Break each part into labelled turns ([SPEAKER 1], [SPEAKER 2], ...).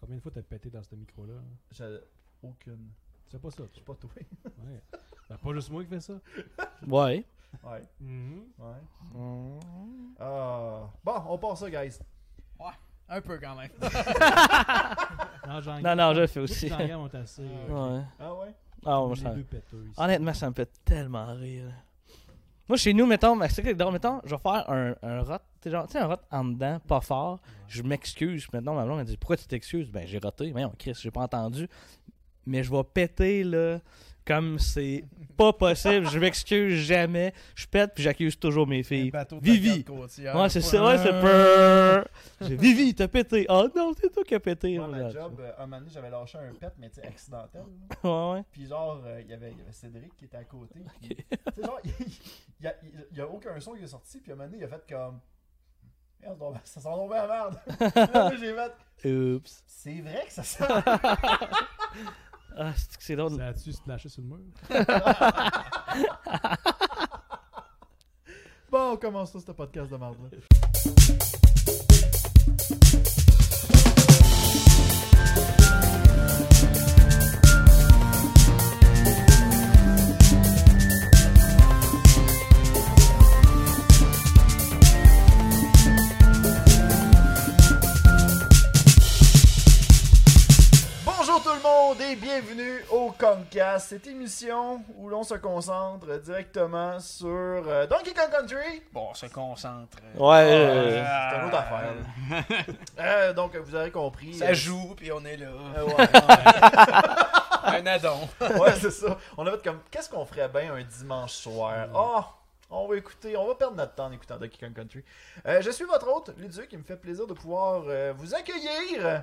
[SPEAKER 1] combien de fois t'as pété dans ce micro-là?
[SPEAKER 2] J'ai aucune.
[SPEAKER 1] Tu fais pas ça,
[SPEAKER 2] Je
[SPEAKER 1] toi.
[SPEAKER 2] suis pas doué.
[SPEAKER 1] Ouais. Ben, pas juste moi qui fais ça.
[SPEAKER 3] Ouais.
[SPEAKER 2] Ouais,
[SPEAKER 1] Mhm.
[SPEAKER 2] ouais. Ah. Bon, on part ça, guys.
[SPEAKER 4] Un peu quand même.
[SPEAKER 1] Non, j'en
[SPEAKER 3] Non, non, je le fais aussi.
[SPEAKER 1] J'en garde mon tassé.
[SPEAKER 3] Ouais.
[SPEAKER 2] Ah ouais?
[SPEAKER 3] Ah, moi,
[SPEAKER 1] Les
[SPEAKER 3] ça-
[SPEAKER 1] euh, deux péteux ici.
[SPEAKER 3] Honnêtement, ça me fait tellement rire. Moi, chez nous, mettons, mais c'est que, donc, mettons, je vais faire un, un rot. Tu sais, genre, tu sais, un rot en dedans, pas fort. Je m'excuse. Maintenant, ma blonde, elle dit Pourquoi tu t'excuses Ben, j'ai roté. Mais on Chris, j'ai pas entendu. Mais je vais péter, là, comme c'est pas possible. je m'excuse jamais. Je pète, puis j'accuse toujours mes
[SPEAKER 4] Un
[SPEAKER 2] Eh
[SPEAKER 3] filles.
[SPEAKER 2] ben,
[SPEAKER 4] bateau de
[SPEAKER 3] Vivi.
[SPEAKER 4] la garde côtière.
[SPEAKER 3] Ouais, c'est ça. Ouais, c'est peur. J'ai Vivi, t'as pété. Oh non, c'est toi qui as pété.
[SPEAKER 2] Moi, ma
[SPEAKER 3] Ouais,
[SPEAKER 2] job, euh, un moment donné, j'avais lâché un pet, mais tu sais, accidentel. là.
[SPEAKER 3] Ouais, ouais.
[SPEAKER 2] Puis genre, euh, il y avait il y avait Cédric qui était à côté. puis- Tu sais, genre, il n'y a, il y a aucun son qui est sorti. Puis un moment donné, il a fait comme. Merde, on va- ça sent tombé à merde. Là, j'ai fait.
[SPEAKER 3] Oups.
[SPEAKER 2] C'est vrai que ça sent.
[SPEAKER 3] Ah, c'est que c'est drôle.
[SPEAKER 1] Ça a-tu splashé sur le mur?
[SPEAKER 2] Bon, on commence ça, ce podcast de merde là. Bonjour tout le monde et bienvenue au Comcast, cette émission où l'on se concentre directement sur euh, Donkey Kong Country.
[SPEAKER 4] Bon, on se concentre.
[SPEAKER 3] Ouais.
[SPEAKER 2] c'est
[SPEAKER 3] euh,
[SPEAKER 2] une autre affaire. Euh, donc, vous avez compris.
[SPEAKER 4] Ça
[SPEAKER 2] euh,
[SPEAKER 4] joue, puis on est là.
[SPEAKER 2] euh, ouais, Ah.
[SPEAKER 4] un addon.
[SPEAKER 2] ouais, c'est ça. On a fait comme, qu'est-ce qu'on ferait bien un dimanche
[SPEAKER 3] Mm.
[SPEAKER 2] soir? Oh, on va écouter, on va perdre notre temps en écoutant Donkey Kong Country. Euh, je suis votre hôte, Luduc, il me fait plaisir de pouvoir euh, vous accueillir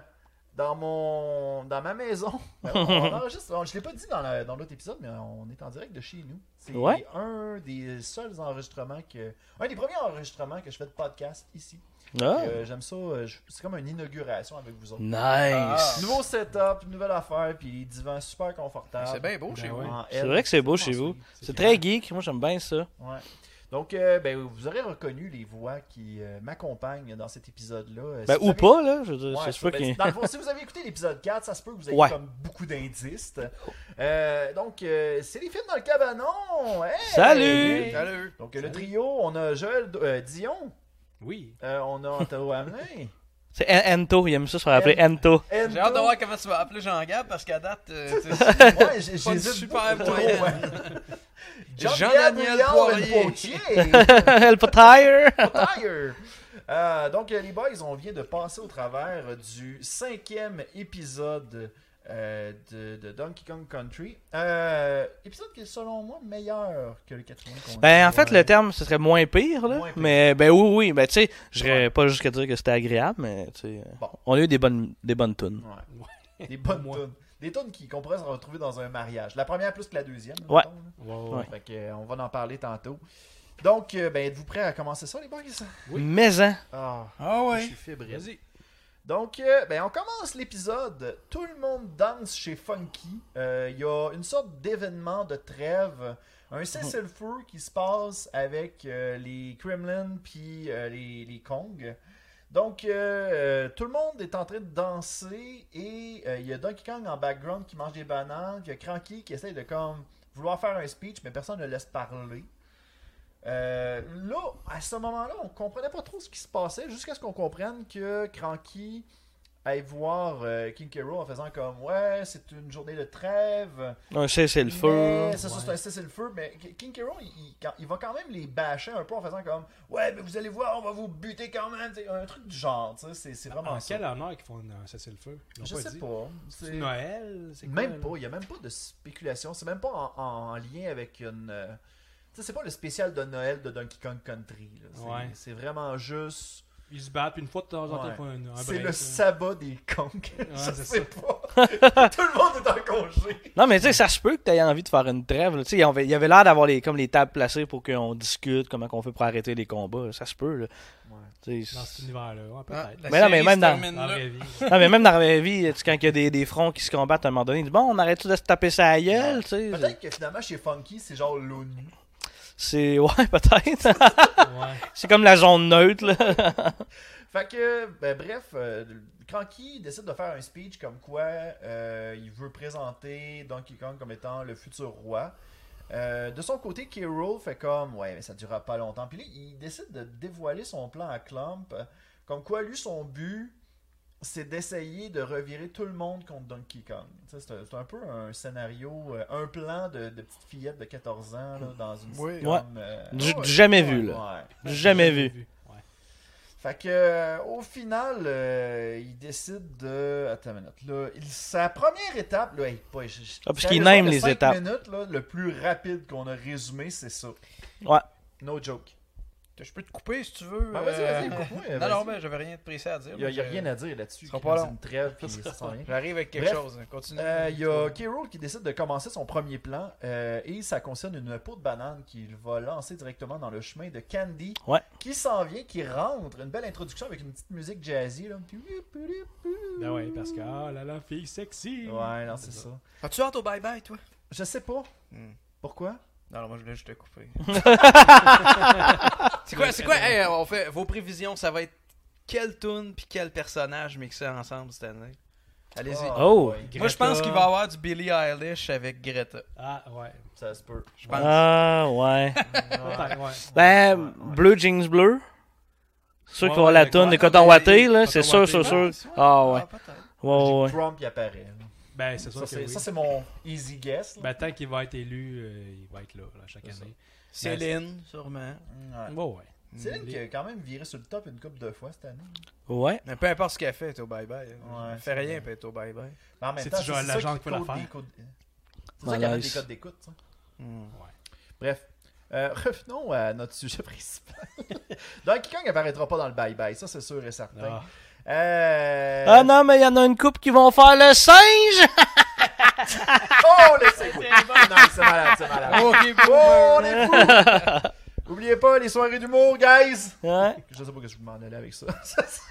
[SPEAKER 2] dans mon dans ma maison. Ben, on- on enregistre- on- je l'ai pas dit dans, la- dans l'autre épisode, mais on est en direct de chez nous. C'est
[SPEAKER 3] Ouais.
[SPEAKER 2] un des seuls enregistrements que... Un des premiers enregistrements que je fais de podcast ici.
[SPEAKER 3] ah. Mm.
[SPEAKER 2] Euh, J'aime ça, euh, je- c'est comme une inauguration avec vous autres.
[SPEAKER 3] Nice!
[SPEAKER 2] Nouveau setup, nouvelle affaire, puis les divans super confortables.
[SPEAKER 4] C'est bien beau
[SPEAKER 1] Ben
[SPEAKER 4] chez
[SPEAKER 1] ouais.
[SPEAKER 4] vous.
[SPEAKER 2] En
[SPEAKER 3] C'est
[SPEAKER 2] L.
[SPEAKER 3] vrai que c'est beau chez
[SPEAKER 2] bon,
[SPEAKER 3] vous.
[SPEAKER 2] c'est-
[SPEAKER 3] C'est très geek, moi j'aime bien ça.
[SPEAKER 2] Ouais. Donc, euh, ben, vous aurez reconnu les voix qui euh, m'accompagnent dans cet épisode-là. Euh,
[SPEAKER 3] Ben,
[SPEAKER 2] si vous
[SPEAKER 3] ou
[SPEAKER 2] avez-
[SPEAKER 3] pas, là. Je veux dire,
[SPEAKER 2] Ouais, ça,
[SPEAKER 3] c'est sûr
[SPEAKER 2] ben,
[SPEAKER 3] qu'il-
[SPEAKER 2] Dans le fond, si vous avez écouté l'épisode 4, ça se peut que vous ayez
[SPEAKER 3] Ouais.
[SPEAKER 2] comme beaucoup d'indices. Euh, donc, euh, c'est les films dans le cabanon. Hey!
[SPEAKER 3] Salut!
[SPEAKER 4] Salut.
[SPEAKER 2] Donc, euh, le trio, on a Joël euh, Dion,
[SPEAKER 1] Oui.
[SPEAKER 2] euh, on a Antero Hamelin.
[SPEAKER 3] C'est En- Ento, il aime ça, ça va appeler Ento.
[SPEAKER 4] J'ai hâte de voir comment tu vas appeler Jean-Gab parce qu'à date, euh, tu sais,
[SPEAKER 2] Ouais, j'ai-
[SPEAKER 4] pas une
[SPEAKER 2] j'hésite
[SPEAKER 4] super
[SPEAKER 2] beaucoup trop,
[SPEAKER 4] moyenne.
[SPEAKER 2] ouais.
[SPEAKER 4] Jean-Daniel
[SPEAKER 2] Gabriel
[SPEAKER 4] Poirier.
[SPEAKER 2] Poitiers.
[SPEAKER 3] Elle pas tire!
[SPEAKER 2] Tire. Euh, donc, euh, les boys, on vient de passer au travers euh, du cinquième épisode euh, de, de Donkey Kong Country. Euh, épisode qui est, selon moi, meilleur que le quatrième. qu'on a
[SPEAKER 3] Ben, en fait,
[SPEAKER 2] Ouais.
[SPEAKER 3] le terme, ce serait moins pire, là.
[SPEAKER 2] Moins pire.
[SPEAKER 3] Mais, ben oui, oui. Ben, tu sais, j'irais pas jusqu'à dire que c'était agréable, mais, tu sais.
[SPEAKER 2] Bon.
[SPEAKER 3] On a eu des bonnes, des bonnes tunes.
[SPEAKER 2] Ouais. Des bonnes
[SPEAKER 1] Moi.
[SPEAKER 2] tunes. Des tunes qui- qu'on pourrait se retrouver dans un mariage. La première plus que la deuxième.
[SPEAKER 3] Ouais.
[SPEAKER 2] mettons, là.
[SPEAKER 3] Ouais.
[SPEAKER 2] Fait que, euh, on va en parler tantôt. Donc, euh, ben, êtes-vous prêts à commencer ça, les boys?
[SPEAKER 1] Oui.
[SPEAKER 3] Mais, hein.
[SPEAKER 2] Ah,
[SPEAKER 4] Ah
[SPEAKER 2] je
[SPEAKER 4] ouais.
[SPEAKER 2] suis fébrile.
[SPEAKER 1] Vas-y.
[SPEAKER 2] Donc, euh, ben, on commence l'épisode. Tout le monde danse chez Funky. Euh, Il y a une sorte d'événement de trêve. Un cessez-le-feu qui se passe avec euh, les Kremlin puis euh, les, les Kong. Donc, euh, euh, tout le monde est en train de danser et euh, il y a Donkey Kong en background qui mange des bananes. puis Il y a Cranky qui essaye de comme vouloir faire un speech, mais personne ne le laisse parler. Euh, là, à ce moment-là, on comprenait pas trop ce qui se passait jusqu'à ce qu'on comprenne que Cranky aille voir euh, King K. Rool en faisant comme Ouais, c'est une journée de trêve.
[SPEAKER 3] Un cessez-le-feu.
[SPEAKER 2] mais- C'est ça, c'est un cessez-le-feu. Mais K- King K. Rool, il, il- quand- il va quand même les bâcher un peu en faisant comme Ouais, mais vous allez voir, on va vous buter quand même. Tu sais, Un truc du genre, tu sais, c'est c'est vraiment
[SPEAKER 1] En
[SPEAKER 2] ça.
[SPEAKER 1] Ah, quel honneur qu'ils font un cessez-le-feu? Ils l'ont
[SPEAKER 2] Je sais
[SPEAKER 1] dit.
[SPEAKER 2] pas.
[SPEAKER 1] C'est
[SPEAKER 2] C'est-
[SPEAKER 1] Noël? C'est quoi,
[SPEAKER 2] Même
[SPEAKER 1] là?
[SPEAKER 2] pas, il n'y a même pas de spéculation. C'est même pas en, en- en lien avec une. euh, Tu sais, c'est pas le spécial de Noël de Donkey Kong Country. là. C'est-
[SPEAKER 1] Ouais.
[SPEAKER 2] C'est vraiment juste.
[SPEAKER 1] Ils se battent, puis une fois de temps en temps,
[SPEAKER 2] Ouais.
[SPEAKER 1] ils font un, un
[SPEAKER 2] c'est
[SPEAKER 1] break,
[SPEAKER 2] le
[SPEAKER 1] là.
[SPEAKER 2] sabbat des conques.
[SPEAKER 1] ben,
[SPEAKER 2] je
[SPEAKER 1] c'est
[SPEAKER 2] sais pas. Tout le monde est en congé.
[SPEAKER 3] Non, mais tu sais, ça se peut que t'aies envie de faire une trêve, là. Tu sais, il y avait- il y avait l'air d'avoir les, comme les tables placées pour qu'on discute comment qu'on fait pour arrêter les combats. Ça se peut, là. Tu sais,
[SPEAKER 1] Dans cet univers-là. Ouais,
[SPEAKER 4] Ah,
[SPEAKER 1] peut-être.
[SPEAKER 4] la
[SPEAKER 3] Mais non, mais
[SPEAKER 4] série
[SPEAKER 3] même
[SPEAKER 4] se
[SPEAKER 3] dans-
[SPEAKER 4] termine
[SPEAKER 2] Ah,
[SPEAKER 1] Dans la
[SPEAKER 4] là.
[SPEAKER 1] vraie vie.
[SPEAKER 3] Non, mais même dans la vraie vie, tu sais, quand il y a des, des fronts qui se combattent à un moment donné, tu dis, bon, on arrête-tu de se taper sa gueule, tu sais?
[SPEAKER 2] Peut-être que finalement, chez Funky, c'est genre l'ONU.
[SPEAKER 3] C'est. Ouais, peut-être.
[SPEAKER 1] Ouais.
[SPEAKER 3] c'est comme la zone neutre, là.
[SPEAKER 2] Fait que, ben, bref, euh, Cranky décide de faire un speech comme quoi euh, il veut présenter Donkey Kong comme étant le futur roi. Euh, de son côté, K. Rool fait comme ouais, mais ça durera pas longtemps. Puis là, il décide de dévoiler son plan à Clump, euh, comme quoi lui son but c'est d'essayer de revirer tout le monde contre Donkey Kong. Tu sais, C'est un, c'est un peu un scénario, euh, un plan de, de petite fillette de 14 ans là, dans une
[SPEAKER 5] Oui.
[SPEAKER 2] sitcom,
[SPEAKER 3] Ouais.
[SPEAKER 2] euh,
[SPEAKER 3] Du-
[SPEAKER 5] ouais,
[SPEAKER 3] du jamais vu,
[SPEAKER 2] ouais,
[SPEAKER 3] là.
[SPEAKER 2] ouais.
[SPEAKER 3] Du Jamais vu.
[SPEAKER 1] Ouais.
[SPEAKER 2] Fait que euh, au final, euh, il décide de. Attends une minute. Là, Il- sa première étape, là, hey, boy, je- je-
[SPEAKER 3] Ah, parce qu'il
[SPEAKER 2] sérieusement,
[SPEAKER 3] aime
[SPEAKER 2] le
[SPEAKER 3] les
[SPEAKER 2] cinq
[SPEAKER 3] étapes.
[SPEAKER 2] minutes, là, le plus rapide qu'on a résumé, c'est ça.
[SPEAKER 3] Ouais.
[SPEAKER 2] No joke.
[SPEAKER 4] Je peux te couper si tu veux.
[SPEAKER 2] Ben, vas-y, vas-y,
[SPEAKER 4] euh,
[SPEAKER 2] coupe-moi,
[SPEAKER 4] Non,
[SPEAKER 2] vas-y.
[SPEAKER 4] non, ben, j'avais rien de précis à dire.
[SPEAKER 2] Il y a, il y a
[SPEAKER 4] Je-
[SPEAKER 2] rien à dire là-dessus.
[SPEAKER 4] Ce sera
[SPEAKER 2] Chris,
[SPEAKER 4] pas
[SPEAKER 2] c'est
[SPEAKER 4] long.
[SPEAKER 2] une trêve, puis ça sent rien.
[SPEAKER 4] J'arrive avec quelque
[SPEAKER 2] Bref.
[SPEAKER 4] chose. hein. Continue.
[SPEAKER 2] Euh, Il y a k Rool qui décide de commencer son premier plan euh, et ça concerne une peau de banane qu'il va lancer directement dans le chemin de Candy
[SPEAKER 3] Ouais.
[SPEAKER 2] qui s'en vient, qui rentre. Une belle introduction avec une petite musique jazzy. Là.
[SPEAKER 1] Ben ouais, parce que, ah là là, fille sexy.
[SPEAKER 2] Ouais, non, c'est ça.
[SPEAKER 4] As-tu hâte au bye-bye, toi?
[SPEAKER 2] Je sais pas.
[SPEAKER 4] Hmm.
[SPEAKER 2] Pourquoi
[SPEAKER 4] Non, non, moi, je voulais juste te couper. c'est quoi, c'est quoi? Hey, on fait vos prévisions, ça va être quelle tune puis quel personnage mixé ensemble cette année? Allez-y.
[SPEAKER 3] Oh.
[SPEAKER 2] boy.
[SPEAKER 4] Moi, je pense
[SPEAKER 1] Greta.
[SPEAKER 4] qu'il va y avoir du Billie Eilish avec Greta.
[SPEAKER 1] Ah ouais.
[SPEAKER 2] Ça se peut.
[SPEAKER 4] Je pense.
[SPEAKER 3] Ah, ouais.
[SPEAKER 1] Peut-être, ouais.
[SPEAKER 3] Ben, bleu jeans bleu. C'est sûr
[SPEAKER 1] Ouais,
[SPEAKER 3] qu'il va avoir la
[SPEAKER 1] ouais,
[SPEAKER 3] tonne
[SPEAKER 4] ouais,
[SPEAKER 3] des
[SPEAKER 4] ouais,
[SPEAKER 3] coton
[SPEAKER 4] ouais,
[SPEAKER 3] watté,
[SPEAKER 4] ouais,
[SPEAKER 3] là.
[SPEAKER 4] ouais,
[SPEAKER 3] C'est
[SPEAKER 1] coton
[SPEAKER 3] sûr,
[SPEAKER 1] ouaté.
[SPEAKER 3] c'est sûr.
[SPEAKER 4] Ah,
[SPEAKER 3] Ah, ouais.
[SPEAKER 4] peut-être.
[SPEAKER 3] Ouais, ouais, ouais.
[SPEAKER 2] Trump il apparaît. là.
[SPEAKER 1] Ben, c'est sûr
[SPEAKER 2] Ça,
[SPEAKER 1] que
[SPEAKER 2] c'est
[SPEAKER 1] oui.
[SPEAKER 2] ça, c'est mon easy guess. là.
[SPEAKER 1] Ben, tant qu'il va être élu, euh, il va être là, là, chaque
[SPEAKER 2] C'est
[SPEAKER 1] année.
[SPEAKER 4] Céline, sûrement.
[SPEAKER 1] Ben,
[SPEAKER 2] Ouais.
[SPEAKER 1] Bon, ouais.
[SPEAKER 2] Céline qui a quand même viré sur le top une couple de fois cette année.
[SPEAKER 3] Ouais.
[SPEAKER 4] Mais peu importe ce qu'elle fait, elle est au bye-bye.
[SPEAKER 2] Ouais,
[SPEAKER 4] hein. elle
[SPEAKER 2] c'est
[SPEAKER 4] fait rien,
[SPEAKER 2] vrai.
[SPEAKER 4] puis elle est au bye-bye.
[SPEAKER 2] Mais en même
[SPEAKER 1] C'est-tu
[SPEAKER 2] temps,
[SPEAKER 1] genre l'agent
[SPEAKER 2] ça
[SPEAKER 1] qui peut la
[SPEAKER 2] code
[SPEAKER 1] faire?
[SPEAKER 2] des codes- euh, C'est ça qui a des
[SPEAKER 3] Malaise.
[SPEAKER 2] codes d'écoute. ça.
[SPEAKER 4] Hmm.
[SPEAKER 2] Bref. Euh, revenons à notre sujet principal. Donkey Kong apparaîtra pas dans le bye-bye, ça c'est sûr et certain.
[SPEAKER 1] Ah.
[SPEAKER 2] Euh,
[SPEAKER 3] Ah non, mais il y en a une coupe qui vont faire le singe!
[SPEAKER 2] Oh, le c'est Non, c'est malade, c'est malade.
[SPEAKER 4] Ok, bon.
[SPEAKER 2] Oh, on est fous! Oubliez pas les soirées d'humour, guys!
[SPEAKER 3] Ouais.
[SPEAKER 2] Je sais pas que je m'en allais avec ça. Ça, c'est-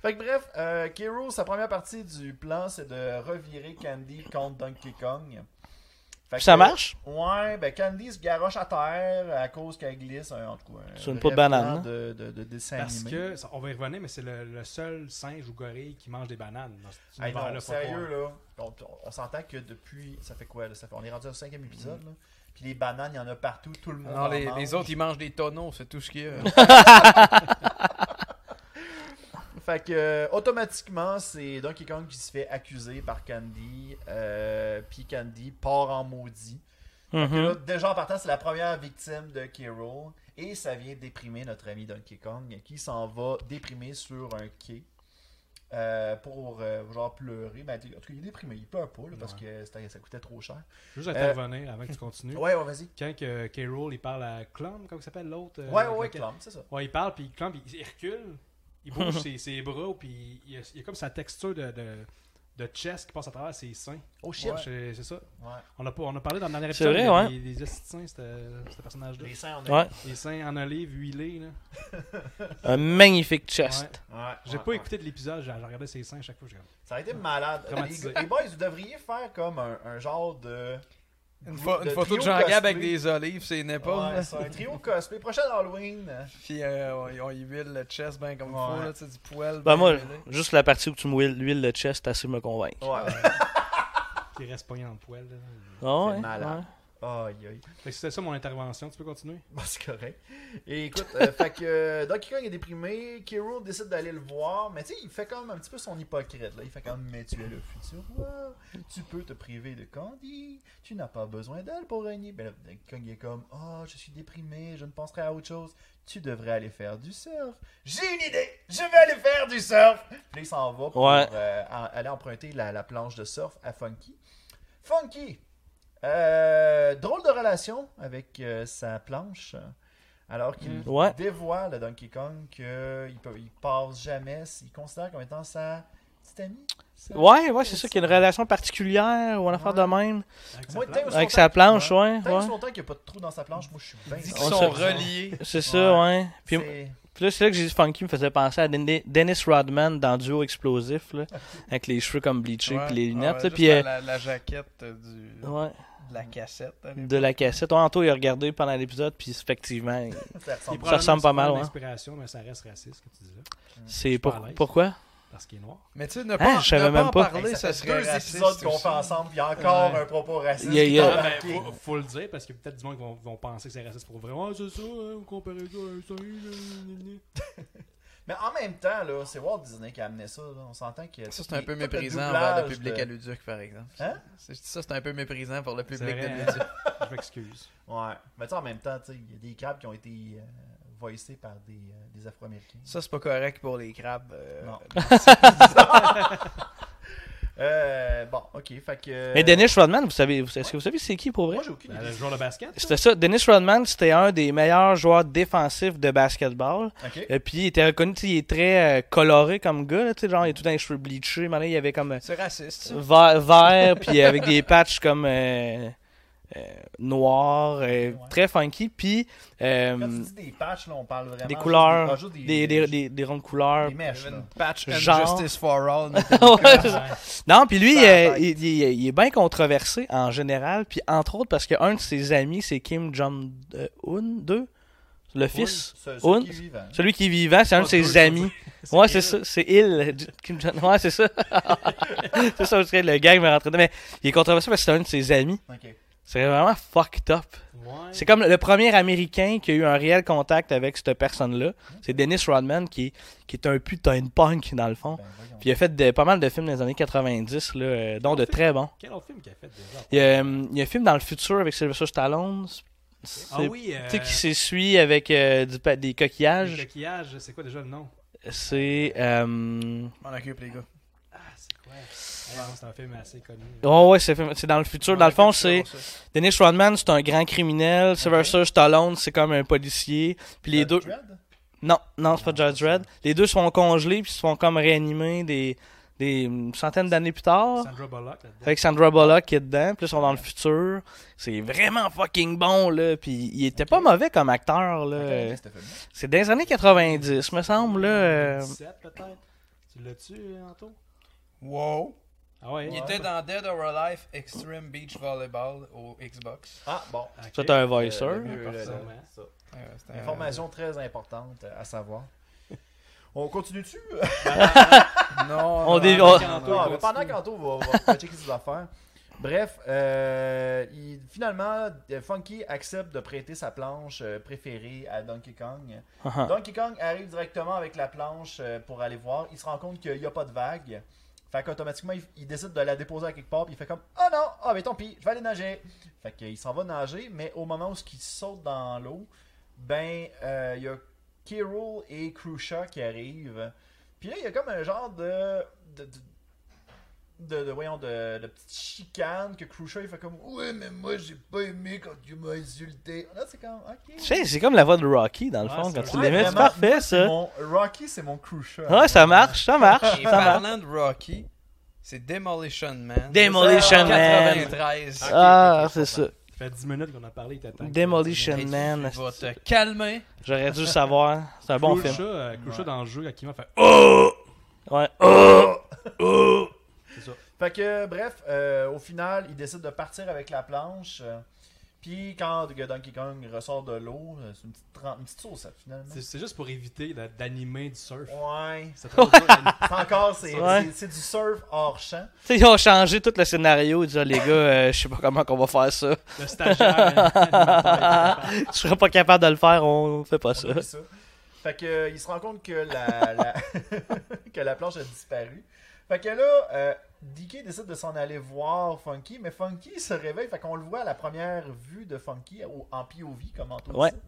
[SPEAKER 2] fait que bref, euh, Kiro, sa première partie du plan, c'est de revirer Candy contre Donkey Kong. Fait
[SPEAKER 3] Ça
[SPEAKER 2] que-
[SPEAKER 3] marche?
[SPEAKER 2] Ouais, ben Candy se garoche à terre à cause qu'elle glisse. hein, en tout cas, un
[SPEAKER 3] Sur une
[SPEAKER 2] vrai
[SPEAKER 3] peau de banane, hein?
[SPEAKER 2] plan De, de, de dessin
[SPEAKER 1] Parce
[SPEAKER 2] animé.
[SPEAKER 1] que, ça- on va y revenir, mais c'est le, le seul singe ou gorille qui mange des bananes. dans cet
[SPEAKER 2] Hey, non,
[SPEAKER 1] univers-là, faut
[SPEAKER 2] sérieux,
[SPEAKER 1] croire.
[SPEAKER 2] là. On, on s'entend que depuis. Ça fait quoi, là? Ça fait, on est rendu au cinquième épisode, là. Puis les bananes, il y en a partout, tout le monde.
[SPEAKER 4] Non,
[SPEAKER 2] en
[SPEAKER 4] les,
[SPEAKER 2] mange.
[SPEAKER 4] les autres, ils mangent des tonneaux, c'est tout ce qu'il y a.
[SPEAKER 2] Fait que euh, automatiquement, c'est Donkey Kong qui se fait accuser par Candy. euh, puis Candy part en maudit.
[SPEAKER 4] Hein?
[SPEAKER 2] Puis là,
[SPEAKER 3] Mhm.
[SPEAKER 2] déjà en partant, c'est la première victime de k Rool, Et ça vient déprimer notre ami Donkey Kong qui s'en va déprimer sur un quai. euh, pour euh, genre pleurer. Ben, en tout cas, il est déprimé, il pleure pas là, parce
[SPEAKER 1] Ouais.
[SPEAKER 2] que c'était- ça coûtait trop cher.
[SPEAKER 4] Hein?
[SPEAKER 1] Juste intervenir avant que tu continues.
[SPEAKER 2] Euh, Ouais, ouais, vas-y.
[SPEAKER 1] Quand que K. Rool, il parle à Clum, comment il s'appelle l'autre euh,
[SPEAKER 2] Ouais, ouais,
[SPEAKER 1] avec
[SPEAKER 2] ouais,
[SPEAKER 1] lequel-
[SPEAKER 2] Clum, c'est ça.
[SPEAKER 1] Ouais, il parle, puis Clum, il, il recule, il bouge ses, ses bras, puis il, a- il a comme sa texture de, de, de chest qui passe à travers ses seins.
[SPEAKER 2] Oh shit.
[SPEAKER 1] Ouais, c'est- c'est ça.
[SPEAKER 2] Ouais.
[SPEAKER 1] On a, pas- on a parlé dans le dernier
[SPEAKER 3] C'est
[SPEAKER 1] épisode
[SPEAKER 3] vrai,
[SPEAKER 1] des-
[SPEAKER 3] ouais.
[SPEAKER 1] des, des hosties de seins, c'était- ce personnage-là.
[SPEAKER 2] Les seins, on a.
[SPEAKER 3] Ouais.
[SPEAKER 1] Les seins en olive huilés. Là.
[SPEAKER 3] Un magnifique
[SPEAKER 1] Ouais.
[SPEAKER 3] chest.
[SPEAKER 2] Ouais,
[SPEAKER 1] J'ai
[SPEAKER 2] ouais,
[SPEAKER 1] pas
[SPEAKER 2] ouais.
[SPEAKER 1] écouté de l'épisode, j'ai j'ai regardé ses seins à chaque fois. j'ai regardé.
[SPEAKER 2] Ça a été malade.
[SPEAKER 1] Traumatisé.
[SPEAKER 2] Les, les boys, vous devriez faire comme un, un genre de.
[SPEAKER 4] Une, pho- une
[SPEAKER 2] de
[SPEAKER 4] photo
[SPEAKER 2] trio
[SPEAKER 4] de Jean Gab avec
[SPEAKER 2] cosplay.
[SPEAKER 4] des olives, c'est n'est pas.
[SPEAKER 2] Ouais, c'est un trio cosplay. Prochain Halloween.
[SPEAKER 4] Puis euh, on, on y huile le chest ben comme il faut,
[SPEAKER 2] Ouais.
[SPEAKER 4] là, tu sais, du poil.
[SPEAKER 3] Ben
[SPEAKER 4] ben
[SPEAKER 3] moi,
[SPEAKER 4] huilé.
[SPEAKER 3] juste la partie où tu me huiles- huiles le chest, assez me convaincre.
[SPEAKER 2] Ouais.
[SPEAKER 1] Qui reste pogné en poil. là.
[SPEAKER 3] Ah ouais,
[SPEAKER 2] malade.
[SPEAKER 3] ouais.
[SPEAKER 2] Aïe, aïe.
[SPEAKER 1] Fait que C'était ça mon intervention, tu peux continuer
[SPEAKER 2] Bon, c'est correct. Et écoute, euh, fait que euh, Donkey Kong est déprimé. Kiro décide d'aller le voir. Mais tu sais, il fait comme un petit peu son hypocrite. Là. Il fait comme Mais tu es le futur roi. Tu peux te priver de Candy. Tu n'as pas besoin d'elle pour régner. Ben là, Donkey Kong il est comme Oh, je suis déprimé. Je ne penserai à autre chose. Tu devrais aller faire du surf. J'ai une idée. Je vais aller faire du surf. Puis là, il s'en va pour
[SPEAKER 3] Ouais.
[SPEAKER 2] euh, en- aller emprunter la, la planche de surf à Funky. Funky, euh, drôle de relation avec euh, sa planche. Alors qu'il
[SPEAKER 3] Mm. Ouais.
[SPEAKER 2] dévoile à Donkey Kong qu'il ne passe jamais, il considère comme étant sa petite amie. sa-
[SPEAKER 3] Ouais, ouais, c'est ça qu'il y a une relation particulière ou une affaire
[SPEAKER 2] Ouais.
[SPEAKER 3] de même.
[SPEAKER 2] Moi,
[SPEAKER 1] Avec sa
[SPEAKER 2] t'es aussi
[SPEAKER 3] Avec sa planche, ouais.
[SPEAKER 2] Tant que
[SPEAKER 3] ouais.
[SPEAKER 2] c'est longtemps qu'il n'y a pas de trou dans sa planche, moi je suis bien.
[SPEAKER 4] Ils
[SPEAKER 3] On
[SPEAKER 4] sont
[SPEAKER 3] se-
[SPEAKER 4] reliés.
[SPEAKER 3] C'est ça, ouais. Puis,
[SPEAKER 2] C'est-
[SPEAKER 3] puis là, c'est là que j'ai dit Funky me faisait penser à Den- Dennis Rodman dans Duo Explosif, là, avec les cheveux comme bleachés
[SPEAKER 4] Ouais,
[SPEAKER 3] puis les lunettes.
[SPEAKER 4] ouais,
[SPEAKER 3] là,
[SPEAKER 4] juste
[SPEAKER 3] puis,
[SPEAKER 4] la,
[SPEAKER 3] euh,
[SPEAKER 4] la- la jaquette euh, du.
[SPEAKER 3] ouais. Mm.
[SPEAKER 4] de la cassette. hein.
[SPEAKER 3] de la cassette. Ouais, Anto, il a regardé pendant l'épisode, puis effectivement, il-
[SPEAKER 2] Ça ressemble
[SPEAKER 3] Ça ressemble pas mal, ouais.
[SPEAKER 1] L'inspiration, mais ça reste raciste, comme tu disais,
[SPEAKER 3] c'est
[SPEAKER 1] pas à
[SPEAKER 3] pour...
[SPEAKER 1] l'aise.
[SPEAKER 3] pourquoi
[SPEAKER 1] parce qu'il est noir.
[SPEAKER 4] Mais tu sais, ne
[SPEAKER 3] Ah,
[SPEAKER 4] pas,
[SPEAKER 3] je savais
[SPEAKER 4] ne
[SPEAKER 3] même
[SPEAKER 4] pas
[SPEAKER 3] pas.
[SPEAKER 4] en parler,
[SPEAKER 2] Hey, ça
[SPEAKER 4] ça,
[SPEAKER 2] fait
[SPEAKER 4] serait
[SPEAKER 2] deux
[SPEAKER 4] raciste
[SPEAKER 2] épisodes qu'on
[SPEAKER 4] aussi.
[SPEAKER 2] fait ensemble, puis il y a encore
[SPEAKER 3] Ouais.
[SPEAKER 2] un propos raciste.
[SPEAKER 3] Yeah,
[SPEAKER 2] qui
[SPEAKER 3] yeah.
[SPEAKER 2] est
[SPEAKER 3] Ah,
[SPEAKER 1] Ben,
[SPEAKER 2] embarqué.
[SPEAKER 1] faut, faut le dire, parce que peut-être du monde vont, vont penser que c'est raciste pour vraiment, c'est ça, hein, vous comparez ça à un singe, euh,
[SPEAKER 2] Mais en même temps, là, c'est Walt Disney qui a amené ça. là. On s'entend que.
[SPEAKER 4] Ça, c'est un peu
[SPEAKER 2] tout le
[SPEAKER 4] méprisant
[SPEAKER 2] doublage
[SPEAKER 4] envers le public
[SPEAKER 2] de-
[SPEAKER 4] à Luduc, par exemple.
[SPEAKER 2] Hein?
[SPEAKER 4] C'est- Ça, c'est un peu méprisant pour le
[SPEAKER 1] C'est
[SPEAKER 4] public
[SPEAKER 1] vrai,
[SPEAKER 4] de
[SPEAKER 1] hein.
[SPEAKER 4] Luduc.
[SPEAKER 1] Je m'excuse.
[SPEAKER 2] Ouais. Mais tu sais, en même temps, tu sais, il y a des crabes qui ont été euh, voicés par des, euh, des Afro-Américains.
[SPEAKER 4] Ça, c'est pas correct pour les crabes. euh,
[SPEAKER 2] Non. Euh, bon, ok. Fait que.
[SPEAKER 3] Mais Dennis Rodman, vous savez, vous- est-ce que vous savez c'est qui pour vrai
[SPEAKER 2] Moi, j'ai aucune
[SPEAKER 1] Ben,
[SPEAKER 2] idée.
[SPEAKER 1] le joueur de basket, ça?
[SPEAKER 3] C'était ça. Dennis Rodman, c'était un des meilleurs joueurs défensifs de basketball.
[SPEAKER 2] Ok.
[SPEAKER 3] Et puis il était reconnu, tu sais, il est très euh, coloré comme gars, là, tu sais, genre il est tout dans les cheveux bleachés, mais là, il avait comme euh,
[SPEAKER 4] C'est raciste, ça.
[SPEAKER 3] vert, vert, puis avec des patchs comme euh, euh, noir, euh,
[SPEAKER 2] Ouais.
[SPEAKER 3] très funky, puis euh,
[SPEAKER 2] Quand tu dis des patchs, là, on parle vraiment.
[SPEAKER 3] des
[SPEAKER 2] juste
[SPEAKER 3] couleurs,
[SPEAKER 2] ah, juste
[SPEAKER 3] des, des, des- des rondes couleurs.
[SPEAKER 2] des mèches.
[SPEAKER 4] Even
[SPEAKER 2] là.
[SPEAKER 4] patch and
[SPEAKER 3] Genre.
[SPEAKER 4] justice for all. mais-
[SPEAKER 3] Ouais, c'est ça.
[SPEAKER 1] Ouais.
[SPEAKER 3] non, puis lui,
[SPEAKER 4] Ça
[SPEAKER 3] euh,
[SPEAKER 4] attaque.
[SPEAKER 3] il, il- il est bien controversé en général, puis entre autres parce qu'un de ses amis, c'est Kim Jong-un, deux, le fils.
[SPEAKER 2] Ce-
[SPEAKER 3] Un-
[SPEAKER 2] Ceux qui vivent. hein.
[SPEAKER 3] Celui qui est vivant, c'est un de
[SPEAKER 1] Pas
[SPEAKER 3] ses
[SPEAKER 1] deux,
[SPEAKER 3] amis.
[SPEAKER 1] c'est
[SPEAKER 3] Ouais, c'est
[SPEAKER 1] il.
[SPEAKER 3] ça, c'est il, Kim Jong. Ouais, c'est ça. c'est ça, on dirait, le gang me rentrait dedans. Mais il est controversé parce que c'est un de ses amis.
[SPEAKER 2] Ok. Ben,
[SPEAKER 3] C'est vraiment fucked up.
[SPEAKER 1] Ouais.
[SPEAKER 3] C'est comme le premier Américain qui a eu un réel contact avec cette personne-là. C'est Dennis Rodman qui, qui est un putain de punk, dans le fond.
[SPEAKER 2] Ben, voyons.
[SPEAKER 3] Puis il a fait de- pas mal de films dans les années 90, là, euh, dont de très bons.
[SPEAKER 1] Quel autre film qu'il a fait déjà?
[SPEAKER 3] Il y a, euh, il y a un film dans le futur avec Sylvester Stallone. C'est-
[SPEAKER 1] Ah oui, euh,
[SPEAKER 3] Tu sais, qui s'essuie avec euh, du pa- des
[SPEAKER 1] le
[SPEAKER 3] coquillages.
[SPEAKER 1] coquillage, c'est quoi déjà le nom?
[SPEAKER 3] C'est. euh,
[SPEAKER 4] Je m'en occupe, les gars.
[SPEAKER 1] Ah, c'est quoi? Ouais, non, c'est un film assez connu. hein.
[SPEAKER 3] Oh ouais, c'est c'est dans le futur. Dans le fond, c'est Dennis Rodman, c'est un grand criminel. Sylvester Stallone, c'est comme un policier. Puis les
[SPEAKER 2] Judge
[SPEAKER 3] deux.
[SPEAKER 2] Dredd?
[SPEAKER 3] Non, non, Ah, c'est pas Judge Dredd. Les deux sont congelés puis se font comme réanimer des, des centaines d'années plus tard.
[SPEAKER 1] Sandra Bullock là-dedans.
[SPEAKER 3] Avec Sandra Bullock qui est dedans, puis ils sont dans le futur. C'est vraiment fucking bon, là. Puis il était pas mauvais comme acteur, là.
[SPEAKER 2] Ok, c'était fait.
[SPEAKER 3] C'est dans les années 90, me semble, là. euh,
[SPEAKER 1] 17 peut-être. Tu l'as-tu, euh, Anto?
[SPEAKER 4] Wow.
[SPEAKER 1] Ah ouais.
[SPEAKER 4] Il
[SPEAKER 1] ouais.
[SPEAKER 4] était dans Dead or Alive Extreme Beach Volleyball au Xbox.
[SPEAKER 2] Ah, bon.
[SPEAKER 1] Ok.
[SPEAKER 3] C'est un voiceur.
[SPEAKER 2] Euh, mieux, là, là.
[SPEAKER 1] Forcément.
[SPEAKER 2] Ça.
[SPEAKER 4] Euh, c'est un-
[SPEAKER 2] Information très importante à savoir. On continue-tu?
[SPEAKER 4] Non.
[SPEAKER 3] On
[SPEAKER 4] non,
[SPEAKER 3] dévi-
[SPEAKER 4] non,
[SPEAKER 3] on-
[SPEAKER 4] non, non.
[SPEAKER 2] Ah, mais pendant qu'Anto va, va- va checker ses affaires. Bref, euh, il- finalement, euh, Funky accepte de prêter sa planche euh, préférée à Donkey Kong.
[SPEAKER 3] Ah, ah.
[SPEAKER 2] Donkey Kong arrive directement avec la planche euh, pour aller voir. Il se rend compte qu'il n'y a pas de vague. Fait qu'automatiquement, il, il décide de la déposer à quelque part. Puis il fait comme Oh non, ah mais tant pis, je vais aller nager. Fait qu'il s'en va nager, mais au moment où il saute dans l'eau, ben, euh, il y a Kirill et Krusha qui arrivent. Puis là, il y a comme un genre de. de, de de, de- voyons, de, de petite chicane que Krusha il fait comme Ouais, mais moi j'ai pas aimé quand tu m'as insulté. Là, c'est comme Ok.
[SPEAKER 3] Tu sais, C'est comme la voix de Rocky, dans le
[SPEAKER 1] Ouais,
[SPEAKER 3] fond,
[SPEAKER 1] c'est
[SPEAKER 3] quand tu
[SPEAKER 1] vrai.
[SPEAKER 3] l'aimais.
[SPEAKER 2] Ouais,
[SPEAKER 3] C'est
[SPEAKER 2] vraiment.
[SPEAKER 3] parfait, ça.
[SPEAKER 2] Mon- Rocky, c'est mon Crusher.
[SPEAKER 3] Ouais, ça marche, ça marche,
[SPEAKER 4] Et
[SPEAKER 3] ça marche.
[SPEAKER 4] parlant de Rocky, c'est Demolition Man.
[SPEAKER 3] Demolition Man.
[SPEAKER 4] 93.
[SPEAKER 3] Ah, c'est ça.
[SPEAKER 1] Ça fait 10 minutes qu'on a parlé, il t'attend.
[SPEAKER 3] Demolition
[SPEAKER 4] Hey, tu-
[SPEAKER 3] Man.
[SPEAKER 4] Tu vas te calmer.
[SPEAKER 3] J'aurais dû le savoir. C'est un bon
[SPEAKER 1] Crucha,
[SPEAKER 3] film. Oh.
[SPEAKER 1] euh, Crucha
[SPEAKER 2] Ouais.
[SPEAKER 1] dans le jeu, qui m'a fait
[SPEAKER 3] Ouais.
[SPEAKER 2] Fait que, bref, euh, au final, il décide de partir avec la planche. euh, Puis quand que Donkey Kong ressort de l'eau, euh, c'est une petite, tran- une petite sauce, finalement.
[SPEAKER 1] C'est c'est juste pour éviter d'a- d'animer du surf.
[SPEAKER 2] Ouais.
[SPEAKER 1] C'est trop pas-
[SPEAKER 2] C'est encore, c'est
[SPEAKER 3] Ouais.
[SPEAKER 2] c'est- c'est du surf hors champ.
[SPEAKER 3] Tu sais, ils ont changé tout le scénario. Ils disaient, les gars, euh, je sais pas comment qu'on va faire ça.
[SPEAKER 1] le hein, stagiaire. hein.
[SPEAKER 3] Je serais pas capable de le faire, on fait pas ça.
[SPEAKER 2] On a vu ça. Fait que, euh, il se rend compte que la, la- que la planche a disparu. Fait que là, euh, DK décide de s'en aller voir Funky, mais Funky se réveille. Fait qu'on le voit à la première vue de Funky au- en POV, comme Anto
[SPEAKER 3] Ouais.
[SPEAKER 2] disait.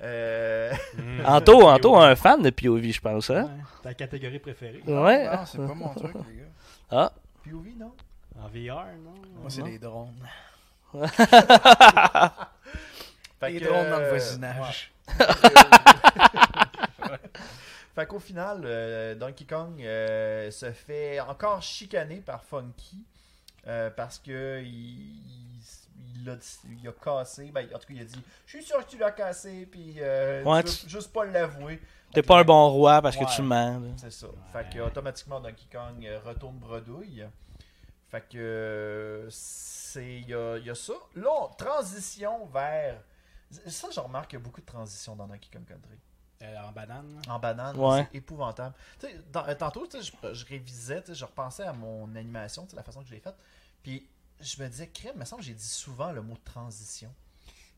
[SPEAKER 2] Euh,
[SPEAKER 1] Mm.
[SPEAKER 3] Anto, Anto, un fan de POV, je pense, hein?
[SPEAKER 1] Ouais, Ta catégorie préférée.
[SPEAKER 3] Ouais.
[SPEAKER 4] Non, c'est pas mon truc, les gars.
[SPEAKER 3] Ah.
[SPEAKER 2] POV, non?
[SPEAKER 1] En VR, non?
[SPEAKER 4] Moi, c'est
[SPEAKER 3] Non.
[SPEAKER 4] les drones.
[SPEAKER 2] Fait
[SPEAKER 4] les
[SPEAKER 2] que,
[SPEAKER 4] drones dans le
[SPEAKER 2] euh,
[SPEAKER 4] voisinage.
[SPEAKER 2] ouais. fait qu'au final, euh, Donkey Kong euh, se fait encore chicaner par Funky euh, parce que il, il, il a, il a cassé. Ben, en tout cas, il a dit Je suis sûr que tu l'as cassé, puis euh,
[SPEAKER 3] Ouais,
[SPEAKER 2] tu veux
[SPEAKER 3] tu-
[SPEAKER 2] juste pas l'avouer.
[SPEAKER 3] T'es pas un bon roi parce
[SPEAKER 2] Ouais.
[SPEAKER 3] que tu mens. là.
[SPEAKER 2] C'est ça. Fait que automatiquement Donkey Kong euh, retourne bredouille. Fait que euh, c'est il y a, il y a ça. Là, on- transition vers ça, je remarque qu'il y a beaucoup de transitions dans Donkey Kong Country.
[SPEAKER 1] Euh, en banane. là.
[SPEAKER 2] En banane,
[SPEAKER 3] Ouais.
[SPEAKER 2] c'est épouvantable. Tu sais, dans- euh, tantôt, tu sais, je, je révisais, tu sais, je repensais à mon animation, tu sais, la façon que je l'ai faite. Puis je me disais, crème, il me semble que j'ai dit souvent le mot transition.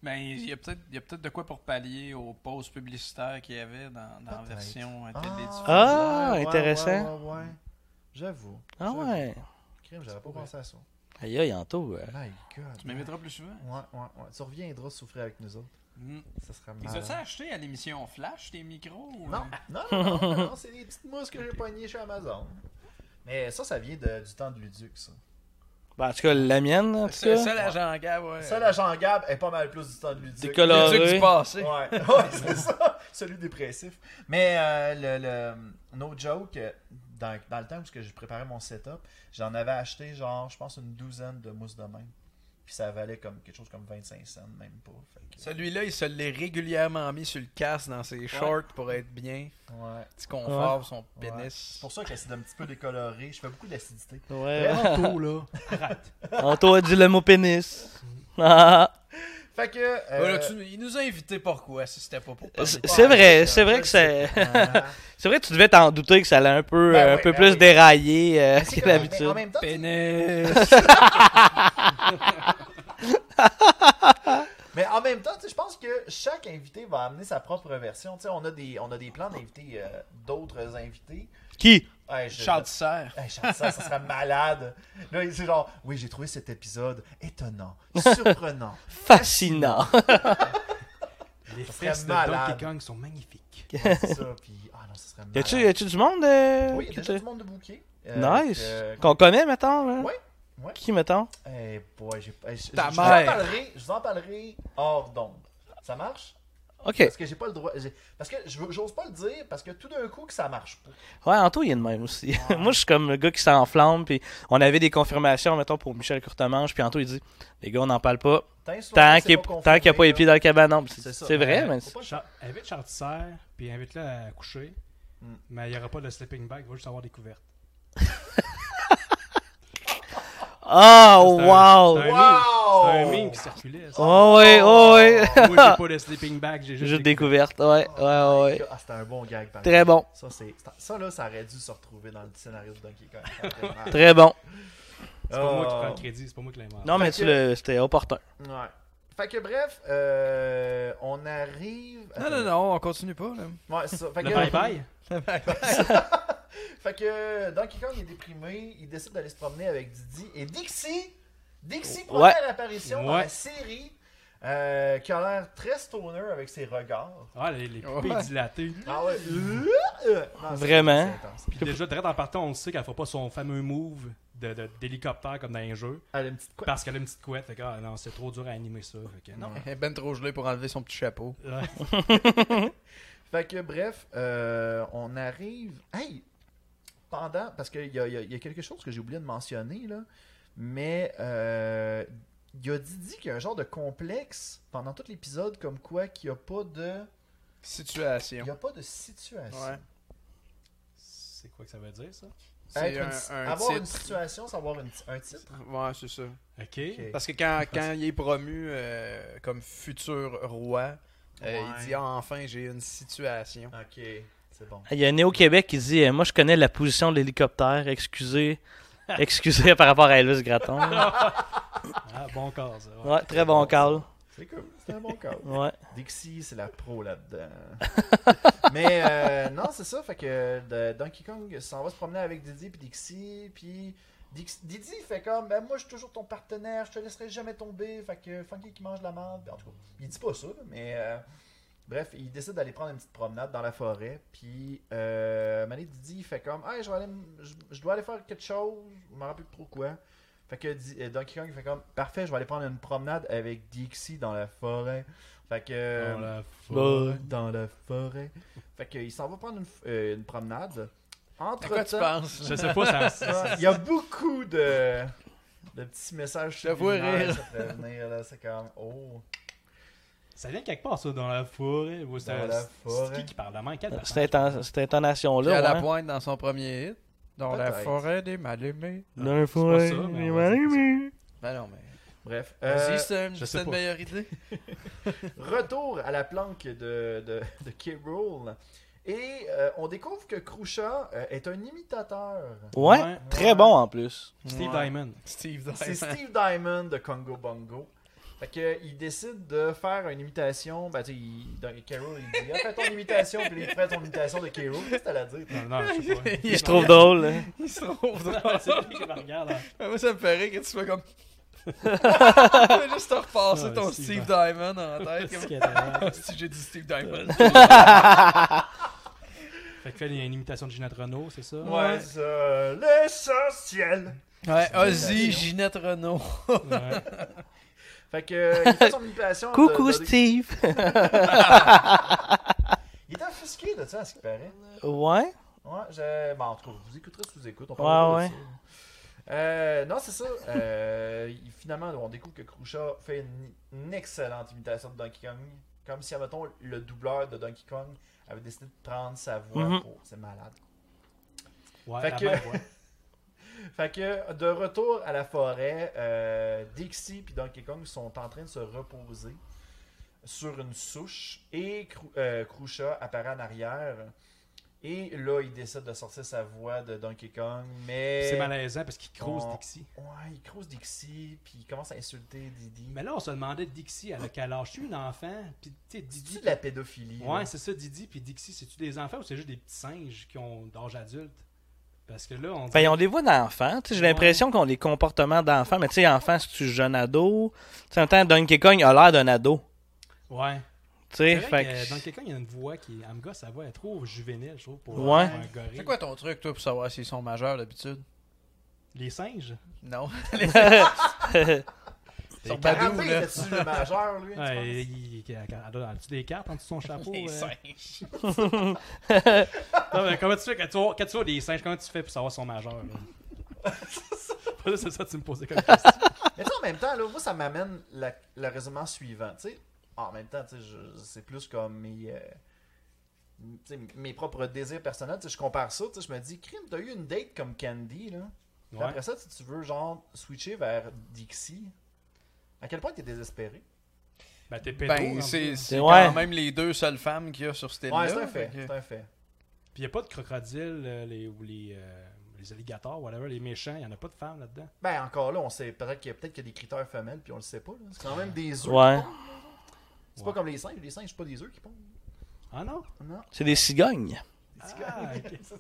[SPEAKER 4] Mais Ben, il y a peut-être il y a peut-être de quoi pour pallier aux pauses publicitaires qu'il y avait dans, dans la
[SPEAKER 2] Peut-être.
[SPEAKER 4] version euh, télé du
[SPEAKER 3] Ah,
[SPEAKER 2] ouais, ouais,
[SPEAKER 3] intéressant.
[SPEAKER 2] ouais, ouais, ouais. J'avoue.
[SPEAKER 3] Ah
[SPEAKER 2] j'avoue.
[SPEAKER 3] ouais.
[SPEAKER 2] Crème, j'avais pas
[SPEAKER 4] Ouais.
[SPEAKER 2] pensé à ça.
[SPEAKER 3] Aïe, aïe, Anto. euh,
[SPEAKER 2] My God.
[SPEAKER 4] Tu m'inviteras plus souvent.
[SPEAKER 2] Ouais, ouais, ouais. Tu reviendras souffrir avec nous autres.
[SPEAKER 4] Mm.
[SPEAKER 2] Ça sera
[SPEAKER 4] Ils
[SPEAKER 2] malade.
[SPEAKER 4] ont acheté à l'émission Flash des micros ou- euh,
[SPEAKER 2] Non, ah, non, non, non, non, c'est des petites mousses que j'ai pognées chez Amazon. Mais ça, ça vient de- du temps de Ludux. Ça,
[SPEAKER 3] Ben, en tout cas, la mienne, en tout
[SPEAKER 4] C'est
[SPEAKER 3] cas.
[SPEAKER 4] ça la Jean-Gab, ouais.
[SPEAKER 2] ça la Jean Gab est pas mal plus du temps de Ludux.
[SPEAKER 3] Des colorés.
[SPEAKER 4] Le truc du passé.
[SPEAKER 2] Ouais, ouais, c'est ça. Celui dépressif. Mais euh, le, le- no joke, euh, dans, dans le temps où est-ce que j'ai préparé mon setup, j'en avais acheté genre, je pense, une douzaine de mousses de même. Puis ça valait comme quelque chose comme 25 cents, même pas. Fait que-
[SPEAKER 4] Celui-là, il se l'est régulièrement mis sur le casque dans ses shorts pour être bien.
[SPEAKER 2] ouais.
[SPEAKER 4] Petit confort pour son pénis.
[SPEAKER 2] C'est pour ça que c'est un petit peu décoloré. Je fais beaucoup d'acidité. Euh.
[SPEAKER 3] Ouais.
[SPEAKER 1] Tantôt, là. Arrête.
[SPEAKER 3] Anto a dit le mot pénis. Ah,
[SPEAKER 2] Fait que. euh,
[SPEAKER 4] Voilà, tu- il nous a invités pourquoi si c'était pas pour parler.
[SPEAKER 3] c'est c'est vrai, c'est vrai que c'est.
[SPEAKER 2] Ah.
[SPEAKER 3] C'est vrai que tu devais t'en douter que ça allait un peu,
[SPEAKER 2] Ben
[SPEAKER 3] euh, un
[SPEAKER 2] oui,
[SPEAKER 3] peu
[SPEAKER 2] ben
[SPEAKER 3] plus
[SPEAKER 2] oui.
[SPEAKER 3] dérailler euh,
[SPEAKER 2] C'est
[SPEAKER 3] que
[SPEAKER 2] correct, mais
[SPEAKER 3] d'habitude.
[SPEAKER 2] En même temps, tu-
[SPEAKER 4] Pénis.
[SPEAKER 2] mais en même temps, tu sais, je pense que chaque invité va amener sa propre version. Tu sais, on a des, on a des plans d'inviter euh, d'autres invités.
[SPEAKER 3] Qui
[SPEAKER 2] Ouais, je-
[SPEAKER 4] Charles Serre.
[SPEAKER 2] Hey, Charles, ça, ça serait malade. Là, il- c'est genre, oui, j'ai trouvé cet épisode étonnant, surprenant.
[SPEAKER 3] Fascinant.
[SPEAKER 1] Les
[SPEAKER 2] serait
[SPEAKER 1] fesses de
[SPEAKER 2] malade.
[SPEAKER 1] Donkey Kong sont magnifiques.
[SPEAKER 2] Ouais, c'est ça, puis- ah non, ça serait malade.
[SPEAKER 3] Y a-tu y a-tu du monde euh,
[SPEAKER 2] Oui, il y
[SPEAKER 3] qui
[SPEAKER 2] a déjà
[SPEAKER 3] te-
[SPEAKER 2] du monde de Euh, bouquet.
[SPEAKER 3] Nice. Qu'on connaît, mettons. là?
[SPEAKER 2] Ouais, ouais.
[SPEAKER 3] Qui, mettons
[SPEAKER 2] Eh, boy, j'ai pas. Je,
[SPEAKER 4] Ta
[SPEAKER 2] je- je
[SPEAKER 4] mère.
[SPEAKER 2] vous en parlerai- je vous en parlerai hors d'onde. Ça marche?
[SPEAKER 3] Ok.
[SPEAKER 2] Parce que j'ai pas le droit. j'ai- Parce que je veux- j'ose pas le dire parce que tout d'un coup que ça marche pas.
[SPEAKER 3] Ouais, Anto, il est de même aussi. Moi, je suis comme le gars qui s'enflamme. Puis on avait des confirmations, mettons, pour Michel Courtemanche. Puis Anto, il dit Les gars, on n'en parle pas.
[SPEAKER 2] Tant sur-
[SPEAKER 3] Tant
[SPEAKER 2] c'est
[SPEAKER 3] qu'il
[SPEAKER 2] pas
[SPEAKER 3] tant
[SPEAKER 2] confirmé,
[SPEAKER 3] qu'il y a pas les
[SPEAKER 2] là.
[SPEAKER 3] pieds dans le cabanon. Puis
[SPEAKER 2] C'est ça.
[SPEAKER 3] C'est vrai,
[SPEAKER 2] Euh,
[SPEAKER 3] mais.
[SPEAKER 2] faut pas-
[SPEAKER 1] Char- invite Charles Serre, puis invite-le à coucher.
[SPEAKER 2] Mm.
[SPEAKER 1] Mais il n'y aura pas de sleeping bag, il va juste avoir des couvertes.
[SPEAKER 3] Oh,
[SPEAKER 1] C'est un-
[SPEAKER 3] wow
[SPEAKER 1] C'est un,
[SPEAKER 2] Wow!
[SPEAKER 1] meme. C'est un meme qui circulait. ça.
[SPEAKER 3] Oh, ouais, oh, ouais
[SPEAKER 1] Moi, j'ai pas de sleeping bag, j'ai juste
[SPEAKER 3] Juste
[SPEAKER 1] des
[SPEAKER 3] découverte, ouais, ouais, ouais.
[SPEAKER 2] Ah, c'était un bon gag. par
[SPEAKER 3] Très
[SPEAKER 2] exemple.
[SPEAKER 3] bon.
[SPEAKER 2] Ça, c'est- ça, là, ça aurait dû se retrouver dans le scénario de Donkey Kong. Carrément.
[SPEAKER 3] Très bon.
[SPEAKER 1] C'est pas moi qui prends
[SPEAKER 2] Oh.
[SPEAKER 1] le crédit, c'est pas moi qui l'invente.
[SPEAKER 3] Non, mais
[SPEAKER 2] Fait
[SPEAKER 3] tu
[SPEAKER 2] que-
[SPEAKER 3] le... c'était opportun.
[SPEAKER 2] Ouais. Fait que bref, euh, on arrive.
[SPEAKER 4] Non, non, non, on continue pas. Là.
[SPEAKER 2] non. Ouais, c'est ça. Fait
[SPEAKER 1] Le
[SPEAKER 2] que,
[SPEAKER 1] bye-bye?
[SPEAKER 2] fait que Donkey Kong est déprimé, il décide d'aller se promener avec Didi et Dixie. Dixie,
[SPEAKER 3] Ouais.
[SPEAKER 2] première apparition dans
[SPEAKER 1] Ouais.
[SPEAKER 2] la série, euh, qui a l'air très stoner avec ses regards.
[SPEAKER 1] Ah, les, les poupées
[SPEAKER 4] Ouais.
[SPEAKER 1] dilatées.
[SPEAKER 2] Ah ouais. Euh, non, c'est-
[SPEAKER 3] Vraiment?
[SPEAKER 2] c'est intense.
[SPEAKER 1] Puis déjà, direct en partant, on le sait qu'elle fera pas son fameux move de- de- d'hélicoptère comme dans un jeu.
[SPEAKER 2] Elle a une petite couette.
[SPEAKER 1] Parce qu'elle a une petite couette. Fait que, ah non, c'est trop dur à animer ça. Fait que, non.
[SPEAKER 2] Ouais.
[SPEAKER 4] Elle est Ben trop gelé pour enlever son petit chapeau.
[SPEAKER 1] Ouais.
[SPEAKER 2] Fait que bref, euh, on arrive. Hey! Pendant. Parce qu'il y a, y a- y a quelque chose que j'ai oublié de mentionner, là. Mais euh, il y a Didi qui a un genre de complexe pendant tout l'épisode, comme quoi qu'il n'y a pas de. Il
[SPEAKER 4] Situation.
[SPEAKER 2] n'y a pas de situation.
[SPEAKER 4] Ouais.
[SPEAKER 1] C'est quoi que ça veut dire, ça?
[SPEAKER 4] C'est
[SPEAKER 2] Être
[SPEAKER 4] un,
[SPEAKER 2] une si-
[SPEAKER 4] un
[SPEAKER 2] avoir une
[SPEAKER 4] titre.
[SPEAKER 2] situation, c'est avoir une ti- un titre.
[SPEAKER 4] Ouais, c'est ça.
[SPEAKER 1] OK.
[SPEAKER 2] Ok.
[SPEAKER 4] Parce que quand, quand il est promu euh, comme futur roi, euh,
[SPEAKER 2] Ouais.
[SPEAKER 4] il dit Ah, enfin j'ai une situation.
[SPEAKER 2] Ok, c'est bon.
[SPEAKER 3] Il y a Néo-Québec qui dit euh, Moi, je connais la position de l'hélicoptère, excusez. Excusez par rapport à Elvis Gratton. là.
[SPEAKER 1] Ah, bon corps, ça. ouais.
[SPEAKER 3] Ouais, très bon call.
[SPEAKER 2] C'est cool, c'est un bon cas.
[SPEAKER 3] Ouais.
[SPEAKER 2] Dixie, c'est la pro là-dedans. Mais euh, non, c'est ça. Fait que de- Donkey Kong s'en va se promener avec Didi puis Dixie. Puis Dix- Didi fait comme ben, Moi, je suis toujours ton partenaire. Je te laisserai jamais tomber. Fait que Funky qui mange de la merde. En tout cas, il dit pas ça, mais. euh, Bref, il décide d'aller prendre une petite promenade dans la forêt, puis euh, Mané Didi il fait comme Hey, je, vais aller m- je, je dois aller faire quelque chose, je me rappelle plus trop quoi. Fait que Di- euh, Donkey Kong il fait comme Parfait, je vais aller prendre une promenade avec Dixie dans la forêt. Fait que. euh,
[SPEAKER 1] Dans la
[SPEAKER 3] Bah.
[SPEAKER 1] forêt.
[SPEAKER 2] dans la forêt. Fait qu'il s'en va prendre une, f- euh, une promenade.
[SPEAKER 4] À quoi
[SPEAKER 2] Entre
[SPEAKER 4] tu
[SPEAKER 2] temps,
[SPEAKER 4] penses
[SPEAKER 1] Je sais pas, ça- ça...
[SPEAKER 2] il y a beaucoup de, de petits messages.
[SPEAKER 4] Je te vois
[SPEAKER 2] subliminaires
[SPEAKER 4] rire.
[SPEAKER 2] qui te font venir, là. C'est comme, oh,
[SPEAKER 1] Ça vient quelque part, ça, dans la forêt. ou c'est-
[SPEAKER 2] Dans la
[SPEAKER 1] c'est-
[SPEAKER 2] forêt.
[SPEAKER 1] C'est qui qui parle de main? Quelle
[SPEAKER 3] Cette, inton- cette
[SPEAKER 4] Puis à la
[SPEAKER 3] intonation-là. Ah, ouais.
[SPEAKER 4] pointe dans son premier hit. Dans la
[SPEAKER 2] Peut-être.
[SPEAKER 4] forêt des mal-aimés.
[SPEAKER 3] Dans le
[SPEAKER 1] Ah, pas ça, mais on va dire
[SPEAKER 4] Ben non, mais.
[SPEAKER 2] Bref.
[SPEAKER 4] Vas-y,
[SPEAKER 2] euh,
[SPEAKER 4] c'est une,
[SPEAKER 1] je sais
[SPEAKER 4] c'est une
[SPEAKER 1] pas.
[SPEAKER 4] meilleure idée.
[SPEAKER 2] Retour à la planque de, de, de K. Rool. Et euh, on découvre que Krusha euh, est un imitateur.
[SPEAKER 3] Ouais,
[SPEAKER 1] Ouais.
[SPEAKER 3] très bon en plus.
[SPEAKER 1] Steve
[SPEAKER 4] Ouais.
[SPEAKER 1] Diamond.
[SPEAKER 4] Steve Diamond.
[SPEAKER 2] C'est Steve Diamond de Congo Bongo. Fait que, il décide de faire une imitation. Ben, tu sais, il- dans K. Rool, il dit Ah, Fais ton imitation, puis il fait ton imitation de K. Rool. Qu'est-ce que t'allais dire
[SPEAKER 1] Non, non, je sais pas.
[SPEAKER 4] Il
[SPEAKER 3] Je trouve drôle. hein.
[SPEAKER 4] Il se trouve
[SPEAKER 1] Non,
[SPEAKER 4] drôle.
[SPEAKER 1] C'est lui qui me regarde. hein.
[SPEAKER 4] Moi, ça me ferait que tu sois comme. Tu vas juste te repasser
[SPEAKER 1] Ouais,
[SPEAKER 4] ton
[SPEAKER 1] Steve
[SPEAKER 4] Steve Diamond en tête.
[SPEAKER 1] C'est
[SPEAKER 4] Comme...
[SPEAKER 1] qui est derrière.
[SPEAKER 4] Ah, si j'ai dit Steve Diamond.
[SPEAKER 1] Fait que fait, il y a une imitation de Ginette Renault, c'est ça?
[SPEAKER 2] Ouais, c'est ça. L'essentiel.
[SPEAKER 4] Ouais,
[SPEAKER 2] Ozzy,
[SPEAKER 4] Ozzy, Ginette Renault.
[SPEAKER 1] Ouais.
[SPEAKER 2] Fait que, euh, il fait son imitation. de-
[SPEAKER 3] Coucou
[SPEAKER 1] Euh,
[SPEAKER 2] de-
[SPEAKER 3] Steve.
[SPEAKER 2] Il est offusqué de ça, à ce qu'il paraît.
[SPEAKER 3] Ouais.
[SPEAKER 2] Ouais, je... ben, en tout cas, vous écouterez sous écoute. On
[SPEAKER 3] Ouais,
[SPEAKER 2] parlera
[SPEAKER 3] ouais.
[SPEAKER 2] de ça. Euh, non, c'est ça. Euh, il- finalement, on découvre que Krusha fait une, une excellente imitation de Donkey Kong. Comme si, admettons, le doubleur de Donkey Kong avait décidé de prendre sa voix
[SPEAKER 3] Mhm.
[SPEAKER 2] pour. C'est malade.
[SPEAKER 1] Ouais,
[SPEAKER 2] Fait
[SPEAKER 1] la
[SPEAKER 2] que-
[SPEAKER 1] même voix.
[SPEAKER 2] Fait que, de retour à la forêt, euh, Dixie et Donkey Kong sont en train de se reposer sur une souche et Krou- euh, Krusha apparaît en arrière. Et là, il décide de sortir sa voix de Donkey Kong, mais...
[SPEAKER 1] C'est malaisant parce qu'il croise
[SPEAKER 2] On-
[SPEAKER 1] Dixie.
[SPEAKER 2] Ouais, il croise Dixie, puis il commence à insulter Didi.
[SPEAKER 1] Mais là, on se demandait Dixie, elle a quel âge? Tu une enfant? Puis, tu sais, Didi.
[SPEAKER 2] C'est de la pédophilie.
[SPEAKER 1] Ouais,
[SPEAKER 2] là.
[SPEAKER 1] c'est ça, Didi. Puis Dixie, c'est-tu des enfants ou c'est juste des petits singes qui ont d'âge adulte? Parce que là, on dit.
[SPEAKER 3] Ben, on les voit d'enfants. Tu sais, J'ai
[SPEAKER 1] Ouais.
[SPEAKER 3] l'impression qu'on a des comportements d'enfants. Mais tu sais, enfant, c'est-tu jeune ado? Tu sais, en même temps, Donkey Kong a l'air d'un ado.
[SPEAKER 1] Ouais. C'est
[SPEAKER 3] Tu sais,
[SPEAKER 1] vrai
[SPEAKER 3] fait
[SPEAKER 1] que, dans
[SPEAKER 3] que...
[SPEAKER 1] quelqu'un, il y a une voix qui. En me gosse, sa voix est trop juvénile, je trouve, pour
[SPEAKER 3] Ouais.
[SPEAKER 1] un gorille.
[SPEAKER 4] C'est quoi ton truc, toi, pour savoir s'ils sont majeurs d'habitude
[SPEAKER 1] Les singes?
[SPEAKER 4] Non.
[SPEAKER 1] Des
[SPEAKER 4] sont
[SPEAKER 1] cartes.
[SPEAKER 4] badauds,
[SPEAKER 2] Carabé,
[SPEAKER 4] là.
[SPEAKER 2] était-tu le majeur, lui? tu
[SPEAKER 1] Ouais,
[SPEAKER 2] penses?
[SPEAKER 1] il- il- il- elle a- elle a-tu des cartes en dessous de son chapeau?
[SPEAKER 4] Les
[SPEAKER 1] euh?
[SPEAKER 4] singes.
[SPEAKER 1] Non, mais comment tu fais quand tu, vois, quand tu vois des singes, comment tu fais pour savoir son majeur? là? Voilà, c'est ça que tu me posais comme question.
[SPEAKER 2] Mais tu sais, en même temps, là, moi, ça m'amène la- le raisonnement suivant. Tu sais, en même temps, tu sais, je- c'est plus comme mes, euh, tu sais, mes propres désirs personnels. Tu sais, je compare ça, tu sais, je me dis, crime, t'as eu une date comme Candy, là. Puis
[SPEAKER 1] Ouais.
[SPEAKER 2] Après ça, si tu veux, genre, switcher vers Dixie, à quel point t'es désespéré?
[SPEAKER 1] Ben, t'es pédo.
[SPEAKER 4] Ben,
[SPEAKER 1] en
[SPEAKER 4] c'est
[SPEAKER 1] fait.
[SPEAKER 4] c'est
[SPEAKER 3] Ouais.
[SPEAKER 4] quand même les deux seules femmes qu'il y a sur cette
[SPEAKER 2] Ouais,
[SPEAKER 4] île-là,
[SPEAKER 2] c'est un fait,
[SPEAKER 4] fait que-
[SPEAKER 2] c'est un fait.
[SPEAKER 1] Puis il n'y a pas de crocodiles euh, les, ou les, euh, les alligators, whatever, les méchants. Il n'y en a pas de femmes là-dedans.
[SPEAKER 2] Ben, encore là, on sait, peut-être qu'il y a, peut qu'il y a des critères femelles, puis on le sait pas, là. C'est quand même des œufs.
[SPEAKER 3] Ouais.
[SPEAKER 2] C'est pas comme les singes, les singes, c'est pas des œufs qui pondent.
[SPEAKER 1] Ah non?
[SPEAKER 2] Non.
[SPEAKER 3] C'est des cigognes.
[SPEAKER 1] Ah, ok.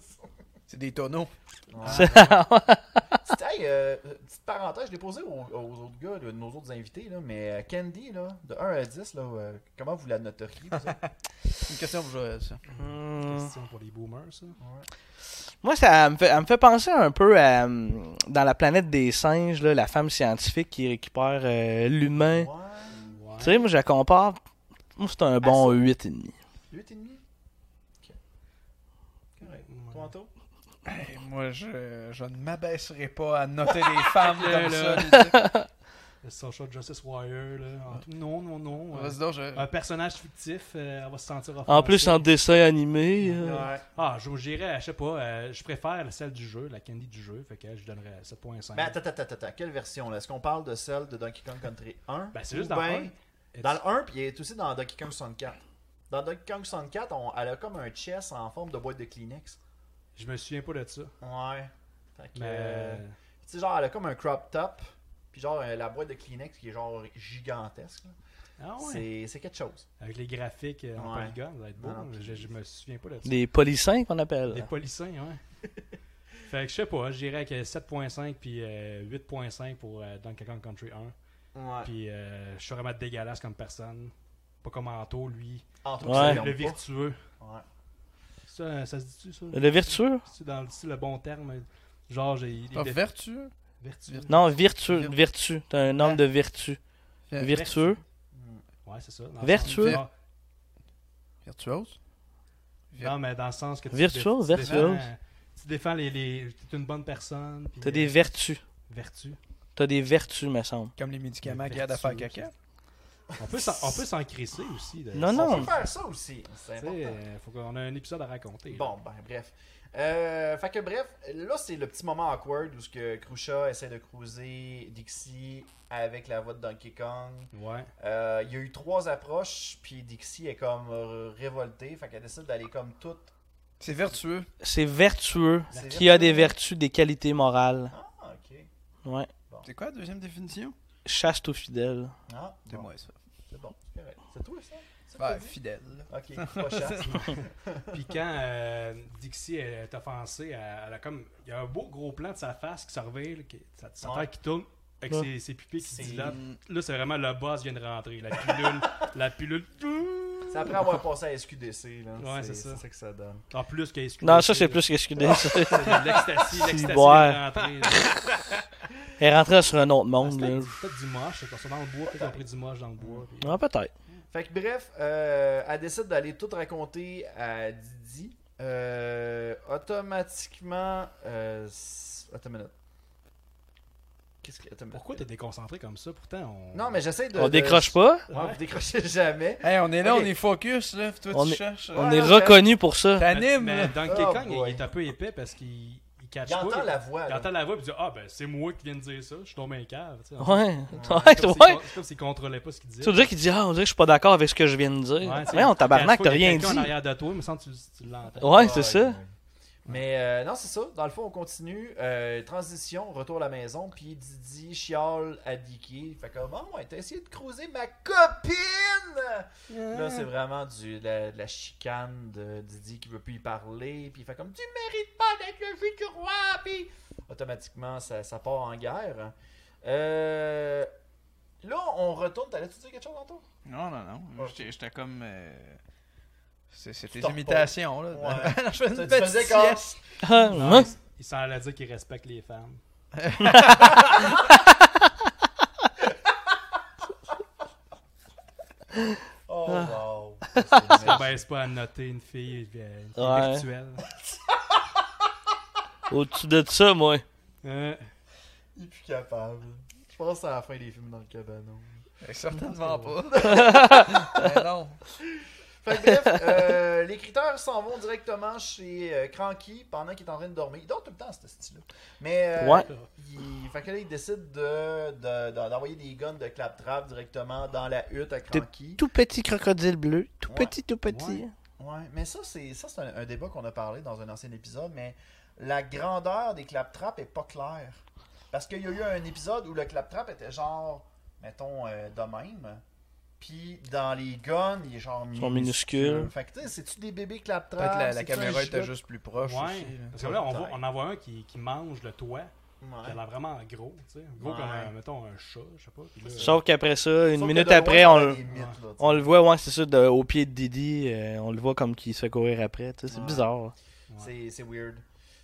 [SPEAKER 4] C'est des tonneaux.
[SPEAKER 2] Ouais. Petite- hey, euh, petite parenthèse, je l'ai posé aux, aux autres gars, là, nos autres invités, là, mais euh, Candy, là, de 1 à 10, là, euh, comment vous la noteriez vous autres?
[SPEAKER 4] Une question pour Joël, ça.
[SPEAKER 3] Hmm.
[SPEAKER 1] Question pour les boomers, ça.
[SPEAKER 3] Moi, ça me fait, elle me fait penser un peu à, hum, dans la planète des singes, là, la femme scientifique qui récupère euh, l'humain.
[SPEAKER 2] Ouais.
[SPEAKER 1] Ouais.
[SPEAKER 3] Tu sais, moi, je la compare. Moi, c'est un
[SPEAKER 1] Ah,
[SPEAKER 3] bon 8,5.
[SPEAKER 2] 8,5 Ok. Correct.
[SPEAKER 1] Ouais.
[SPEAKER 2] Toi, Anto
[SPEAKER 4] Hey, moi, je, je ne m'abaisserai pas à noter des femmes
[SPEAKER 1] Là,
[SPEAKER 4] comme ça.
[SPEAKER 1] là. Le Social Justice Warrior, là. en tout- Non, non, non. euh,
[SPEAKER 4] Vas-y donc, je-
[SPEAKER 2] Ah,
[SPEAKER 4] Ah,
[SPEAKER 1] un personnage fictif, euh, on va se sentir offensé.
[SPEAKER 3] En plus, en dessin animé. euh,
[SPEAKER 2] Ouais.
[SPEAKER 1] Ah, je dirais, je sais pas, euh, je préfère celle du jeu, la Candy du jeu, fait que euh, je donnerais 7.5.
[SPEAKER 2] Mais Ben, attends, attends, attends, attends, quelle version là Est-ce qu'on parle de celle de Donkey Kong Country 1
[SPEAKER 1] Ben, c'est juste
[SPEAKER 2] ou
[SPEAKER 1] dans
[SPEAKER 2] ben,
[SPEAKER 1] un. Et
[SPEAKER 2] Dans
[SPEAKER 1] tu-
[SPEAKER 2] le 1, puis il est aussi dans Donkey Kong 64. Dans Donkey Kong 64, on- elle a comme un chest en forme de boîte de Kleenex.
[SPEAKER 1] Je me souviens pas de ça.
[SPEAKER 2] Ouais. Fait que,
[SPEAKER 1] Mais
[SPEAKER 2] euh, Tu sais, genre, elle a comme un crop top. Puis genre, euh, la boîte de Kleenex qui est genre gigantesque. là.
[SPEAKER 1] ah ouais.
[SPEAKER 2] C'est- C'est quelque chose.
[SPEAKER 1] Avec les graphiques euh, en
[SPEAKER 2] Ouais.
[SPEAKER 1] polygone, ça va être beau.
[SPEAKER 2] Non, non,
[SPEAKER 1] je, je me souviens pas de ça.
[SPEAKER 3] Des policiers qu'on
[SPEAKER 1] Des
[SPEAKER 3] appelle.
[SPEAKER 1] policiers, ouais. fait que je sais pas, je dirais avec 7.5 puis euh, 8.5 pour euh, Donkey Kong Country 1.
[SPEAKER 2] Ouais.
[SPEAKER 1] Puis euh, je suis vraiment dégueulasse comme personne. Pas comme Anto, lui.
[SPEAKER 2] Entre
[SPEAKER 3] Ouais.
[SPEAKER 2] autres,
[SPEAKER 1] Le,
[SPEAKER 2] ça
[SPEAKER 1] le
[SPEAKER 2] l'aime pas.
[SPEAKER 1] virtueux.
[SPEAKER 2] Ouais.
[SPEAKER 1] Ça, ça se dit-tu, ça?
[SPEAKER 3] Le virtueux
[SPEAKER 1] C'est dans le, c'est le bon terme. Genre, j'ai. il
[SPEAKER 4] Ah,
[SPEAKER 1] est
[SPEAKER 4] vertueux.
[SPEAKER 1] vertueux.
[SPEAKER 3] Non, virtueux.
[SPEAKER 4] Vir-
[SPEAKER 3] Virtu. T'as un homme de vertu.
[SPEAKER 4] Ver-
[SPEAKER 3] Virtueux.
[SPEAKER 1] Ouais, c'est ça. dans le
[SPEAKER 3] Vertueux.
[SPEAKER 1] sens-
[SPEAKER 4] Virtuose.
[SPEAKER 1] Non, mais dans le sens que tu. dé-
[SPEAKER 3] Virtueux,
[SPEAKER 1] tu
[SPEAKER 3] vertueuse.
[SPEAKER 1] défends- euh, Tu défends les. les T'es une bonne personne. puis,
[SPEAKER 3] T'as
[SPEAKER 1] euh,
[SPEAKER 3] des vertus.
[SPEAKER 1] vertus.
[SPEAKER 3] T'as des vertus, me semble.
[SPEAKER 4] Comme les médicaments
[SPEAKER 1] Vertueux,
[SPEAKER 4] qui aident à faire
[SPEAKER 1] ça.
[SPEAKER 4] caca.
[SPEAKER 1] On peut s'en- on peut s'en crisser aussi. de-
[SPEAKER 3] Non,
[SPEAKER 2] On
[SPEAKER 3] non.
[SPEAKER 2] peut faire ça aussi.
[SPEAKER 1] Tu
[SPEAKER 2] C'est
[SPEAKER 1] sais,
[SPEAKER 2] important.
[SPEAKER 1] euh, faut qu'on a un épisode à raconter. là.
[SPEAKER 2] Bon, ben bref. Euh, fait que bref, là c'est le petit moment awkward où ce que Krusha essaie de cruiser Dixie avec la voix de Donkey Kong.
[SPEAKER 1] Ouais.
[SPEAKER 2] Euh, il y a eu trois approches, puis Dixie est comme euh, révoltée, fait qu'elle décide d'aller comme toute.
[SPEAKER 4] C'est vertueux.
[SPEAKER 3] C'est vertueux
[SPEAKER 2] C'est
[SPEAKER 3] qui a des
[SPEAKER 2] vertueux.
[SPEAKER 3] vertus, des qualités morales.
[SPEAKER 2] Ah, ok.
[SPEAKER 3] Ouais.
[SPEAKER 4] C'est quoi la deuxième définition
[SPEAKER 3] Chaste aux fidèles.
[SPEAKER 2] Ah,
[SPEAKER 4] C'est
[SPEAKER 2] bon,
[SPEAKER 4] moi, ça.
[SPEAKER 2] c'est bon, c'est correct. C'est toi ça? C'est toi,
[SPEAKER 4] Ouais,
[SPEAKER 2] dit?
[SPEAKER 4] fidèle.
[SPEAKER 2] Ok, pas chasse.
[SPEAKER 1] Puis quand euh, Dixie est offensée, elle, elle a comme. Il y a un beau gros plan de sa face qui se révèle, qui- sa, sa
[SPEAKER 2] Ouais.
[SPEAKER 1] tête qui tourne, avec
[SPEAKER 3] Ouais.
[SPEAKER 1] ses, ses pupilles qui se
[SPEAKER 2] C'est-
[SPEAKER 1] dilatent. Là, c'est vraiment le boss vient de rentrer. La pilule. la pilule.
[SPEAKER 2] c'est après avoir passé à SQDC, là.
[SPEAKER 1] Ouais, c'est ça.
[SPEAKER 2] C'est que ça donne.
[SPEAKER 1] En plus qu'elle est
[SPEAKER 3] Non, ça, c'est plus que ce
[SPEAKER 1] C'est
[SPEAKER 3] que
[SPEAKER 1] de l'extasie. L'extasie est
[SPEAKER 3] boire.
[SPEAKER 1] rentrée. là.
[SPEAKER 3] Elle est rentrée sur un autre
[SPEAKER 1] Ah,
[SPEAKER 3] monde.
[SPEAKER 1] c'était
[SPEAKER 3] là.
[SPEAKER 1] Peut-être du moche. C'est ça, dans le bois. Peut-être qu'elle a pris du moche dans le bois. puis-
[SPEAKER 3] Ah, peut-être.
[SPEAKER 2] Fait que bref, euh, elle décide d'aller tout raconter à Didi. Euh, automatiquement. Euh, s- attends une minute. Qu'est-ce que. Attends une minute.
[SPEAKER 1] Pourquoi t'es déconcentré comme ça Pourtant, on.
[SPEAKER 2] Non, mais j'essaie de.
[SPEAKER 3] On
[SPEAKER 2] de-
[SPEAKER 3] décroche pas.
[SPEAKER 2] Ouais,
[SPEAKER 1] Euh, Ouais.
[SPEAKER 2] vous décrochez jamais.
[SPEAKER 4] Hey, on est là,
[SPEAKER 2] Ok.
[SPEAKER 4] on est focus, là. puis Toi,
[SPEAKER 3] On
[SPEAKER 4] tu
[SPEAKER 3] est-
[SPEAKER 4] cherches.
[SPEAKER 3] On
[SPEAKER 2] Ouais,
[SPEAKER 3] est
[SPEAKER 2] non,
[SPEAKER 3] reconnu pour ça.
[SPEAKER 1] Mais,
[SPEAKER 4] T'animes,
[SPEAKER 1] mais
[SPEAKER 4] là.
[SPEAKER 1] Donkey
[SPEAKER 2] Oh
[SPEAKER 1] Kong, il- il
[SPEAKER 2] boy.
[SPEAKER 1] est un peu épais parce qu'il il cache
[SPEAKER 2] Il
[SPEAKER 1] pas.
[SPEAKER 2] entend la voix.
[SPEAKER 1] Il
[SPEAKER 2] là.
[SPEAKER 1] entend la voix et il dit Ah, ben c'est moi qui viens de dire ça, je suis tombé un cave. tu sais.
[SPEAKER 3] Ouais.
[SPEAKER 1] C'est
[SPEAKER 3] Ouais,
[SPEAKER 1] Ah. comme
[SPEAKER 3] ouais.
[SPEAKER 1] s'il- C'est comme s'il contrôlait pas ce qu'il disait.
[SPEAKER 3] Tu veux dire qu'il dit Ah, on dirait que je suis pas d'accord avec ce que je viens de dire.
[SPEAKER 1] Ouais,
[SPEAKER 3] Ouais,
[SPEAKER 1] tu sais,
[SPEAKER 3] on tabarnak,
[SPEAKER 1] chaque
[SPEAKER 3] t'as
[SPEAKER 1] fois qu'il y a
[SPEAKER 3] rien dit.
[SPEAKER 1] quelqu'un en arrière de toi, il me semble que tu, tu l'entends.
[SPEAKER 3] Ouais, c'est ça.
[SPEAKER 2] Ah, ouais. Mais euh, non, c'est ça. Dans le fond, on continue. Euh, transition, retour à la maison. Puis Didi chiale à Dicky. Fait comme, oh, ouais, t'as essayé de croiser ma copine! Là,
[SPEAKER 4] Ah.
[SPEAKER 2] c'est vraiment du, de la, de la chicane de Didi qui veut plus y parler. Puis il fait comme Tu mérites pas d'être le futur roi. Puis automatiquement, ça, ça part en guerre. Euh, Là, on retourne. T'allais-tu dire quelque chose, Anton
[SPEAKER 4] Non, non, non.
[SPEAKER 2] Ouais.
[SPEAKER 4] J'étais j'étais comme. euh, C'est c'est tes
[SPEAKER 2] t'en
[SPEAKER 4] imitations, là.
[SPEAKER 2] Ouais.
[SPEAKER 4] je fais
[SPEAKER 2] Tu- tu
[SPEAKER 4] une petite
[SPEAKER 2] faisais comme-
[SPEAKER 4] sieste.
[SPEAKER 3] Ah,
[SPEAKER 1] Non,
[SPEAKER 3] hein?
[SPEAKER 1] il- Il s'en allait dire qu'il respecte les femmes.
[SPEAKER 2] Oh,
[SPEAKER 4] Ah.
[SPEAKER 2] wow.
[SPEAKER 1] Ça baisse Ben, pas à noter une fille euh, qui est
[SPEAKER 3] Ah. Ouais.
[SPEAKER 1] virtuelle.
[SPEAKER 3] Au-dessus de ça, moi.
[SPEAKER 1] Euh,
[SPEAKER 2] il est plus capable. Je pense à la fin des films dans le cabanon.
[SPEAKER 4] Eh, Certainement pas. Mais non.
[SPEAKER 2] Ah, Fait que bref, euh, les critères s'en vont directement chez euh, Cranky pendant qu'il est en train de dormir. Il dort tout le temps, ce style-là. Mais euh,
[SPEAKER 3] Ouais.
[SPEAKER 2] il, fait que là, il décide de, de- de- d'envoyer des guns de claptrap directement dans la hutte à
[SPEAKER 3] T'es-
[SPEAKER 2] Cranky.
[SPEAKER 3] Tout petit crocodile bleu. Tout
[SPEAKER 2] Ouais.
[SPEAKER 3] petit, tout petit.
[SPEAKER 2] Ouais, mais ça, c'est, ça, c'est un, un débat qu'on a parlé dans un ancien épisode, mais la grandeur des claptraps est pas claire. Parce qu'il y a eu un épisode où le claptrap était genre, mettons, euh, de même. Puis dans les guns, il est genre
[SPEAKER 3] Ils sont minuscules.
[SPEAKER 2] Fait que tu sais, c'est-tu des bébés claptraps?
[SPEAKER 4] Peut-être la, la
[SPEAKER 2] C'est-tu un
[SPEAKER 4] caméra
[SPEAKER 2] gigot?
[SPEAKER 4] était juste plus
[SPEAKER 3] Ah,
[SPEAKER 4] proche.
[SPEAKER 1] ouais.
[SPEAKER 4] aussi, là.
[SPEAKER 1] Parce que là, on, voit-
[SPEAKER 2] Peut-être.
[SPEAKER 1] on en voit un qui, qui mange le toit.
[SPEAKER 2] Ouais.
[SPEAKER 1] qui a l'air vraiment gros. tu sais. Gros
[SPEAKER 2] Ouais.
[SPEAKER 1] comme, un, mettons, un chat, je sais pas. Puis là,
[SPEAKER 3] Sauf qu'après ça, une
[SPEAKER 2] Sauf que
[SPEAKER 3] minute
[SPEAKER 2] de loin,
[SPEAKER 3] après,
[SPEAKER 2] on
[SPEAKER 3] on,
[SPEAKER 2] a
[SPEAKER 3] le-
[SPEAKER 2] des mythes, là, tu sais.
[SPEAKER 3] on le voit, ouais, c'est ça, de- au pied de Didi. euh, on le voit comme qu'il se fait courir après. tu sais, C'est
[SPEAKER 2] Ouais.
[SPEAKER 3] bizarre.
[SPEAKER 2] C'est, c'est weird.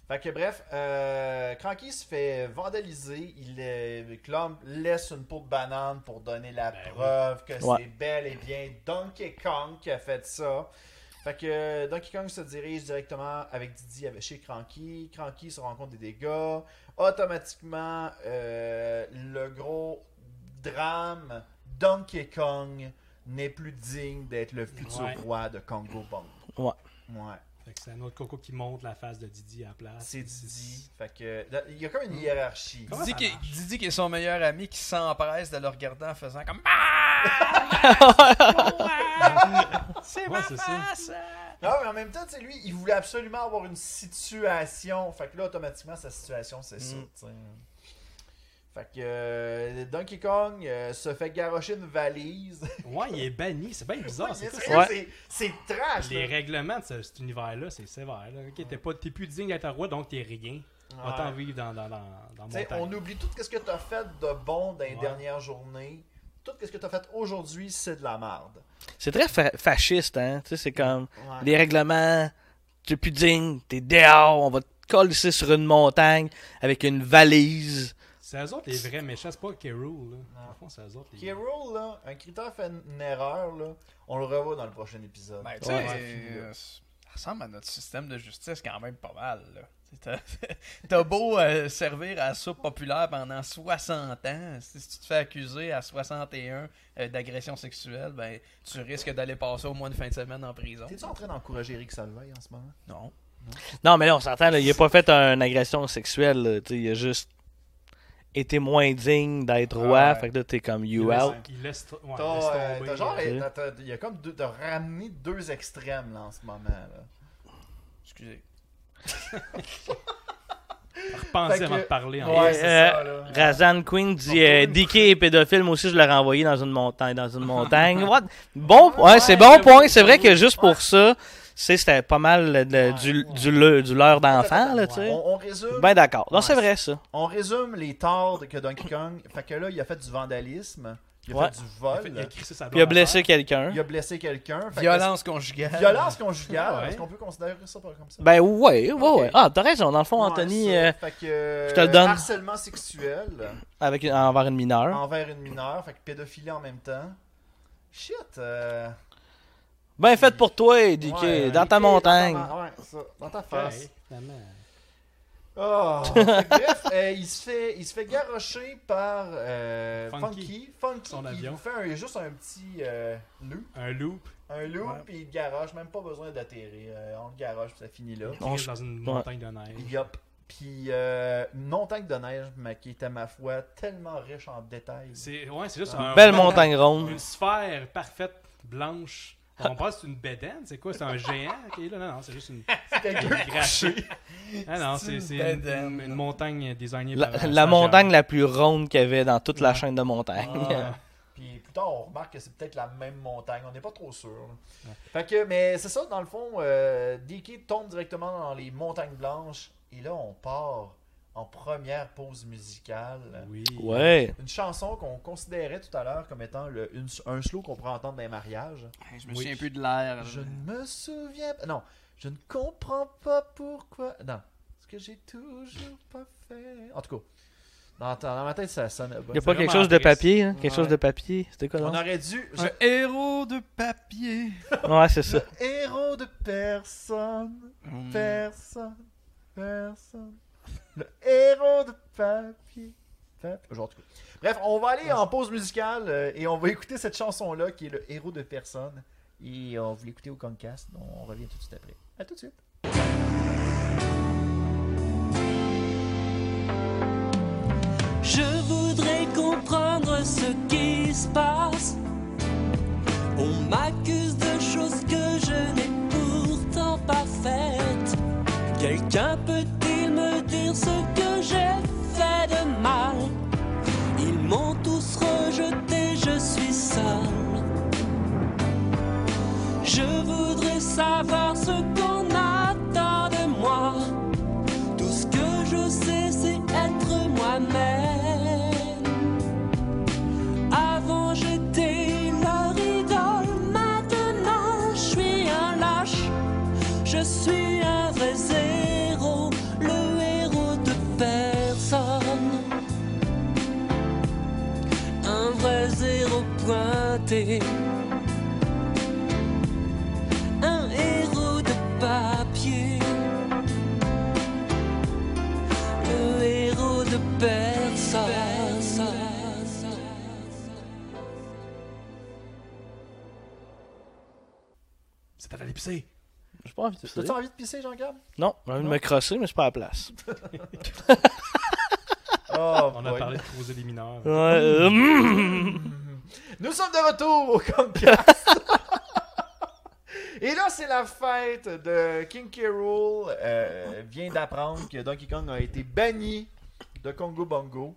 [SPEAKER 2] Fait que bref, euh, Cranky se fait vandaliser. Il euh, Clump laisse une peau de banane pour donner la
[SPEAKER 1] Ben oui.
[SPEAKER 2] preuve que
[SPEAKER 3] Ouais.
[SPEAKER 2] c'est bel et bien Donkey Kong qui a fait ça. Fait que euh, Donkey Kong se dirige directement avec Didi avec- chez Cranky. Cranky se rend compte des dégâts. Automatiquement, euh, le gros drame Donkey Kong n'est plus digne d'être le futur
[SPEAKER 1] Ouais.
[SPEAKER 2] roi de Congo Bong.
[SPEAKER 3] Ouais.
[SPEAKER 2] Ouais.
[SPEAKER 1] Fait que c'est un autre coco qui monte la face de Didi à la place.
[SPEAKER 2] Ah, C'est Didi. Fait que, là, il y a comme une hiérarchie.
[SPEAKER 1] Hmm. Comment
[SPEAKER 4] Didi
[SPEAKER 1] ça
[SPEAKER 4] qui,
[SPEAKER 1] marche?
[SPEAKER 4] Didi qui est son meilleur ami qui s'empresse de le regarder en faisant comme
[SPEAKER 1] C'est ouais, c'est ça.
[SPEAKER 2] Non, mais en même temps, tu sais, lui, il voulait absolument avoir une situation. Fait que là, automatiquement, sa situation, c'est ça.
[SPEAKER 1] Hmm.
[SPEAKER 4] Mm.
[SPEAKER 2] tu sais. Fait que euh, Donkey Kong euh, se fait garrocher une valise.
[SPEAKER 1] Ouais, il est banni. C'est bien bizarre.
[SPEAKER 2] Il est
[SPEAKER 1] c'est quoi ça?
[SPEAKER 2] sérieux, c'est- c'est trash.
[SPEAKER 1] Les
[SPEAKER 2] là.
[SPEAKER 1] règlements de ce- cet univers-là, c'est sévère. Là. Ok, t'es, pas, t'es plus digne d'être un roi, donc t'es rien.
[SPEAKER 2] Ouais.
[SPEAKER 1] Autant vivre dans, dans, dans, dans
[SPEAKER 2] Tu sais,
[SPEAKER 1] montagne.
[SPEAKER 2] on oublie tout ce que t'as fait de bon dans les
[SPEAKER 1] Ouais.
[SPEAKER 2] dernières journées. Tout ce que t'as fait aujourd'hui, c'est de la merde.
[SPEAKER 3] C'est très fa- fasciste, hein. Tu sais, c'est comme
[SPEAKER 2] Ouais.
[SPEAKER 3] les règlements. T'es plus digne. T'es dehors. On va te coller sur une montagne avec une valise.
[SPEAKER 1] C'est eux autres les vrais méchants, c'est pas K. Rool, là.
[SPEAKER 2] Non.
[SPEAKER 1] En fond, c'est eux autres les.
[SPEAKER 2] K. Rool, là, un critère fait une erreur, là. On le revoit dans le prochain épisode.
[SPEAKER 4] Ben, tu sais,
[SPEAKER 3] Ouais.
[SPEAKER 4] euh, ça ressemble à notre système de justice quand même pas mal. là. T'as- T'as beau euh, servir à la soupe populaire pendant 60 ans, si si tu te fais accuser à 61 euh, d'agression sexuelle, ben tu risques d'aller passer au moins une fin de semaine en prison.
[SPEAKER 2] T'es-tu en train d'encourager Eric Salveille en ce moment?
[SPEAKER 4] Non.
[SPEAKER 3] Non, mais là, on s'entend, là, il a pas fait une agression sexuelle, là, tu sais, il a juste été moins digne d'être roi,
[SPEAKER 4] Ah ouais.
[SPEAKER 3] fait que là, t'es comme you
[SPEAKER 1] Il laisse-
[SPEAKER 3] out.
[SPEAKER 1] Il laisse, ouais,
[SPEAKER 2] T'as,
[SPEAKER 1] laisse
[SPEAKER 2] euh,
[SPEAKER 1] tomber.
[SPEAKER 2] t'as genre,
[SPEAKER 3] Ok.
[SPEAKER 2] t'as- t'as- il y a comme deux, t'as ramené deux extrêmes là, en ce moment. Là.
[SPEAKER 4] Excusez.
[SPEAKER 1] Repensez
[SPEAKER 2] Fait
[SPEAKER 1] avant
[SPEAKER 2] que-
[SPEAKER 1] de parler. en
[SPEAKER 2] Ouais,
[SPEAKER 1] fait.
[SPEAKER 2] c'est
[SPEAKER 3] euh,
[SPEAKER 2] ça, là.
[SPEAKER 3] Razan Queen dit euh,
[SPEAKER 2] Queen.
[SPEAKER 3] DK est pédophile, moi aussi je l'aurais envoyé dans une montagne. Dans une montagne. What? Bon, ouais,
[SPEAKER 2] Ouais,
[SPEAKER 3] c'est bon
[SPEAKER 2] j'avoue,
[SPEAKER 3] point. C'est vrai que
[SPEAKER 2] j'avoue.
[SPEAKER 3] juste pour ça, tu sais, c'était pas mal de- de- du, du, le- du leurre d'enfant, là, tu sais.
[SPEAKER 2] On, on résume,
[SPEAKER 3] Ben d'accord. Non,
[SPEAKER 2] Ouais.
[SPEAKER 3] c'est vrai ça.
[SPEAKER 2] on résume les torts que Donkey Kong. Fait que là, il a fait du vandalisme, il a
[SPEAKER 3] Ouais.
[SPEAKER 2] fait du
[SPEAKER 1] Il a fait- il a
[SPEAKER 2] vol,
[SPEAKER 1] crissé sa
[SPEAKER 3] Puis il a
[SPEAKER 1] blonde
[SPEAKER 3] blessé
[SPEAKER 1] à
[SPEAKER 3] quelqu'un.
[SPEAKER 2] il a blessé quelqu'un. fait que-
[SPEAKER 4] Violence conjugale.
[SPEAKER 2] Violence conjugale,
[SPEAKER 1] Ouais.
[SPEAKER 2] est-ce qu'on peut considérer ça pas comme ça?
[SPEAKER 3] Ben ouais, ouais, ouais.
[SPEAKER 2] Ok.
[SPEAKER 3] Ah, t'as raison. Dans le fond,
[SPEAKER 2] Ouais,
[SPEAKER 3] Anthony,
[SPEAKER 2] ça.
[SPEAKER 3] euh,
[SPEAKER 2] Fait que, euh,
[SPEAKER 3] je te le donne.
[SPEAKER 2] Harcèlement sexuel
[SPEAKER 3] avec une- envers une mineure.
[SPEAKER 2] envers une mineure, fait que pédophilie en même temps. Shit! euh,
[SPEAKER 3] Ben fait pour toi, DK,
[SPEAKER 2] ouais,
[SPEAKER 3] dans ta
[SPEAKER 2] ok,
[SPEAKER 3] montagne.
[SPEAKER 2] Dans ta, ouais, ça, dans ta
[SPEAKER 1] terre.
[SPEAKER 2] face.
[SPEAKER 1] Ouais, finalement.
[SPEAKER 2] Oh, fait que bref, euh, il se fait, il se fait garrocher par euh,
[SPEAKER 1] Funky.
[SPEAKER 2] Funky. Funky,
[SPEAKER 1] Son
[SPEAKER 2] il
[SPEAKER 1] avion.
[SPEAKER 2] lui fait un- juste un petit euh, loop,
[SPEAKER 1] Un loop.
[SPEAKER 2] un loop,
[SPEAKER 4] Ouais.
[SPEAKER 2] puis il le garoche, même pas besoin d'atterrir. euh, on le garoche, puis ça finit là.
[SPEAKER 1] Il
[SPEAKER 3] On
[SPEAKER 1] crisse
[SPEAKER 3] se-
[SPEAKER 1] dans une
[SPEAKER 3] ouais.
[SPEAKER 1] montagne de neige.
[SPEAKER 2] Yup. Puis euh, une montagne de neige, mais qui était, ma foi, tellement riche en détails.
[SPEAKER 1] C'est ouais, c'est juste un-
[SPEAKER 3] Belle montagne ronde.
[SPEAKER 1] Une sphère parfaite, blanche. On pense que c'est une bédaine, c'est quoi? C'est un géant? Ok, là, non, non, c'est juste une, une grassée. Ah non, c'est
[SPEAKER 4] C'est
[SPEAKER 1] c'est
[SPEAKER 4] une
[SPEAKER 1] une,
[SPEAKER 4] bédaine.
[SPEAKER 1] une montagne designée par
[SPEAKER 3] La,
[SPEAKER 1] un
[SPEAKER 3] la
[SPEAKER 2] hein.
[SPEAKER 1] stagiaire.
[SPEAKER 3] montagne la plus ronde qu'il y avait dans toute la
[SPEAKER 1] Ouais.
[SPEAKER 3] chaîne de montagne.
[SPEAKER 2] Ah. Puis plus tard, on remarque que c'est peut-être la même montagne. On n'est pas trop sûr. là. Fait que, mais c'est ça, dans le fond, euh, DK tombe directement dans les montagnes blanches. Et là, on part en première pause musicale.
[SPEAKER 1] ben Oui.
[SPEAKER 3] ouais.
[SPEAKER 2] Une chanson qu'on considérait tout à l'heure comme étant le, une- un slow qu'on pourrait entendre dans les mariages.
[SPEAKER 4] Hey, Je me
[SPEAKER 1] Oui.
[SPEAKER 4] souviens plus de
[SPEAKER 3] Ah,
[SPEAKER 4] l'air.
[SPEAKER 2] Je
[SPEAKER 4] là.
[SPEAKER 2] ne me souviens pas. Non, je ne comprends pas pourquoi. Non, ce que j'ai toujours pas fait. En tout cas, dans, dans ma tête, ça sonne.
[SPEAKER 3] Il n'y a pas quelque
[SPEAKER 1] vraiment
[SPEAKER 3] chose de
[SPEAKER 1] triste.
[SPEAKER 3] papier, hein? quelque
[SPEAKER 2] Ouais.
[SPEAKER 3] chose de papier. C'était quoi,
[SPEAKER 2] On
[SPEAKER 3] non?
[SPEAKER 2] aurait dû. je-
[SPEAKER 4] Un héros de papier.
[SPEAKER 3] Ouais, c'est ça.
[SPEAKER 2] Héros de personne,
[SPEAKER 4] Hmm.
[SPEAKER 2] personne, personne. Le héros de papier. papier. Genre, en tout cas. Bref, on va aller en pause musicale euh, et on va écouter cette chanson-là qui est le héros de personne. Et on va l'écouter au Concast. donc On revient tout de suite après. À tout de suite.
[SPEAKER 5] Je voudrais comprendre ce qui se passe. On m'accuse de choses que je n'ai pourtant pas faites. Quelqu'un peut-il me dire ce que j'ai fait de mal Ils m'ont tous rejeté, je suis seul. Je voudrais savoir ce qu'on attend de moi. Tout ce que je sais, c'est être moi-même. Avant, j'étais leur idole, maintenant, je suis un lâche. Je suis un vrai zéro, le héros de personne. Un vrai zéro pointé. Un héros de papier le héros de personne.
[SPEAKER 1] C'est à l'épicer.
[SPEAKER 3] J'ai pas envie de ça.
[SPEAKER 2] T'as-tu envie de pisser, Jean-Gab?
[SPEAKER 3] Non, j'ai envie de me crosser, mais c'est pas à la place.
[SPEAKER 2] Oh,
[SPEAKER 1] Ah, On a
[SPEAKER 2] boy.
[SPEAKER 1] parlé de creuser les mineurs.
[SPEAKER 3] Ouais, euh, mm.
[SPEAKER 2] Nous sommes de retour au Comcast. Et là, c'est la fête de King K. Rool, euh, vient d'apprendre que Donkey Kong a été banni de Congo Bongo.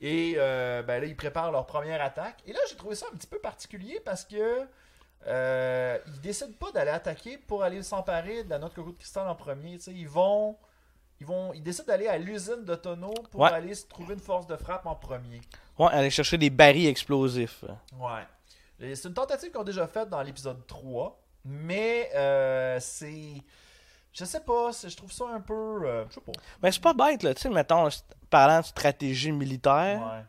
[SPEAKER 2] Et euh, ben là, ils préparent leur première attaque. Et là, j'ai trouvé ça un petit peu particulier parce que euh, ils décident pas d'aller attaquer pour aller s'emparer de la note coco de cristal en premier. tu sais. Ils vont. Ils, vont, ils décident d'aller à l'usine de tonneaux pour
[SPEAKER 3] Ouais.
[SPEAKER 2] aller se trouver une force de frappe en premier.
[SPEAKER 3] ouais, aller chercher des barils explosifs. hein.
[SPEAKER 2] Ouais. Et C'est une tentative qu'on a déjà faite dans l'épisode 3, mais euh, c'est. Je sais pas, c'est- je trouve ça un peu. euh, je sais pas.
[SPEAKER 3] Mais c'est pas bête, là, tu sais, mettons, st- parlant de stratégie militaire,
[SPEAKER 2] Ouais.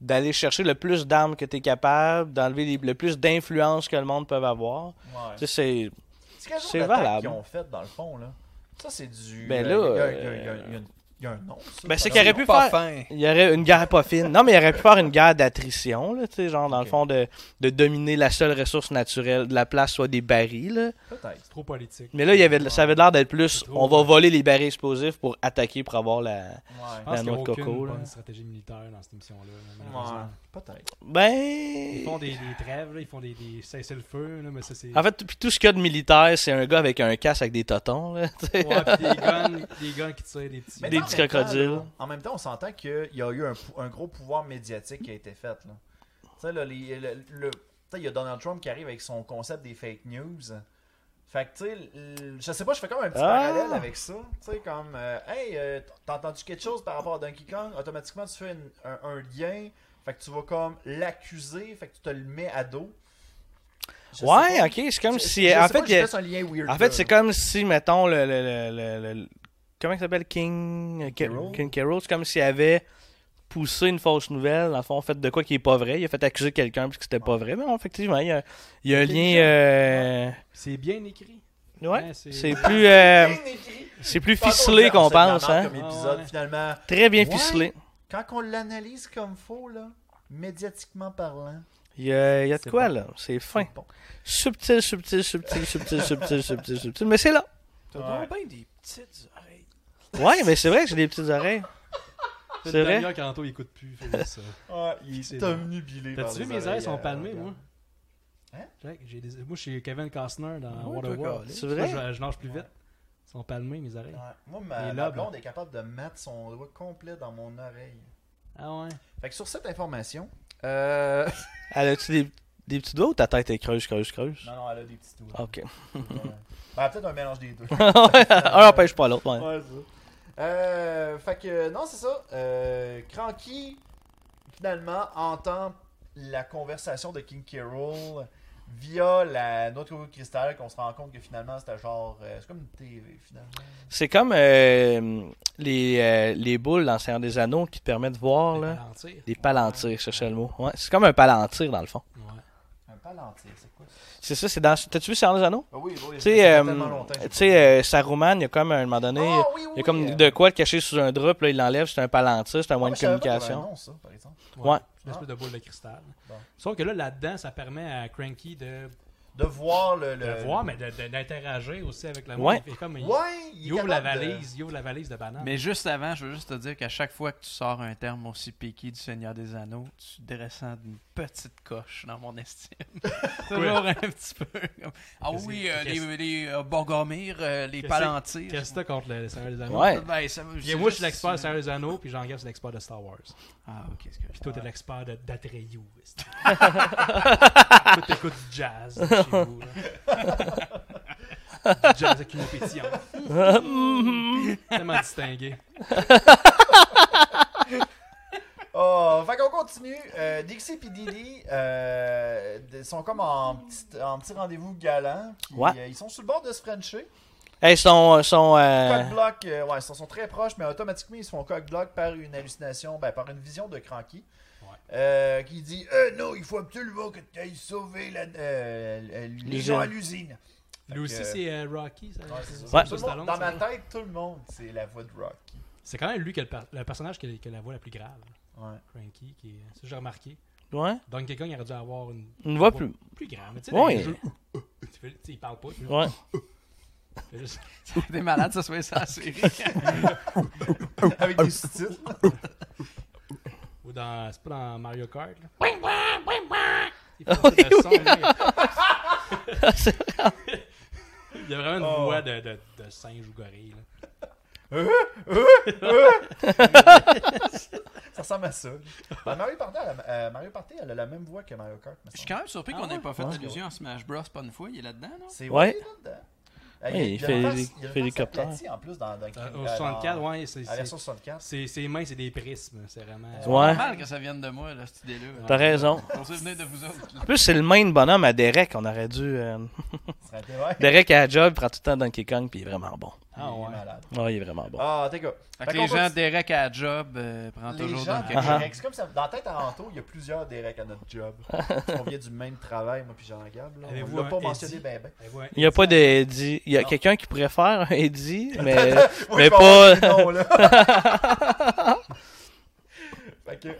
[SPEAKER 3] d'aller chercher le plus d'armes que t'es capable, d'enlever les- le plus d'influence que le monde peut avoir.
[SPEAKER 2] ouais.
[SPEAKER 3] Tu sais,
[SPEAKER 2] C'est quel genre
[SPEAKER 3] c'est
[SPEAKER 2] d'attaque
[SPEAKER 3] valable.
[SPEAKER 2] qu'ils ont fait dans le fond, là Ça, c'est du.
[SPEAKER 3] Ben
[SPEAKER 2] euh,
[SPEAKER 3] là,
[SPEAKER 2] Il y, a- il y a- il y a- il y a une Il y a un nom, ça.
[SPEAKER 3] Ben, c'est
[SPEAKER 2] Pas
[SPEAKER 3] qu'il
[SPEAKER 2] grave.
[SPEAKER 3] aurait pu
[SPEAKER 4] Hum, Pas
[SPEAKER 3] faire.
[SPEAKER 4] fin.
[SPEAKER 3] Il y aurait une guerre pas fine. Non, mais il aurait pu faire une guerre d'attrition, là, tu sais, genre, dans le fond, de, de dominer la seule ressource naturelle de la place, soit des barils, là.
[SPEAKER 2] Peut-être.
[SPEAKER 1] C'est trop politique.
[SPEAKER 3] Mais là, il y avait, ça avait l'air d'être plus,
[SPEAKER 1] C'est trop,
[SPEAKER 3] on va
[SPEAKER 1] ouais.
[SPEAKER 3] voler les barils explosifs pour attaquer, pour avoir la...
[SPEAKER 1] Je
[SPEAKER 2] Ouais.
[SPEAKER 1] pense qu'il
[SPEAKER 3] La
[SPEAKER 1] n'y a
[SPEAKER 3] noix de
[SPEAKER 1] aucune
[SPEAKER 3] coco, là.
[SPEAKER 1] bonne stratégie militaire dans cette émission-là. là,
[SPEAKER 2] Ouais.
[SPEAKER 1] malheureusement.
[SPEAKER 2] Peut-être.
[SPEAKER 1] Ils
[SPEAKER 3] Ben...
[SPEAKER 1] font des, des trêves, là, ils font des, des cessez-le-feu, là, mais ça c'est.
[SPEAKER 3] En fait, tout- puis tout ce qu'il y a de militaire, c'est un gars avec un casque avec des totons, là, tu sais.
[SPEAKER 1] Ouais, puis des guns, des guns qui tirent des petits.
[SPEAKER 2] Mais
[SPEAKER 3] Des
[SPEAKER 2] non, en
[SPEAKER 3] petits
[SPEAKER 2] même temps,
[SPEAKER 3] crocodiles.
[SPEAKER 2] là, En même temps, on s'entend qu'il y a eu un, pou- un gros pouvoir médiatique qui a été fait. là. Tu sais, là, les- le- le- tu sais, il y a Donald Trump qui arrive avec son concept des fake news. Fait que, tu sais, l- je sais pas, je fais comme un petit
[SPEAKER 3] Ah!
[SPEAKER 2] parallèle avec ça. Tu sais, comme, euh, hey, euh, t'as entendu quelque chose par rapport à Donkey Kong, automatiquement tu fais une- un, un lien. Fait que tu vas comme l'accuser, fait que tu te le mets à dos. Je sais
[SPEAKER 3] Ouais,
[SPEAKER 2] pas.
[SPEAKER 3] ok, c'est comme
[SPEAKER 2] Je-
[SPEAKER 3] si...
[SPEAKER 2] je
[SPEAKER 3] en
[SPEAKER 2] sais pas,
[SPEAKER 3] fait,
[SPEAKER 2] je
[SPEAKER 3] il y a-
[SPEAKER 2] fais un lien weird,
[SPEAKER 3] En fait,
[SPEAKER 2] là.
[SPEAKER 3] c'est comme si, mettons, le. le- le- le- le- comment il s'appelle King. euh, Ke-
[SPEAKER 2] Carol.
[SPEAKER 3] King Carol. C'est comme s'il avait poussé une fausse nouvelle. En fond, fait de quoi qui est pas vrai. Il a fait accuser quelqu'un parce que c'était pas vrai. Mais bon, effectivement, il y a, il y a un lien. euh,
[SPEAKER 1] C'est bien écrit.
[SPEAKER 3] Ouais.
[SPEAKER 1] Ouais, c'est-
[SPEAKER 3] C'est plus. euh,
[SPEAKER 2] Bien écrit.
[SPEAKER 3] c'est plus
[SPEAKER 2] Pas
[SPEAKER 3] ficelé qu'on
[SPEAKER 2] c'est de la
[SPEAKER 3] pense,
[SPEAKER 2] merde
[SPEAKER 3] hein.
[SPEAKER 2] comme épisode,
[SPEAKER 1] Ah ouais.
[SPEAKER 2] finalement.
[SPEAKER 3] Très bien
[SPEAKER 2] Ouais.
[SPEAKER 3] ficelé.
[SPEAKER 2] Quand on l'analyse comme faut, là, médiatiquement parlant,
[SPEAKER 3] Il y a, il y a de
[SPEAKER 2] C'est
[SPEAKER 3] quoi,
[SPEAKER 2] bon.
[SPEAKER 3] là C'est fin.
[SPEAKER 2] c'est bon.
[SPEAKER 3] Subtil, subtil, subtil, subtil, subtil, subtil, subtil. Mais c'est là.
[SPEAKER 4] T'as
[SPEAKER 2] Ouais.
[SPEAKER 4] donc bien des petites oreilles.
[SPEAKER 3] Ouais, mais c'est vrai que j'ai des petites oreilles.
[SPEAKER 1] C'est
[SPEAKER 3] C'est vrai?
[SPEAKER 1] vrai. Quand Anto, il écoute plus. fait juste ça.
[SPEAKER 2] Ah, il
[SPEAKER 1] C'est
[SPEAKER 2] est
[SPEAKER 1] bon.
[SPEAKER 2] omnubilé.
[SPEAKER 1] T'as-tu vu mes ailes sont palmées, moi
[SPEAKER 2] euh, Hein? Ah
[SPEAKER 1] Jack, j'ai des- Moi, je suis Kevin Costner dans
[SPEAKER 4] Ouais, toi,
[SPEAKER 1] Waterworld.
[SPEAKER 4] câlisse.
[SPEAKER 3] C'est
[SPEAKER 1] Moi,
[SPEAKER 3] vrai
[SPEAKER 1] je, je nage plus vite. Ils sont palmés, mes oreilles.
[SPEAKER 2] Moi, ma,
[SPEAKER 1] Les
[SPEAKER 2] ma
[SPEAKER 1] lobes.
[SPEAKER 2] blonde est capable de mettre son doigt complet dans mon oreille.
[SPEAKER 1] Ah ouais.
[SPEAKER 2] Fait que sur cette information, euh...
[SPEAKER 3] Elle a-tu des, des petits doigts ou ta tête est creuse, creuse, creuse
[SPEAKER 2] non, non, elle a des petits
[SPEAKER 1] Ah.
[SPEAKER 2] doigts.
[SPEAKER 3] Ok.
[SPEAKER 2] Ouais. Ben, peut-être un mélange des deux.
[SPEAKER 3] un empêche pas l'autre, ouais.
[SPEAKER 2] Ouais, ça. Euh, fait que, euh, non, c'est ça. Euh, Cranky, finalement, entend la conversation de King Carol via la note de cristal qu'on se rend compte que finalement, c'était genre. euh, c'est comme une TV, finalement.
[SPEAKER 3] C'est comme euh, les, euh, les boules dans le Seigneur des Anneaux qui te permettent de voir,
[SPEAKER 1] Des
[SPEAKER 3] là.
[SPEAKER 1] ralentir.
[SPEAKER 3] Des palantirs, je cherchais le mot. Ouais, c'est comme un palantir, dans le fond.
[SPEAKER 1] Ouais.
[SPEAKER 2] Un palantir, c'est quoi ça?
[SPEAKER 3] C'est ça, c'est dans. T'as-tu vu Seigneur des Anneaux
[SPEAKER 2] Ah oui, oui,
[SPEAKER 3] Tu
[SPEAKER 2] ça
[SPEAKER 3] sais,
[SPEAKER 2] fait
[SPEAKER 3] euh,
[SPEAKER 2] tellement longtemps. que j'ai
[SPEAKER 3] tu sais, euh, Saruman, il y a comme à un moment donné.
[SPEAKER 2] pas- Ah, oui, oui,
[SPEAKER 3] Il y a comme
[SPEAKER 2] euh,
[SPEAKER 3] de quoi le cacher sous un drap, puis là, il l'enlève, c'est un palantir, c'est un
[SPEAKER 2] ah,
[SPEAKER 3] moyen
[SPEAKER 2] mais je
[SPEAKER 3] de
[SPEAKER 2] savais pas qu'il y avait un
[SPEAKER 3] communication.
[SPEAKER 2] nom, ça, par exemple.
[SPEAKER 3] Ouais.
[SPEAKER 1] Une espèce de boule de cristal.
[SPEAKER 2] Ah. Bon.
[SPEAKER 1] Sauf que là, là-dedans, ça permet à Cranky de,
[SPEAKER 2] De voir le.
[SPEAKER 1] de
[SPEAKER 2] le-
[SPEAKER 1] voir, mais de- de- d'interagir aussi avec la
[SPEAKER 3] Ouais.
[SPEAKER 1] Il fait comme il,
[SPEAKER 2] Ouais, il est
[SPEAKER 1] il ouvre la
[SPEAKER 2] capable de-
[SPEAKER 1] valise, il ouvre la valise de bananes.
[SPEAKER 4] Mais juste avant, je veux juste te dire qu'à chaque fois que tu sors un terme aussi piqué du Seigneur des Anneaux, tu descends d'une petite coche dans mon estime. Toujours un petit peu. comme, Ah
[SPEAKER 1] Qu'est-ce-
[SPEAKER 4] oui, euh,
[SPEAKER 1] qu'est-ce-
[SPEAKER 4] les, les euh, Borgomir, euh, les
[SPEAKER 1] Qu'est-ce-
[SPEAKER 4] Palantir.
[SPEAKER 1] Qu'est-ce que t'as contre le, le Seigneur des Anneaux?
[SPEAKER 3] Ouais.
[SPEAKER 4] Ben, ça,
[SPEAKER 1] Puis moi, je suis l'expert du Seigneur des Anneaux, puis Jean-Gab, c'est l'expert de Star Wars.
[SPEAKER 4] Ah, ok, excuse.
[SPEAKER 1] Puis toi, t'es l'expert de- d'Atreyu. est-ce que- Toi, t'écoutes du jazz là, chez vous. là. Du jazz avec une pétillante.
[SPEAKER 3] Mm-hmm.
[SPEAKER 1] Tellement distingué.
[SPEAKER 2] Oh, fait qu'on continue. Euh, Dixie et Didi euh, de- sont comme en petit, en petit rendez-vous galant. Puis,
[SPEAKER 3] Ouais.
[SPEAKER 2] euh, ils sont sur le bord de se frencher.
[SPEAKER 3] Hey, son. son euh,
[SPEAKER 2] Cock block, euh, ouais, ils sont, sont très proches, mais automatiquement, ils se font cock block par une hallucination, ben, par une vision de Cranky.
[SPEAKER 1] Ouais.
[SPEAKER 2] Euh, qui dit euh, Non, il faut absolument que tu ailles sauver la, euh, euh, les gens
[SPEAKER 3] gens.
[SPEAKER 2] à l'usine.
[SPEAKER 1] Lui aussi,
[SPEAKER 2] que-
[SPEAKER 1] c'est euh, Rocky. ça.
[SPEAKER 2] Ouais, c'est ça.
[SPEAKER 3] Ouais.
[SPEAKER 2] Tout le monde-
[SPEAKER 1] Stallone,
[SPEAKER 2] dans
[SPEAKER 1] ça.
[SPEAKER 2] ma tête, tout le monde, c'est la voix de Rocky.
[SPEAKER 1] C'est quand même lui qui a le, par- le personnage qui a, qui a la voix la plus grave.
[SPEAKER 2] Ouais.
[SPEAKER 1] Cranky, qui est... ça, j'ai remarqué.
[SPEAKER 3] Ouais.
[SPEAKER 1] Donkey Kong, il aurait dû avoir une,
[SPEAKER 3] Une voix plus.
[SPEAKER 1] plus grave. Mais tu sais,
[SPEAKER 3] Ouais.
[SPEAKER 1] dans les jeux, euh, tu fais- tu sais, il parle pas. tu
[SPEAKER 3] Ouais.
[SPEAKER 1] fais juste-
[SPEAKER 4] T'es malade, ça se fait ça, série.
[SPEAKER 3] Oh,
[SPEAKER 2] Avec des sous-titres.
[SPEAKER 1] Ou dans. C'est pas dans Mario Kart. Là. Il fait le son, là. Il y a vraiment une
[SPEAKER 2] Oh.
[SPEAKER 1] voix de, de, de singe ou gorille. Là.
[SPEAKER 2] Ça ressemble à ça. Ben, Mario, Party, elle a, euh, Mario Party, elle a la même voix que Mario Kart. me
[SPEAKER 4] Je suis
[SPEAKER 2] semble.
[SPEAKER 4] quand même surpris
[SPEAKER 1] Ah
[SPEAKER 4] qu'on
[SPEAKER 1] ouais?
[SPEAKER 4] n'ait pas fait
[SPEAKER 3] Ouais.
[SPEAKER 4] d'allusion à Smash Bros. Pas une fois, il est là-dedans, non?
[SPEAKER 2] C'est
[SPEAKER 3] Ouais.
[SPEAKER 2] vrai, là-dedans. Euh,
[SPEAKER 3] Ouais, il
[SPEAKER 2] y a-
[SPEAKER 3] fait
[SPEAKER 2] y a une
[SPEAKER 3] les-
[SPEAKER 2] face- il y a une
[SPEAKER 3] fait
[SPEAKER 2] face
[SPEAKER 3] l'hélicoptère.
[SPEAKER 2] aplatie en plus dans, dans
[SPEAKER 1] Dans-
[SPEAKER 2] euh,
[SPEAKER 1] Au
[SPEAKER 2] dans-
[SPEAKER 1] 64, ouais, c'est.
[SPEAKER 2] dans la version
[SPEAKER 1] c'est-
[SPEAKER 2] 64.
[SPEAKER 1] c'est- Ses mains, c'est des prismes. hein, C'est
[SPEAKER 2] Euh,
[SPEAKER 1] vraiment. euh,
[SPEAKER 3] Ouais.
[SPEAKER 4] C'est normal que ça vienne de moi, là, cette idée-là.
[SPEAKER 3] T'as raison.
[SPEAKER 4] On se venait de vous autres. là.
[SPEAKER 3] En plus, c'est le même bonhomme à Derek. On aurait dû. euh,
[SPEAKER 2] Ça aurait été vrai.
[SPEAKER 3] Derek à la job prend tout le temps Donkey Kong, puis il est vraiment bon.
[SPEAKER 1] Ah
[SPEAKER 2] Il est
[SPEAKER 1] ouais.
[SPEAKER 2] malade.
[SPEAKER 3] Ouais, il est vraiment bon.
[SPEAKER 2] Ah, t'es gars.
[SPEAKER 4] Fait
[SPEAKER 2] Fait
[SPEAKER 4] que
[SPEAKER 2] qu'on
[SPEAKER 4] les gens
[SPEAKER 2] continue.
[SPEAKER 4] Derek à la job euh, prennent
[SPEAKER 2] Les
[SPEAKER 4] toujours
[SPEAKER 2] gens
[SPEAKER 4] dans
[SPEAKER 2] des
[SPEAKER 4] quelque chose.
[SPEAKER 2] recs. C'est comme ça. Dans la tête à Ranto, il y a plusieurs des recs à notre job. On vient du même travail, moi puis Jean-Gab. là.
[SPEAKER 1] Avez-vous
[SPEAKER 2] On l'a
[SPEAKER 1] un
[SPEAKER 2] pas
[SPEAKER 1] Eddie?
[SPEAKER 2] mentionné ben ben.
[SPEAKER 1] Eh ouais.
[SPEAKER 3] Il n'y a pas d'Eddie. Il y a
[SPEAKER 2] Non.
[SPEAKER 3] quelqu'un qui préfère un Eddie, mais.
[SPEAKER 2] Moi,
[SPEAKER 3] mais
[SPEAKER 2] je vais
[SPEAKER 3] pas-
[SPEAKER 2] avoir des noms, là. Fait que-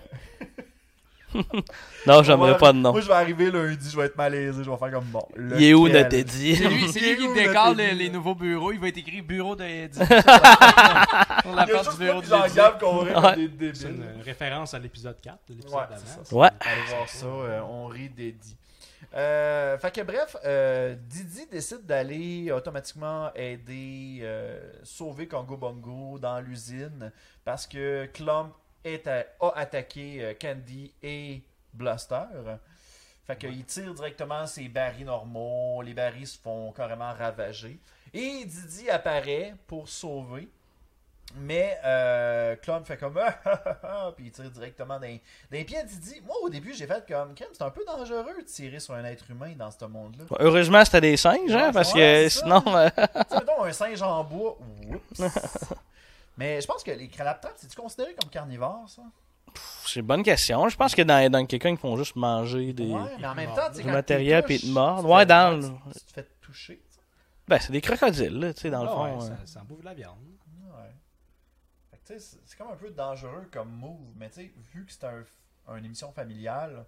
[SPEAKER 3] non,
[SPEAKER 2] on
[SPEAKER 3] j'aimerais
[SPEAKER 2] va-
[SPEAKER 3] pas de nom.
[SPEAKER 2] Moi, je vais arriver lundi, je vais être malaisé, je vais faire comme bon.
[SPEAKER 3] Il est où
[SPEAKER 2] lequel?
[SPEAKER 3] notre Eddie
[SPEAKER 4] C'est lui, c'est lui
[SPEAKER 2] Il est
[SPEAKER 4] qui
[SPEAKER 2] où,
[SPEAKER 4] décore
[SPEAKER 2] notre
[SPEAKER 4] les,
[SPEAKER 2] Eddie,
[SPEAKER 4] les
[SPEAKER 2] là?
[SPEAKER 4] nouveaux bureaux. Il va être écrit bureau de Eddie. Sur la
[SPEAKER 2] Il y a
[SPEAKER 4] porte du
[SPEAKER 2] juste moi
[SPEAKER 4] bureau de
[SPEAKER 2] puis
[SPEAKER 4] Eddie.
[SPEAKER 2] Jean-Gab qu'on rit comme
[SPEAKER 3] Ouais.
[SPEAKER 2] des
[SPEAKER 1] C'est
[SPEAKER 2] débiles.
[SPEAKER 1] une euh, référence à l'épisode 4, de l'épisode
[SPEAKER 2] Ouais,
[SPEAKER 1] d'avant.
[SPEAKER 2] c'est ça.
[SPEAKER 1] C'est-
[SPEAKER 3] Ouais.
[SPEAKER 2] Allez voir ça, euh, on rit d'Eddie. Euh, fait que bref, euh, Didi décide d'aller automatiquement aider, euh, sauver Congo Bongo dans l'usine parce que Clump est à- a attaqué euh, Candy et Blaster. Fait qu'il tire directement ses barils normaux, les barils se font carrément ravager. Et Didi apparaît pour sauver. Mais euh, Clump fait comme Ah, ah, ah, ah puis il tire directement dans les dans les pieds à Didi. Moi, au début, j'ai fait comme crème, c'est un peu dangereux de tirer sur un être humain dans ce monde-là.
[SPEAKER 3] Bon, Heureusement, c'était des singes, hein,
[SPEAKER 2] Ouais,
[SPEAKER 3] parce
[SPEAKER 2] ouais,
[SPEAKER 3] que
[SPEAKER 2] c'est ça.
[SPEAKER 3] sinon. euh,
[SPEAKER 2] tu sais, mettons un singe en bois. Oups. Mais je pense que les cralaptraps, c'est-tu considéré comme carnivore, ça?
[SPEAKER 3] pff, C'est une bonne question. Je pense que dans, dans quelqu'un, ils font juste manger des.
[SPEAKER 2] Ouais, mais en même temps, tu sais,
[SPEAKER 3] Du
[SPEAKER 2] quand
[SPEAKER 3] matériel,
[SPEAKER 2] tu
[SPEAKER 3] puis ils te
[SPEAKER 2] touches,
[SPEAKER 3] mordent.
[SPEAKER 2] tu te
[SPEAKER 3] Ouais,
[SPEAKER 2] fais-
[SPEAKER 3] dans le-
[SPEAKER 2] tu- Tu te fais toucher, tu sais.
[SPEAKER 3] Ben, c'est des crocodiles, là, tu sais, dans le
[SPEAKER 1] Ah
[SPEAKER 3] fond.
[SPEAKER 1] ouais,
[SPEAKER 3] hein.
[SPEAKER 1] ça, ça en bouffe de la viande.
[SPEAKER 2] Ouais. Fait que, tu sais, c'est- c'est comme un peu dangereux comme move, mais tu sais, vu que c'est un, une émission familiale,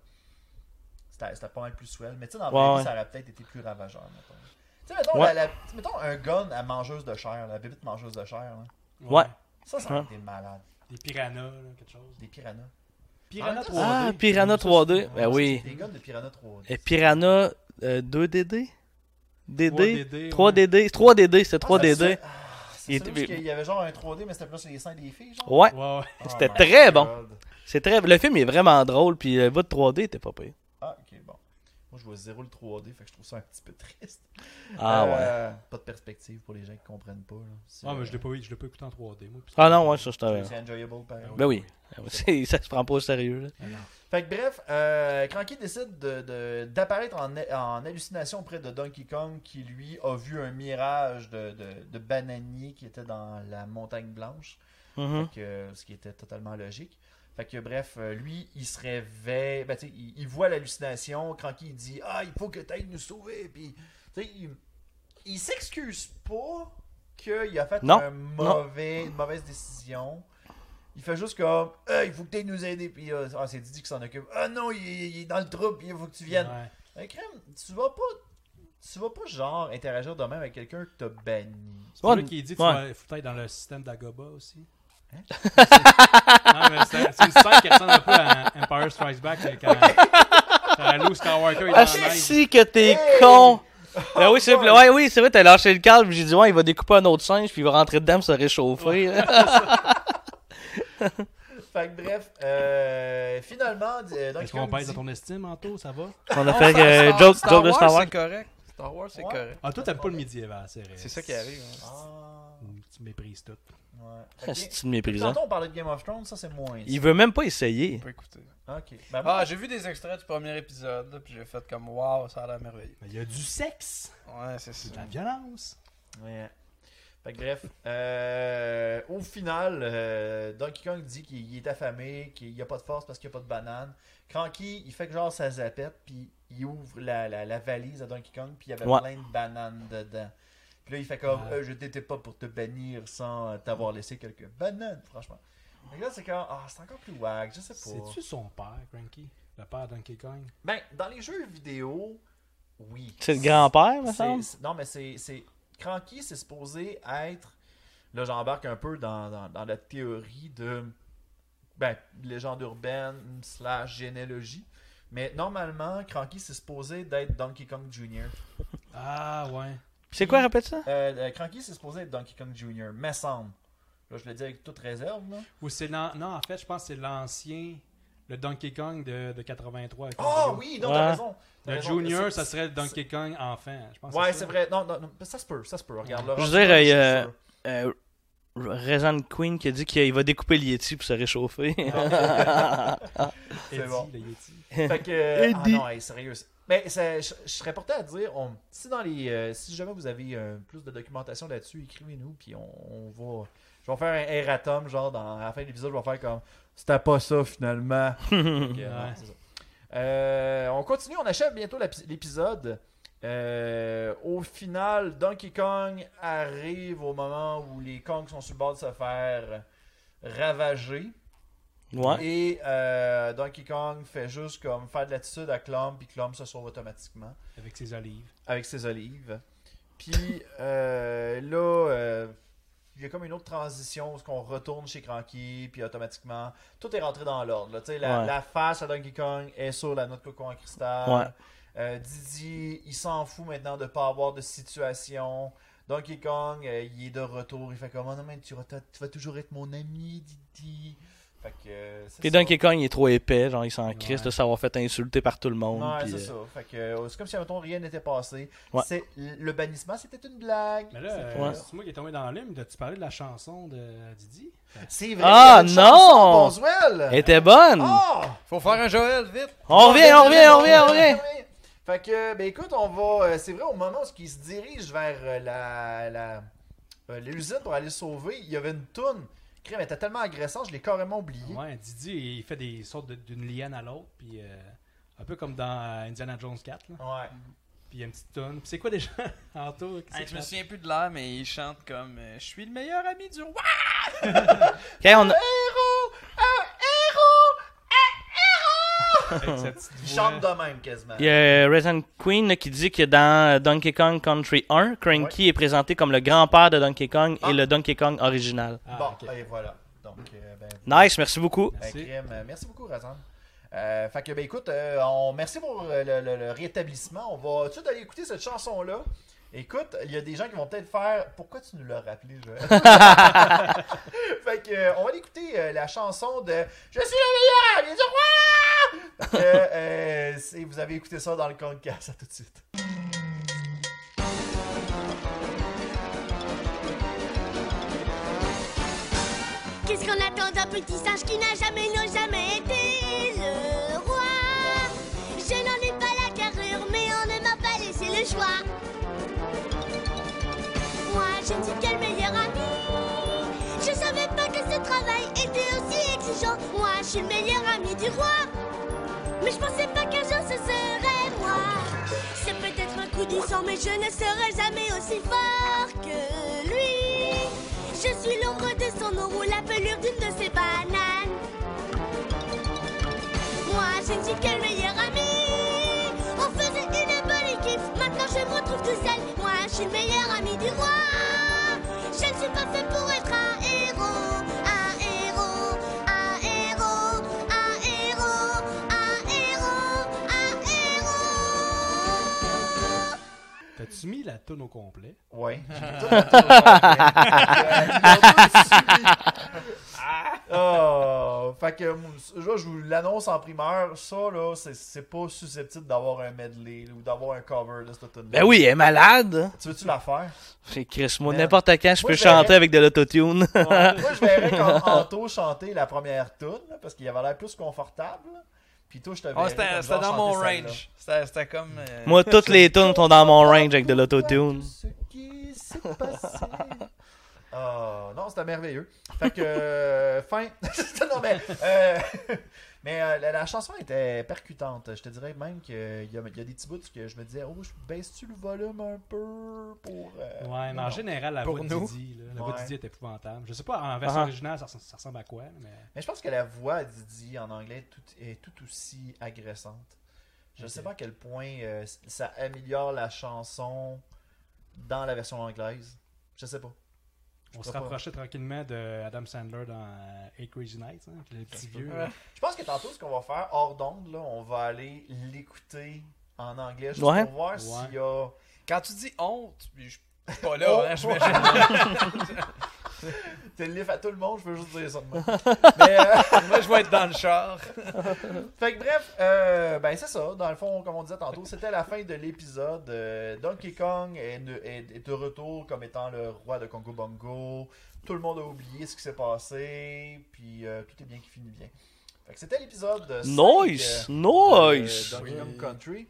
[SPEAKER 2] c'était c'était pas mal plus swell. Mais tu sais, dans le
[SPEAKER 3] Ouais,
[SPEAKER 2] vrai
[SPEAKER 3] ouais.
[SPEAKER 2] ça aurait peut-être été plus ravageur, mettons. Tu sais, mettons,
[SPEAKER 3] Ouais.
[SPEAKER 2] la- la- tu sais, mettons un gun à mangeuse de chair, la bébite mangeuse de chair, là.
[SPEAKER 3] Ouais.
[SPEAKER 2] Ça, ça aurait
[SPEAKER 3] Ouais.
[SPEAKER 2] été malade.
[SPEAKER 1] Des piranhas, là, quelque chose.
[SPEAKER 2] Des piranhas.
[SPEAKER 1] Piranha
[SPEAKER 2] Ah,
[SPEAKER 1] 3D.
[SPEAKER 3] Ah, Piranha 3D. Ben
[SPEAKER 2] Ouais,
[SPEAKER 3] oui.
[SPEAKER 2] c'est Des guns de piranhas 3D.
[SPEAKER 3] Et Piranha euh, 2DD
[SPEAKER 1] 3DD,
[SPEAKER 3] 3DD,
[SPEAKER 1] ouais.
[SPEAKER 3] 3DD,
[SPEAKER 2] Ah,
[SPEAKER 3] 3DD, c'était
[SPEAKER 2] c'est
[SPEAKER 3] 3DD.
[SPEAKER 2] ça. Ah,
[SPEAKER 3] Il
[SPEAKER 2] C'est
[SPEAKER 3] était-
[SPEAKER 2] celui où il y avait genre un 3D, mais c'était plus sur les seins des filles, genre.
[SPEAKER 3] Ouais,
[SPEAKER 1] Ouais, ouais.
[SPEAKER 2] Oh
[SPEAKER 3] c'était
[SPEAKER 2] my
[SPEAKER 3] très bon.
[SPEAKER 2] God.
[SPEAKER 3] c'est très le film est vraiment drôle puis euh, le bout de 3D était pas pire.
[SPEAKER 2] Ah, ok, bon. Moi, je vois zéro le 3D, fait que je trouve ça un petit peu triste.
[SPEAKER 3] Ah ouais.
[SPEAKER 2] Euh, Pas de perspective pour les gens qui comprennent pas. Là. C'est,
[SPEAKER 1] Ah, mais je
[SPEAKER 2] euh,
[SPEAKER 1] l'ai pas, eu- je l'ai pas écouté en 3D, moi. puis-
[SPEAKER 3] Ah non, ouais, ça je t'avais.
[SPEAKER 2] c'est enjoyable, pareil.
[SPEAKER 3] Ben oui. C'est- ça se prend pas au sérieux. là.
[SPEAKER 1] Ah non.
[SPEAKER 2] Fait que bref, euh, Cranky décide de, de- d'apparaître en, en hallucination auprès de Donkey Kong qui, lui, a vu un mirage de, de, de bananier qui était dans la montagne blanche,
[SPEAKER 3] Mhm.
[SPEAKER 2] Fait que- euh, ce qui était totalement logique. Fait que bref, euh, lui, il se réveille, ben, tu sais, il, il voit l'hallucination, Cranky il dit « Ah, il faut que t'ailles nous sauver! » Puis, tu sais, il, il s'excuse pas qu'il a fait
[SPEAKER 3] Non,
[SPEAKER 2] un mauvais, une mauvaise décision. Il fait juste comme Ah, il faut que tu nous aider. Puis euh, ah, c'est Didi qui s'en occupe. Ah non, il, il est dans le trou, puis il faut que tu viennes.
[SPEAKER 1] Ouais.
[SPEAKER 2] Hey, crème, tu vas pas. Tu vas pas genre interagir de même avec quelqu'un que t'as banni.
[SPEAKER 1] C'est pour
[SPEAKER 3] Ouais.
[SPEAKER 1] ça qu'il dit
[SPEAKER 3] Ouais.
[SPEAKER 1] qu'il faut être dans le système d'Agoba aussi. Hein? non, mais c'est c'est une scène qui ressemble un peu à Empire Strikes Back là, quand, quand Luke Skywalker est dans
[SPEAKER 3] Ah
[SPEAKER 1] la neige.
[SPEAKER 3] si que t'es
[SPEAKER 2] Hey!
[SPEAKER 3] con. Ben oui, c'est vrai, ouais, oui, c'est vrai, t'as lâché le câble, j'ai dit ouais, il va découper un autre singe puis il va rentrer dedans, pour se réchauffer. là.
[SPEAKER 2] Fait que bref, euh, finalement, euh, Donkey
[SPEAKER 1] Est-ce qu'on
[SPEAKER 2] Kong
[SPEAKER 1] pèse
[SPEAKER 2] dit-
[SPEAKER 1] à ton estime, Anto Ça va
[SPEAKER 3] On a fait euh, joke joke de Star Wars.
[SPEAKER 4] C'est correct. Star Wars, c'est
[SPEAKER 2] Ouais.
[SPEAKER 4] correct.
[SPEAKER 1] Ah, toi, t'aimes pas le médiéval, c'est vrai.
[SPEAKER 4] C'est ça qui arrive. hein.
[SPEAKER 2] Ah,
[SPEAKER 1] Tu méprises tout.
[SPEAKER 2] ouais. Fait
[SPEAKER 3] Ah,
[SPEAKER 2] que-
[SPEAKER 3] C'est une méprisant.
[SPEAKER 2] Tantôt, on parlait de Game of Thrones, ça c'est moins.
[SPEAKER 3] Il veut même pas essayer.
[SPEAKER 4] On peut écouter.
[SPEAKER 2] ça. Ok. Ben, moi,
[SPEAKER 4] Ah, j'ai vu des extraits du premier épisode, là, puis j'ai fait comme waouh, ça a l'air merveilleux.
[SPEAKER 1] Mais il y a du sexe,
[SPEAKER 4] Ouais, c'est ça.
[SPEAKER 1] de la violence.
[SPEAKER 2] Ouais. Fait que bref, euh, au final, euh, Donkey Kong dit qu'il il est affamé, qu'il n'y a pas de force parce qu'il n'y a pas de banane. Cranky, il fait que genre ça zapette, puis il ouvre la, la- la valise à Donkey Kong, puis il y avait
[SPEAKER 3] Ouais.
[SPEAKER 2] plein de bananes dedans. Puis là, il fait comme Euh, Je t'étais pas pour te bannir sans euh, t'avoir laissé quelques bananes, franchement. Fait que là, c'est comme Ah, c'est encore plus wack, je sais pas.
[SPEAKER 1] C'est-tu son père, Cranky Le père de Donkey Kong
[SPEAKER 2] Ben, dans les jeux vidéo, oui.
[SPEAKER 3] C'est le grand-père, me
[SPEAKER 2] C'est-
[SPEAKER 3] semble.
[SPEAKER 2] c'est- Non, mais c'est. c'est- Cranky, c'est supposé être. Là, j'embarque un peu dans, dans- dans la théorie de. Ben, légende urbaine, slash généalogie. Mais normalement, Cranky, c'est supposé d'être Donkey Kong Jr.
[SPEAKER 1] Ah, ouais.
[SPEAKER 3] C'est quoi, répète ça
[SPEAKER 2] Euh, euh, Cranky, c'est supposé être Donkey Kong Jr., me semble. Là, je le dis avec toute réserve, là.
[SPEAKER 1] Ou c'est l'an- Non, en fait, je pense que c'est l'ancien, le Donkey Kong de, de 83. avec
[SPEAKER 2] Ah
[SPEAKER 1] Mario.
[SPEAKER 2] oui, non,
[SPEAKER 3] Ouais.
[SPEAKER 2] t'as raison. T'as
[SPEAKER 1] Le
[SPEAKER 2] raison.
[SPEAKER 1] Junior,
[SPEAKER 2] C'est-
[SPEAKER 1] ça serait le Donkey Kong enfant. Je pense que
[SPEAKER 2] Ouais,
[SPEAKER 1] ça.
[SPEAKER 2] c'est vrai. Non, non, non, ça se peut, ça se peut. Regarde là.
[SPEAKER 3] Je veux dire, euh, il y a-
[SPEAKER 2] sûr.
[SPEAKER 3] euh, Ah. Rezan Queen qui a dit qu'il va découper le Yeti pour se réchauffer.
[SPEAKER 1] Eddie,
[SPEAKER 2] bon.
[SPEAKER 1] le Yeti.
[SPEAKER 2] Fait que. euh, ah
[SPEAKER 3] Eddie.
[SPEAKER 2] non, hey, sérieux. Mais ça- je, je serais porté à dire, on- si dans les, euh, si jamais vous avez euh, plus de documentation là-dessus, écrivez-nous, puis on, on va. Je vais faire un erratum, genre dans, à la fin de l'épisode, je vais faire comme c'était pas ça finalement. Fait que, euh,
[SPEAKER 1] Ouais.
[SPEAKER 2] c'est ça. Euh, on continue, on achève bientôt la- l'épisode. Euh, au final, Donkey Kong arrive au moment où les Kongs sont sur le bord de se faire ravager.
[SPEAKER 3] Ouais.
[SPEAKER 2] Et euh, Donkey Kong fait juste comme faire de l'attitude à Clump, puis Clump se sauve automatiquement
[SPEAKER 1] Avec ses olives.
[SPEAKER 2] avec ses olives. Puis euh, là, euh, il y a comme une autre transition où on retourne chez Cranky, puis automatiquement, tout est rentré dans l'ordre. là. Tu sais, La,
[SPEAKER 3] Ouais.
[SPEAKER 2] la face à Donkey Kong est sur la noix de coco en cristal.
[SPEAKER 3] Ouais.
[SPEAKER 2] Euh, Didi, il s'en fout maintenant de ne pas avoir de situation. Donkey Kong, euh, il est de retour. Il fait comme, oh non, mais tu, vas- tu vas toujours être mon ami, Didi. Fait que, euh, c'est
[SPEAKER 3] Puis
[SPEAKER 2] ça.
[SPEAKER 3] Donkey Kong, il est trop épais, genre, il s'en crisse
[SPEAKER 1] Ouais.
[SPEAKER 3] de s'avoir fait insulter par tout le monde.
[SPEAKER 2] Ouais,
[SPEAKER 3] puis,
[SPEAKER 2] c'est ça.
[SPEAKER 3] euh,
[SPEAKER 2] Fait que, euh, c'est comme si, mettons, rien n'était passé.
[SPEAKER 3] Ouais.
[SPEAKER 2] C'est, le bannissement, c'était une blague.
[SPEAKER 1] Mais là,
[SPEAKER 2] C'est-
[SPEAKER 1] euh,
[SPEAKER 3] Ouais.
[SPEAKER 1] c'est moi qui est tombé dans l'une. Tu parlais de la chanson de Didi
[SPEAKER 2] C'est vrai.
[SPEAKER 3] Ah,
[SPEAKER 2] il y avait une
[SPEAKER 3] non!
[SPEAKER 2] chanson, Boswell!
[SPEAKER 3] Elle était bonne!
[SPEAKER 2] Ah!
[SPEAKER 4] Faut faire un Joël, vite!
[SPEAKER 3] On revient, on revient, on revient, on
[SPEAKER 2] Ouais,
[SPEAKER 3] revient!
[SPEAKER 2] ouais. Fait que, ben écoute, on va. euh, c'est vrai, au moment où il se dirige vers euh, la, la, euh, l'usine pour aller sauver, il y avait une toune. Crème, elle était tellement agressante, je l'ai carrément oubliée.
[SPEAKER 1] Ouais, Didi, il fait des sortes de- d'une liane à l'autre. Puis euh, un peu comme dans euh, Indiana Jones 4. là.
[SPEAKER 2] Ouais.
[SPEAKER 1] Puis il y a une petite tonne. Puis c'est quoi déjà en tout qu'est-ce
[SPEAKER 4] Hey,
[SPEAKER 1] que
[SPEAKER 4] je me
[SPEAKER 1] c'est?
[SPEAKER 4] souviens plus de l'air, mais il chante comme euh, Je suis le meilleur ami du roi.
[SPEAKER 3] Ok, on
[SPEAKER 2] Héros! Un
[SPEAKER 3] a-
[SPEAKER 2] héros!
[SPEAKER 1] Avec sa petite
[SPEAKER 2] Il
[SPEAKER 1] voix.
[SPEAKER 2] chante de même quasiment.
[SPEAKER 3] Il y a Resident Queen là, qui dit que dans euh, Donkey Kong Country 1, Cranky est présenté comme le grand-père de Donkey Kong
[SPEAKER 2] Ah.
[SPEAKER 3] et le Donkey Kong original.
[SPEAKER 1] Ah,
[SPEAKER 2] bon,
[SPEAKER 1] ok.
[SPEAKER 2] et voilà. Donc, euh, ben,
[SPEAKER 3] Nice, merci beaucoup.
[SPEAKER 2] Ben,
[SPEAKER 1] Merci.
[SPEAKER 2] crime, euh, merci beaucoup, Razan. Euh, fait que, ben écoute, euh, on, merci pour euh, le, le- le rétablissement. On va tout d'aller écouter cette chanson-là. Écoute, il y a des gens qui vont peut-être faire Pourquoi tu nous l'as rappelé, Joël Fait que, euh, on va aller écouter euh, la chanson de Je suis le meilleur, il est du roi Fait que, euh, si vous avez écouté ça dans le Concast, à tout de suite.
[SPEAKER 6] Qu'est-ce qu'on attend d'un petit singe qui n'a jamais, n'a jamais été le roi Je n'en ai pas la carrure, mais on ne m'a pas laissé le choix. Moi, je ne suis qu'un meilleur ami. Je savais pas que ce travail était aussi exigeant. Moi, je suis le meilleur ami du roi. Mais je pensais pas qu'un jour ce serait moi. C'est peut-être un coup du sang, mais je ne serai jamais aussi fort que lui. Je suis l'ombre de son ombre ou la pelure d'une de ses bananes. Moi, je ne suis qu'un meilleur ami. On faisait une bonne équipe. Maintenant, je me retrouve tout seul. Moi, je suis le meilleur ami du roi. Je ne suis pas fait pour être un héros. Un héros, un héros, un héros, un héros, un héros.
[SPEAKER 1] T'as-tu mis la tonne au complet?
[SPEAKER 2] Ouais. J'ai
[SPEAKER 4] Ah!
[SPEAKER 2] mis tout dans le tour, ouais. Euh, oh, fait que euh, là, je vous l'annonce en primeur, ça là, c'est- c'est pas susceptible d'avoir un medley là, ou d'avoir un cover de cette tune.
[SPEAKER 3] Ben oui, elle est malade!
[SPEAKER 2] Tu veux-tu la faire?
[SPEAKER 3] C'est Chris, moi,
[SPEAKER 2] Merde.
[SPEAKER 3] n'importe quand, je
[SPEAKER 2] Moi,
[SPEAKER 3] peux
[SPEAKER 2] je verrais.
[SPEAKER 3] chanter avec de l'autotune.
[SPEAKER 2] Moi, je verrais quand Anto chanter la première tune là, parce qu'il avait l'air plus confortable. là. Puis toi, je te verrais.
[SPEAKER 4] Oh, c'était
[SPEAKER 2] comme
[SPEAKER 4] c'était
[SPEAKER 2] genre
[SPEAKER 4] dans mon
[SPEAKER 2] chanter celle-là.
[SPEAKER 4] range. C'était c'était comme. euh,
[SPEAKER 3] moi, toutes les tunes sont dans mon range avec de l'autotune.
[SPEAKER 2] Tout ce qui s'est passé. Ah, non, c'était merveilleux. Fait que, euh, fin. non, mais euh, mais euh, la, la chanson était percutante. Je te dirais même qu'il y a, il y a des petits bouts que je me disais, oh, je baisse-tu le volume un peu pour. euh,
[SPEAKER 1] Ouais, mais en
[SPEAKER 2] non.
[SPEAKER 1] général, la
[SPEAKER 4] Pour
[SPEAKER 1] voix de
[SPEAKER 4] nous.
[SPEAKER 1] Didi, là, la voix de
[SPEAKER 2] Ouais.
[SPEAKER 1] Didi est épouvantable. Je sais pas, en version
[SPEAKER 3] Ah.
[SPEAKER 1] originale, ça, ressemble- ça ressemble à quoi, mais...
[SPEAKER 2] Mais je pense que la voix de Didi en anglais est tout, est tout aussi agressante. Je ne sais
[SPEAKER 1] Ok.
[SPEAKER 2] pas à quel point euh, ça améliore la chanson dans la version anglaise. Je sais pas.
[SPEAKER 1] On se
[SPEAKER 2] crois pas.
[SPEAKER 1] rapprochait tranquillement de Adam Sandler dans euh, Eight Crazy Nights, hein, le petit vieux. là.
[SPEAKER 2] Je pense que tantôt, ce qu'on va faire hors d'onde, là, on va aller l'écouter en anglais juste
[SPEAKER 3] Ouais.
[SPEAKER 2] pour voir s'il y a.
[SPEAKER 4] Quand tu dis honte, puis je je suis pas là, hein, je me
[SPEAKER 2] T'es le livre à tout le monde, je veux juste dire ça de moi. Mais, euh,
[SPEAKER 4] Moi, je vais être dans le char.
[SPEAKER 2] fait que bref, euh, ben c'est ça. Dans le fond, comme on disait tantôt, c'était la fin de l'épisode. Euh, Donkey Kong est, de- est- est de retour comme étant le roi de Congo Bongo. Tout le monde a oublié ce qui s'est passé, puis euh, tout est bien qui finit bien. Fait que c'était l'épisode de
[SPEAKER 3] Nice!
[SPEAKER 2] cinq, euh,
[SPEAKER 3] Nice!
[SPEAKER 2] de Kingdom Country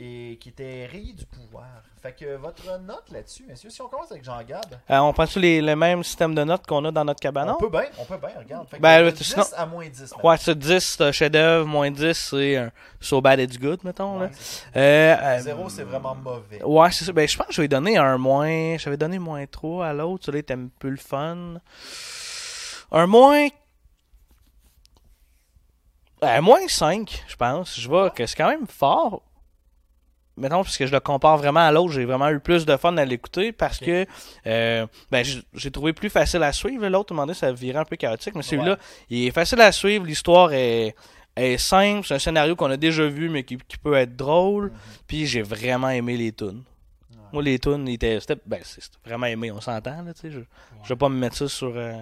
[SPEAKER 2] et qui était rayé du pouvoir. Fait que votre note là-dessus, messieurs, si on commence avec Jean Gab,
[SPEAKER 3] Euh, on prend tous les, le même système de notes qu'on a dans notre
[SPEAKER 2] on
[SPEAKER 3] cabanon?
[SPEAKER 2] peut bien, on peut bien, regarde. Fait que
[SPEAKER 3] Ah Ben,
[SPEAKER 2] de
[SPEAKER 3] euh,
[SPEAKER 2] 10
[SPEAKER 3] sinon-
[SPEAKER 2] à moins 10. maintenant.
[SPEAKER 3] Ouais, c'est 10, c'est un chef-d'œuvre, moins 10, c'est un so bad it's good, mettons. là.
[SPEAKER 2] Ouais, c'est ça.
[SPEAKER 3] Euh, euh,
[SPEAKER 2] Zéro, c'est vraiment mauvais.
[SPEAKER 3] Ouais, c'est ça. Ben, je pense que je vais donner un moins. J'avais donné moins 3 à l'autre. Celui-là était un peu le fun. Un moins. Un moins 5, je pense. Je vois que c'est quand même fort. Mettons, parce que je le compare vraiment à l'autre, j'ai vraiment eu plus de fun à l'écouter parce que euh, ben, j- j'ai trouvé plus facile à suivre. L'autre, demandé, ça virait un peu chaotique, mais celui-là, il est facile à suivre. L'histoire est, est simple. C'est un scénario qu'on a déjà vu, mais qui, qui peut être drôle. Puis j'ai vraiment aimé les tunes. Moi, les tunes, ils étaient- c'était ben, c'est- c'était vraiment aimé, on s'entend. là, tu sais, Je ne vais pas me mettre ça sur, euh,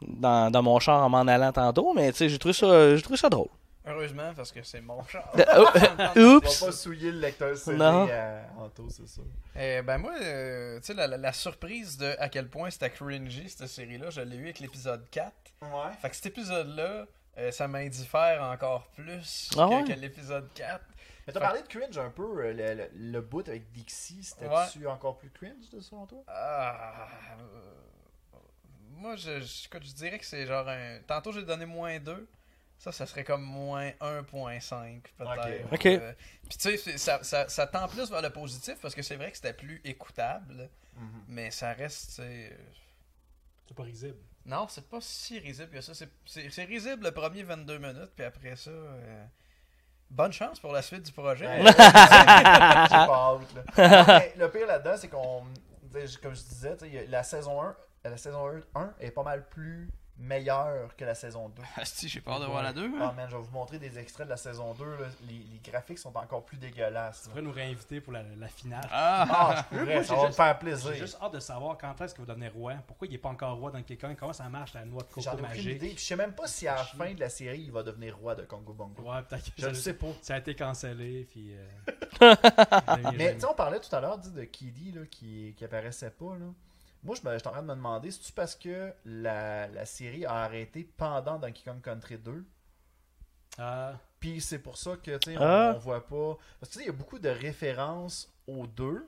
[SPEAKER 3] dans, dans mon char en m'en allant tantôt, mais tu sais, j'ai trouvé, ça- j'ai trouvé ça drôle. Euh,
[SPEAKER 4] Heureusement, parce que c'est mon char.
[SPEAKER 2] On va
[SPEAKER 3] Oups!
[SPEAKER 2] pas souiller le lecteur CD
[SPEAKER 3] Non.
[SPEAKER 2] à Anto, c'est sûr.
[SPEAKER 4] Eh ben moi, euh, tu sais, la, la- la surprise de à quel point c'était cringy, cette série-là, je l'ai eu avec l'épisode 4.
[SPEAKER 2] Ouais.
[SPEAKER 4] Fait que cet épisode-là, euh, ça m'indiffère encore plus
[SPEAKER 3] Ah
[SPEAKER 4] que,
[SPEAKER 3] ouais?
[SPEAKER 4] que l'épisode 4.
[SPEAKER 2] Mais t'as parlé de cringe un peu, euh, le, le, le bout avec Dixie, c'était-tu encore plus cringe de selon toi?
[SPEAKER 4] Ah, euh, moi, je, je, écoute, je dirais que c'est genre un... Tantôt, j'ai donné moins 2. Ça, ça serait comme moins 1.5 peut-être.
[SPEAKER 2] Ok.
[SPEAKER 3] Ok.
[SPEAKER 4] Euh, Puis tu sais, c'est- ça, ça, ça tend plus vers le positif parce que c'est vrai que c'était plus écoutable, mais ça reste, tu sais, euh,
[SPEAKER 1] C'est pas risible.
[SPEAKER 4] Non, c'est pas si risible que ça. C'est- C'est c'est risible le premier 22 minutes, puis après ça... euh, Bonne chance pour la suite du projet.
[SPEAKER 2] Ouais, ouais, j'ai pas hâte, là. Non, mais le pire là-dedans, c'est qu'on. tu sais, Comme je disais, tu sais, il y a- la saison 1, la saison 1 est pas mal plus meilleure que la saison 2.
[SPEAKER 4] Asti, j'ai peur de voir la hein. 2.
[SPEAKER 2] Ah, man, je vais vous montrer des extraits de la saison 2. là. Les, les graphiques sont encore plus dégueulasses.
[SPEAKER 1] Tu
[SPEAKER 2] là.
[SPEAKER 1] pourrais nous réinviter pour la, la finale.
[SPEAKER 2] Ah, je
[SPEAKER 1] Moi,
[SPEAKER 2] pourrais,
[SPEAKER 1] j'ai
[SPEAKER 2] ça va me
[SPEAKER 1] juste-
[SPEAKER 2] faire
[SPEAKER 1] J'ai
[SPEAKER 2] plaisir.
[SPEAKER 1] juste hâte de savoir quand est-ce qu'il va devenir roi. Pourquoi il n'est pas encore roi dans quelqu'un? Comment ça marche la noix de
[SPEAKER 2] J'en
[SPEAKER 1] coco
[SPEAKER 2] ai aucune idée.
[SPEAKER 1] magique?
[SPEAKER 2] Puis je sais même pas si à la fin de la série, il va devenir roi de Congo Bongo.
[SPEAKER 1] Ouais, peut-être que
[SPEAKER 2] Je
[SPEAKER 1] ça-
[SPEAKER 2] le sais pas.
[SPEAKER 1] Ça a été cancellé. Puis, euh,
[SPEAKER 2] Mais tu sais, on parlait tout à l'heure dis, de Kiddy là, qui, qui apparaissait pas. Là. Moi, je me- j'étais en train de me demander, c'est-tu parce que la, la série a arrêté pendant Donkey Kong Country 2
[SPEAKER 1] Ah,
[SPEAKER 2] Puis c'est pour ça que, tu sais, on-
[SPEAKER 3] Ah.
[SPEAKER 2] on, voit pas. Parce que, tu sais, il y a beaucoup de références aux deux,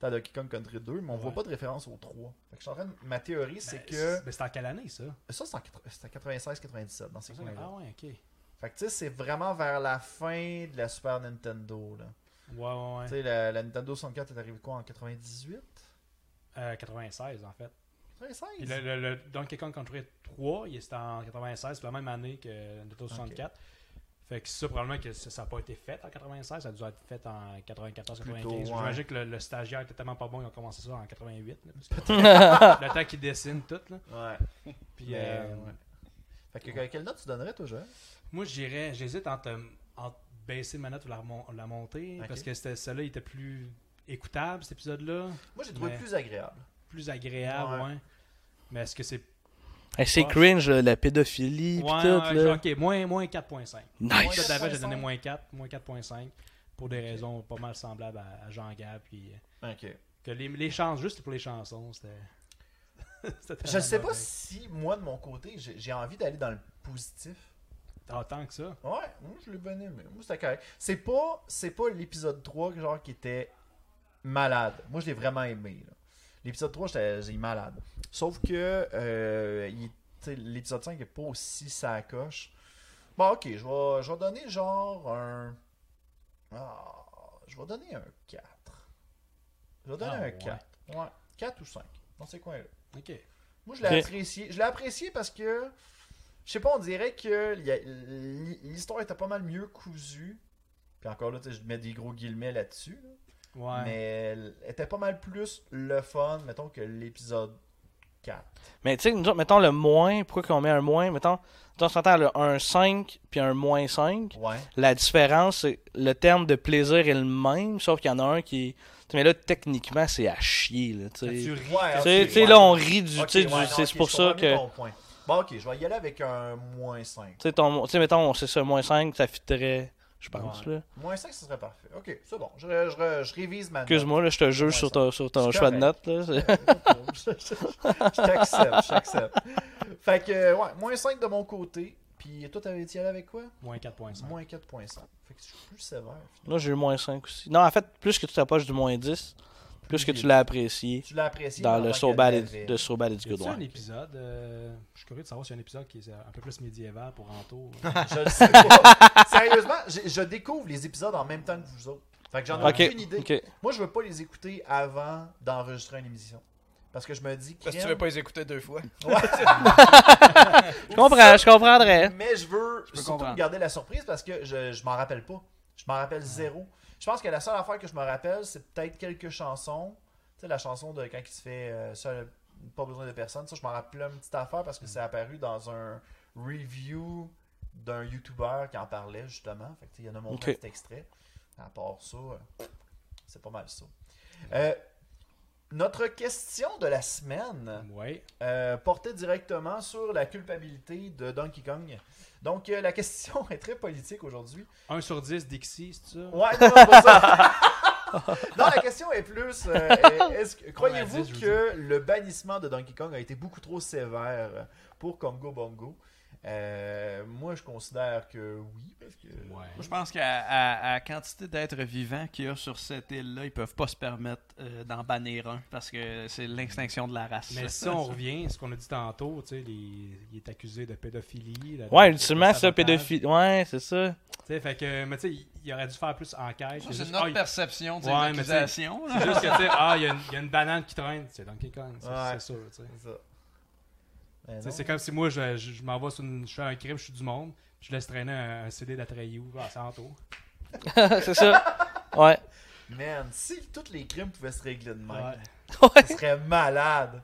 [SPEAKER 2] dans Donkey Kong Country 2, mais on voit
[SPEAKER 1] Ouais.
[SPEAKER 2] pas de références aux trois. Fait que je suis en train de- Ma théorie, c'est
[SPEAKER 1] ben,
[SPEAKER 2] que.
[SPEAKER 1] Mais c'est en quelle année, ça?
[SPEAKER 2] Ça, c'est en quatre- c'est en 96-97, dans ces coins-là.
[SPEAKER 1] Ah ouais, ok. Ouais,
[SPEAKER 2] Fait que, tu sais, c'est vraiment vers la fin de la Super Nintendo, là.
[SPEAKER 1] ouais, ouais.
[SPEAKER 2] Tu sais, la, la Nintendo 64 est arrivée quoi en 98
[SPEAKER 1] Euh, 96, en fait. Puis
[SPEAKER 2] 96
[SPEAKER 1] le, le- le Donkey Kong Country 3, il était en 96, c'est la même année que Nintendo 64. Fait que ça, probablement que ça n'a pas été fait en 96, ça a dû être fait en 94,
[SPEAKER 2] Plus
[SPEAKER 1] 95.
[SPEAKER 2] tôt, ouais.
[SPEAKER 1] J'imagine que le, le stagiaire était tellement pas bon, ils ont commencé ça en 88. là, parce que- le temps qu'ils dessinent tout. Là.
[SPEAKER 2] Ouais.
[SPEAKER 1] Puis,
[SPEAKER 2] Mais,
[SPEAKER 1] euh,
[SPEAKER 2] ouais. Fait que, que- quelle note tu donnerais, toi, Joël
[SPEAKER 1] Moi, j'irais, j'hésite entre, euh, entre baisser ma note ou la, remon- la monter,
[SPEAKER 2] Ok.
[SPEAKER 1] parce que c'était- celle-là il était plus écoutable, cet épisode-là,
[SPEAKER 2] Moi, j'ai trouvé
[SPEAKER 1] Mais-
[SPEAKER 2] plus agréable.
[SPEAKER 1] plus agréable,
[SPEAKER 2] Ouais.
[SPEAKER 1] ouais. Mais est-ce que c'est.
[SPEAKER 3] Eh, c'est cringe, là, la pédophilie, pis
[SPEAKER 1] Ouais,
[SPEAKER 3] tout,
[SPEAKER 1] ouais,
[SPEAKER 3] là.
[SPEAKER 1] ok, moins, moins 4.5.
[SPEAKER 2] Moins
[SPEAKER 1] Tout
[SPEAKER 3] Nice!
[SPEAKER 1] à fait, j'ai
[SPEAKER 2] 4.5.
[SPEAKER 1] donné moins 4, moins 4.5 pour des raisons pas mal semblables à, à Jean Gab. Puis euh,
[SPEAKER 2] Ok.
[SPEAKER 1] que les, les chansons, juste pour les chansons, c'était. c'était
[SPEAKER 2] Je
[SPEAKER 1] tellement
[SPEAKER 2] sais pas
[SPEAKER 1] mauvais.
[SPEAKER 2] si, moi, de mon côté, j'ai j'ai envie d'aller dans le positif.
[SPEAKER 1] Ah, tant que ça.
[SPEAKER 2] Ouais, moi je l'ai bien aimé. Moi c'était correct. C'est pas, c'est pas l'épisode 3 genre, qui était malade. Moi je l'ai vraiment aimé. là. L'épisode 3, j'étais j'ai malade. Sauf que euh, il- tu sais, l'épisode 5 est pas aussi sa coche. Bon, ok, je vais, je vais donner genre un. Ah, je vais donner un 4. Je vais donner
[SPEAKER 1] Ah,
[SPEAKER 2] un
[SPEAKER 1] ouais.
[SPEAKER 2] 4. Ouais, 4 ou 5. Dans ces coins-là.
[SPEAKER 1] Ok.
[SPEAKER 2] Moi, je l'ai
[SPEAKER 3] Ok.
[SPEAKER 2] apprécié. Je l'ai apprécié parce que, je sais pas, on dirait que il y a- l'histoire était pas mal mieux cousue. Puis encore là, tu sais, je mets des gros guillemets là-dessus. là.
[SPEAKER 1] Ouais.
[SPEAKER 2] Mais elle était pas mal plus le fun, mettons, que l'épisode 4.
[SPEAKER 3] Mais tu sais, nous autres, mettons le moins, pourquoi qu'on met un moins, mettons, on s'entend le un 5 puis un moins 5.
[SPEAKER 2] Ouais.
[SPEAKER 3] La différence, c'est le terme de plaisir est le même, sauf qu'il y en a un qui. tu sais, Mais là, techniquement, c'est à chier, là, tu sais.
[SPEAKER 1] Tu
[SPEAKER 3] Tu
[SPEAKER 1] ris.
[SPEAKER 2] Ouais, Ah, ok,
[SPEAKER 3] sais, tu sais,
[SPEAKER 2] ouais.
[SPEAKER 3] là, on rit du.
[SPEAKER 2] Ok,
[SPEAKER 3] tu sais, du-
[SPEAKER 2] ouais, non,
[SPEAKER 3] c'est
[SPEAKER 2] ok,
[SPEAKER 3] c'est pour
[SPEAKER 2] je
[SPEAKER 3] ça
[SPEAKER 2] comprends
[SPEAKER 3] que.
[SPEAKER 2] mieux ton point. Bon, ok, je vais y aller avec un moins 5.
[SPEAKER 3] Tu sais, ton- tu sais, mettons, c'est ça, moins 5, ça fitterait, je pense, là.
[SPEAKER 2] Moins 5, ce serait parfait. Ok, c'est bon. Je, je- je révise ma note.
[SPEAKER 3] Excuse-moi, là, je te juge sur ton, sur ton
[SPEAKER 2] C'est
[SPEAKER 3] choix de notes, là. c'est-
[SPEAKER 2] je je- je t'accepte, je t'accepte. Fait que, ouais, moins 5 de mon côté. Puis toi, t'avais été allé avec quoi
[SPEAKER 1] Moins 4.5.
[SPEAKER 2] Moins 4.5. Fait que je suis plus sévère. finalement.
[SPEAKER 3] Là, j'ai eu moins 5 aussi. Non, en fait, plus que tu t'approches du moins 10, plus que tu l'as apprécié
[SPEAKER 2] Tu l'as apprécié.
[SPEAKER 3] dans le
[SPEAKER 2] pendant
[SPEAKER 3] So
[SPEAKER 2] qu'elle
[SPEAKER 3] Bad
[SPEAKER 2] l'avait.
[SPEAKER 3] It- de So Bad It's
[SPEAKER 1] Y
[SPEAKER 3] Good
[SPEAKER 1] a-t-il un
[SPEAKER 3] One.
[SPEAKER 1] épisode euh, Je suis curieux de savoir s'il y a un épisode qui est euh, un peu plus médiéval pour Anto. euh,
[SPEAKER 2] Je le sais pas. Sérieusement, j'ai- je découvre les épisodes en même temps que vous autres. Fait que j'en ai
[SPEAKER 3] Ok,
[SPEAKER 2] aucune idée.
[SPEAKER 3] ok.
[SPEAKER 2] Moi, je veux pas les écouter avant d'enregistrer une émission. Parce que je me dis.
[SPEAKER 4] Parce que tu veux pas les écouter deux fois.
[SPEAKER 3] Je comprends, je comprendrais.
[SPEAKER 2] Mais je veux
[SPEAKER 3] peux
[SPEAKER 2] surtout
[SPEAKER 3] comprendre.
[SPEAKER 2] garder la surprise parce que je, je m'en rappelle pas. Je m'en rappelle zéro. Je pense que la seule affaire que je me rappelle, c'est peut-être quelques chansons. Tu sais, la chanson de quand il se fait euh, seul, pas besoin de personne. Ça, je m'en rappelle une petite affaire
[SPEAKER 3] Mm.
[SPEAKER 2] parce que c'est apparu dans un review d'un YouTuber qui en parlait justement. Fait que, tu sais, il y en a montré
[SPEAKER 3] Ok.
[SPEAKER 2] un petit extrait. À part ça, euh, c'est pas mal ça. Euh, notre question de la semaine
[SPEAKER 1] Ouais.
[SPEAKER 2] euh, portait directement sur la culpabilité de Donkey Kong. Donc, euh, la question est très politique aujourd'hui.
[SPEAKER 1] 1 sur 10 Dixie, c'est ça
[SPEAKER 2] Ouais, non, c'est pas ça. non, la question est plus euh, est-ce que-
[SPEAKER 1] Ouais,
[SPEAKER 2] croyez-vous
[SPEAKER 1] dix, je
[SPEAKER 2] que le bannissement de Donkey Kong a été beaucoup trop sévère pour Congo Bongo Euh, Moi, je considère que oui, parce que.
[SPEAKER 1] Ouais.
[SPEAKER 4] Je pense qu'à à- à la quantité d'êtres vivants qu'il y a sur cette île-là, ils peuvent pas se permettre euh, d'en bannir un parce que c'est l'extinction de la race.
[SPEAKER 1] Mais si on revient, ce qu'on a dit tantôt, tu sais, les- il est accusé de pédophilie. de-
[SPEAKER 3] Ouais,
[SPEAKER 1] de-
[SPEAKER 3] ultimement,
[SPEAKER 1] de
[SPEAKER 3] c'est un
[SPEAKER 1] sabotage.
[SPEAKER 3] pédophile. Ouais, c'est ça.
[SPEAKER 1] Tu sais, fait que, mais tu sais, il- il aurait dû faire plus enquête. que
[SPEAKER 4] C'est
[SPEAKER 1] juste,
[SPEAKER 4] notre
[SPEAKER 1] ah, il-
[SPEAKER 4] perception des
[SPEAKER 1] Ouais, mais tu sais-
[SPEAKER 4] accusations. là.
[SPEAKER 1] c'est juste que, tu sais, ah, il y, a une- il y a une banane qui traîne. C'est Donkey Kong, c'est
[SPEAKER 2] Ouais.
[SPEAKER 1] c'est sûr, tu sais.
[SPEAKER 2] C'est ça.
[SPEAKER 3] Ben
[SPEAKER 2] Mais
[SPEAKER 1] Tu sais,
[SPEAKER 2] non.
[SPEAKER 1] C'est comme si moi, je, je, je m'en vais sur une- je fais un crime, je suis du monde, je laisse traîner un, un CD d'Atreyu à Santo.
[SPEAKER 3] c'est ça. Ouais.
[SPEAKER 2] Man, si tous les crimes pouvaient se régler de même,
[SPEAKER 3] Ouais.
[SPEAKER 2] ce serait malade.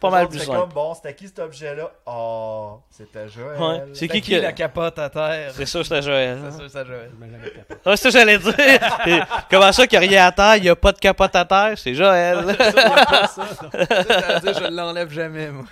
[SPEAKER 3] Pas mal
[SPEAKER 2] Genre,
[SPEAKER 3] plus
[SPEAKER 2] c'est
[SPEAKER 3] simple.
[SPEAKER 2] comme, bon, c'était qui cet objet-là? Oh, c'était Joël.
[SPEAKER 3] Ouais. C'est qui
[SPEAKER 4] Qui,
[SPEAKER 3] qui.
[SPEAKER 4] la capote à terre?
[SPEAKER 3] C'est sûr, c'était Joël.
[SPEAKER 4] C'est sûr, ça, Joël.
[SPEAKER 1] Je me l'avais tapé.
[SPEAKER 3] Ouais, Ah, c'est ça que j'allais dire. Et comment ça qu'il n'y a rien à terre, il n'y a pas de capote à terre, c'est Joël.
[SPEAKER 4] Ça veut dire, je l'enlève jamais, moi.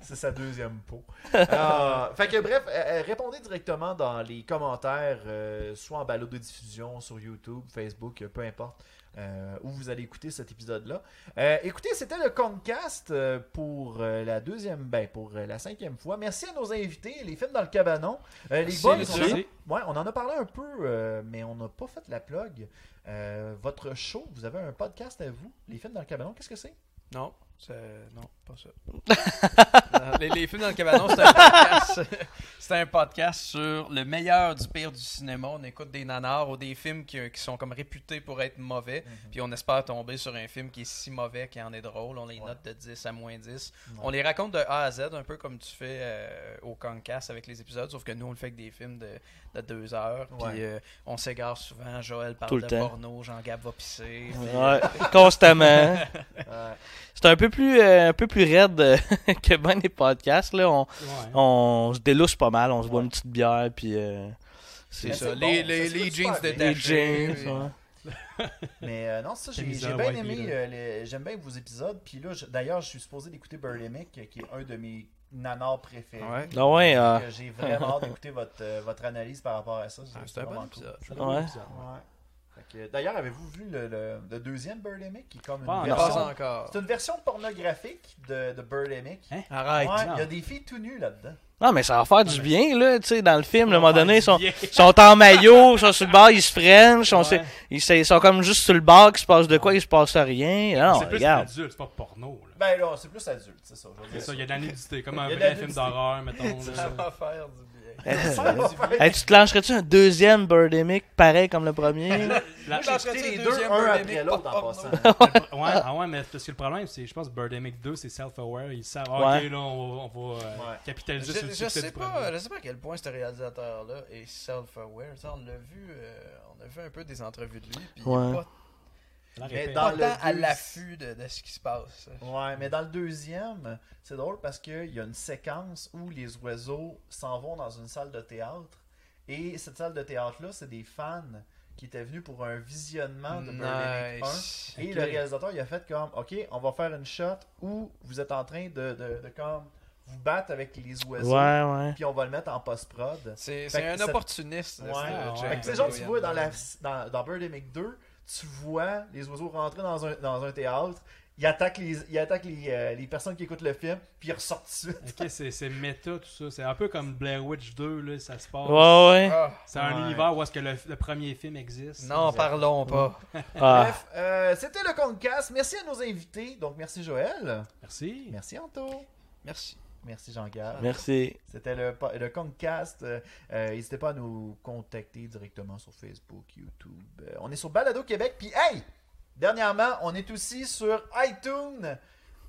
[SPEAKER 2] C'est sa deuxième peau. Ah, fait que bref, euh, euh, répondez directement dans les commentaires, euh, soit en balado de diffusion sur YouTube, Facebook, euh, peu importe. euh, où vous allez écouter cet épisode-là. Euh, écoutez, c'était le Concast euh, pour euh, la deuxième, ben pour euh, la cinquième fois. Merci à nos invités, les films dans le cabanon. Euh, les boys,
[SPEAKER 1] Merci.
[SPEAKER 2] on a- Ouais, on en a parlé un peu, euh, mais on n'a pas fait la plug. Euh, votre show, vous avez un podcast à vous, les films dans le cabanon, qu'est-ce que c'est
[SPEAKER 4] Non, c'est... Non, pas ça. Non, Euh, les, les films dans le cabanon, c'est un podcast. c'est un podcast sur le meilleur du pire du cinéma. On écoute des nanars ou des films qui, qui sont comme réputés pour être mauvais.
[SPEAKER 2] Mhm.
[SPEAKER 4] Puis on espère tomber sur un film qui est si mauvais qu'il en est drôle. On les
[SPEAKER 2] Ouais.
[SPEAKER 4] note de 10 à moins 10.
[SPEAKER 2] Ouais.
[SPEAKER 4] On les raconte de A à Z, un peu comme tu fais euh, au Concast avec les épisodes, sauf que nous, on le fait avec des films de, de deux heures.
[SPEAKER 2] Ouais.
[SPEAKER 4] Puis euh, on s'égare souvent. Joël parle
[SPEAKER 3] Tout le
[SPEAKER 4] de
[SPEAKER 3] temps.
[SPEAKER 4] porno, Jean-Gab va pisser.
[SPEAKER 3] Ouais, constamment.
[SPEAKER 2] Euh,
[SPEAKER 3] C'est un peu plus euh, un peu plus raide euh, que ben les podcasts là, on,
[SPEAKER 1] Ouais. hein.
[SPEAKER 3] on se délouche pas mal, on se boit une petite bière puis euh,
[SPEAKER 4] C'est
[SPEAKER 2] Mais
[SPEAKER 4] ça.
[SPEAKER 2] c'est
[SPEAKER 4] les
[SPEAKER 2] bon,
[SPEAKER 4] les-
[SPEAKER 2] ça se
[SPEAKER 4] les
[SPEAKER 2] peut
[SPEAKER 4] jeans
[SPEAKER 2] super bien.
[SPEAKER 3] les
[SPEAKER 4] détachés.
[SPEAKER 3] jeans.
[SPEAKER 4] puis-
[SPEAKER 3] ouais.
[SPEAKER 2] Mais euh, non, c'est ça, j'ai
[SPEAKER 1] Tamiseur,
[SPEAKER 2] j'ai bien
[SPEAKER 1] White
[SPEAKER 2] aimé,
[SPEAKER 1] Beater.
[SPEAKER 2] euh, les- j'aime bien vos épisodes. Puis là, je- d'ailleurs, je suis supposé d'écouter Burley Mick, euh, qui est un de mes nanars préférés.
[SPEAKER 4] Ouais.
[SPEAKER 3] Ah ouais, euh,
[SPEAKER 2] Donc, euh, j'ai vraiment hâte d'écouter votre, euh, votre analyse par rapport à ça.
[SPEAKER 4] Ah, C'est un
[SPEAKER 2] vraiment
[SPEAKER 4] bon
[SPEAKER 2] cool.
[SPEAKER 4] épisode.
[SPEAKER 1] Ça doit être
[SPEAKER 3] Ouais.
[SPEAKER 1] un épisode, ouais.
[SPEAKER 2] Ouais. Fait que, D'ailleurs, avez-vous vu le, le- le deuxième Burley Mick, qui est comme une
[SPEAKER 1] Ah, non.
[SPEAKER 4] Pas
[SPEAKER 2] version...
[SPEAKER 4] encore.
[SPEAKER 2] C'est une version pornographique de, de Burley Mick.
[SPEAKER 1] Hein?
[SPEAKER 4] Arrête.
[SPEAKER 2] Ouais,
[SPEAKER 1] non.
[SPEAKER 2] il y a des filles tout nues là-dedans.
[SPEAKER 3] Non mais ça va faire du bien là, tu sais dans le film, à un moment donné ils sont
[SPEAKER 1] bien.
[SPEAKER 3] ils sont en maillot, ils sont sur le bord, ils se frenchent, on
[SPEAKER 1] Ouais.
[SPEAKER 3] sait- ils, se- ils sont comme juste sur le bord, qu'il se passe de quoi, il se passe rien. Non,
[SPEAKER 1] C'est plus
[SPEAKER 3] regarde.
[SPEAKER 1] adulte, c'est pas porno. Là.
[SPEAKER 2] Ben là, c'est plus adulte, c'est ça. je veux dire.
[SPEAKER 1] C'est ça, il y a de la nudité, comme un
[SPEAKER 2] Il y a de
[SPEAKER 1] vrai
[SPEAKER 2] la
[SPEAKER 1] film
[SPEAKER 2] nudité.
[SPEAKER 1] d'horreur, mettons.
[SPEAKER 4] Ça
[SPEAKER 1] là.
[SPEAKER 4] va faire du bien.
[SPEAKER 2] Ça va faire-
[SPEAKER 3] Hey, tu te lancerais-tu un deuxième Birdemic pareil comme le premier?
[SPEAKER 1] La-
[SPEAKER 4] Moi, j'en
[SPEAKER 2] J'ai écouté
[SPEAKER 4] ferais
[SPEAKER 2] les
[SPEAKER 4] un
[SPEAKER 2] deux,
[SPEAKER 4] deuxième
[SPEAKER 2] un
[SPEAKER 4] Burley
[SPEAKER 2] après
[SPEAKER 4] Mick,
[SPEAKER 2] l'autre
[SPEAKER 4] pas
[SPEAKER 2] en
[SPEAKER 4] de
[SPEAKER 2] passant.
[SPEAKER 4] porno.
[SPEAKER 1] ouais, ah ouais, mais parce que le problème, c'est, je pense, Birdemic 2, c'est self-aware. Ils savent, ah,
[SPEAKER 3] Ouais.
[SPEAKER 1] ok, là, on va, on va, euh,
[SPEAKER 2] Ouais.
[SPEAKER 1] capitaliser sur
[SPEAKER 4] Je,
[SPEAKER 1] le
[SPEAKER 4] je
[SPEAKER 1] succès
[SPEAKER 4] sais
[SPEAKER 1] du premier.
[SPEAKER 4] pas,
[SPEAKER 2] euh,
[SPEAKER 4] je sais pas à quel point ce réalisateur-là est self-aware. Tu sais, On l'a vu, euh, on a vu un peu des entrevues de lui, puis
[SPEAKER 3] Ouais.
[SPEAKER 4] il est pas,
[SPEAKER 1] La
[SPEAKER 2] Mais
[SPEAKER 1] répète.
[SPEAKER 2] dans-
[SPEAKER 4] pas
[SPEAKER 2] le
[SPEAKER 4] tant à
[SPEAKER 2] deux-
[SPEAKER 4] l'affût de, de ce qui se passe.
[SPEAKER 2] Ouais, mais dans le deuxième, c'est drôle parce qu'il y a une séquence où les oiseaux s'en vont dans une salle de théâtre. Et cette salle de théâtre-là, c'est des fans qui étaient venus pour un visionnement de Burning 1.
[SPEAKER 4] Nice.
[SPEAKER 2] Et
[SPEAKER 1] Ok.
[SPEAKER 2] le réalisateur, il a fait comme, OK, on va faire une shot où vous êtes en train de, de, de comme, vous battre avec les
[SPEAKER 3] Ouais,
[SPEAKER 2] oiseaux.
[SPEAKER 3] ouais.
[SPEAKER 2] Puis on va le mettre en post-prod.
[SPEAKER 4] C'est
[SPEAKER 2] Fait
[SPEAKER 4] c'est
[SPEAKER 2] que
[SPEAKER 4] un
[SPEAKER 2] ça-
[SPEAKER 4] opportuniste.
[SPEAKER 2] Ouais.
[SPEAKER 1] Ah, ouais.
[SPEAKER 2] Fait que c'est genre, tu vois, dans, la, dans, dans Birdemic 2, tu vois les oiseaux rentrer dans un, dans un théâtre, il attaque les, il attaque les, euh, les personnes qui écoutent le film, puis il ressort tout de suite.
[SPEAKER 1] Ok, c'est c'est méta tout ça. C'est un peu comme Blair Witch 2, là, ça se passe.
[SPEAKER 3] Ouais, ouais.
[SPEAKER 4] Ah,
[SPEAKER 1] C'est un
[SPEAKER 2] Ouais.
[SPEAKER 1] univers où est-ce que le, le premier film existe.
[SPEAKER 4] non, parlons pas.
[SPEAKER 3] Ah.
[SPEAKER 2] Bref, euh, c'était le Concast. Merci à nos invités. Donc, merci Joël.
[SPEAKER 1] Merci.
[SPEAKER 2] Merci Anto.
[SPEAKER 4] Merci.
[SPEAKER 2] Merci Jean-Gab.
[SPEAKER 3] Merci.
[SPEAKER 2] C'était le, po- le Comcast. Euh, euh, N'hésitez pas à nous contacter directement sur Facebook, YouTube. Euh, on est sur Balado Québec. Puis, hey! Dernièrement, on est aussi sur iTunes.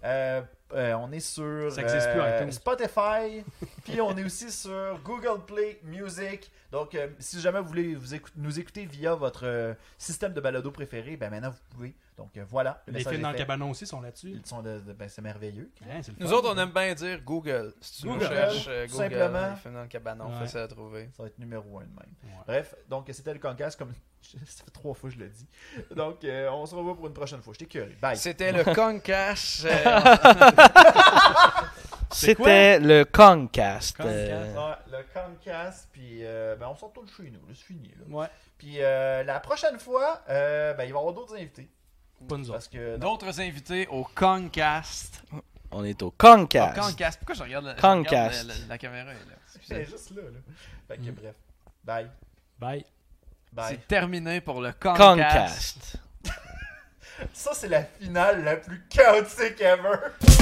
[SPEAKER 2] Euh, euh, on est sur euh,
[SPEAKER 1] Ça existe plus, iTunes.
[SPEAKER 2] Spotify. Puis, on est aussi sur Google Play Music. Donc, euh, si jamais vous voulez vous écou- nous écouter via votre euh, système de balado préféré, ben maintenant, vous pouvez. Donc, euh, voilà. le
[SPEAKER 1] Les
[SPEAKER 2] message
[SPEAKER 1] films
[SPEAKER 2] est
[SPEAKER 1] dans le
[SPEAKER 2] fait.
[SPEAKER 1] cabanon aussi sont là-dessus.
[SPEAKER 2] Ils sont de- de- ben, c'est merveilleux.
[SPEAKER 1] Hein, c'est le
[SPEAKER 4] Nous
[SPEAKER 1] fun.
[SPEAKER 4] autres, on aime bien dire Google. Si tu nous
[SPEAKER 1] Google,
[SPEAKER 4] cherches euh,
[SPEAKER 2] tout
[SPEAKER 4] Google,
[SPEAKER 2] simplement.
[SPEAKER 4] les films dans le cabanon,
[SPEAKER 1] Ouais.
[SPEAKER 4] facile à trouver.
[SPEAKER 2] Ça va être numéro un de même.
[SPEAKER 1] Ouais.
[SPEAKER 2] Bref, donc c'était le Concast, comme ça fait trois fois que je le dis. Donc euh, on se revoit pour une prochaine fois. J'étais curieux. Bye.
[SPEAKER 4] C'était le Concast. euh,
[SPEAKER 3] C'était le Concast.
[SPEAKER 1] Concast.
[SPEAKER 3] euh,
[SPEAKER 2] Ouais, le Concast, puis euh, ben, on sort tout de chez nous, là, c'est fini. Là.
[SPEAKER 1] Ouais,
[SPEAKER 2] Puis euh, la prochaine fois, euh, ben, il va y avoir d'autres invités.
[SPEAKER 1] pas nous autres.
[SPEAKER 2] Parce que non,
[SPEAKER 4] D'autres invités au Concast.
[SPEAKER 3] On est au
[SPEAKER 4] Ah,
[SPEAKER 3] Concast.
[SPEAKER 4] Concast. Pourquoi je regarde la, je
[SPEAKER 3] Concast.
[SPEAKER 4] regarde la- la- la caméra? là?
[SPEAKER 2] c'est
[SPEAKER 4] Excusez.
[SPEAKER 2] juste là. là. Fait
[SPEAKER 1] Mm.
[SPEAKER 2] que bref. Bye.
[SPEAKER 1] Bye.
[SPEAKER 2] Bye.
[SPEAKER 4] C'est terminé pour le Concast.
[SPEAKER 3] Concast.
[SPEAKER 2] Ça, c'est la finale la plus chaotique ever.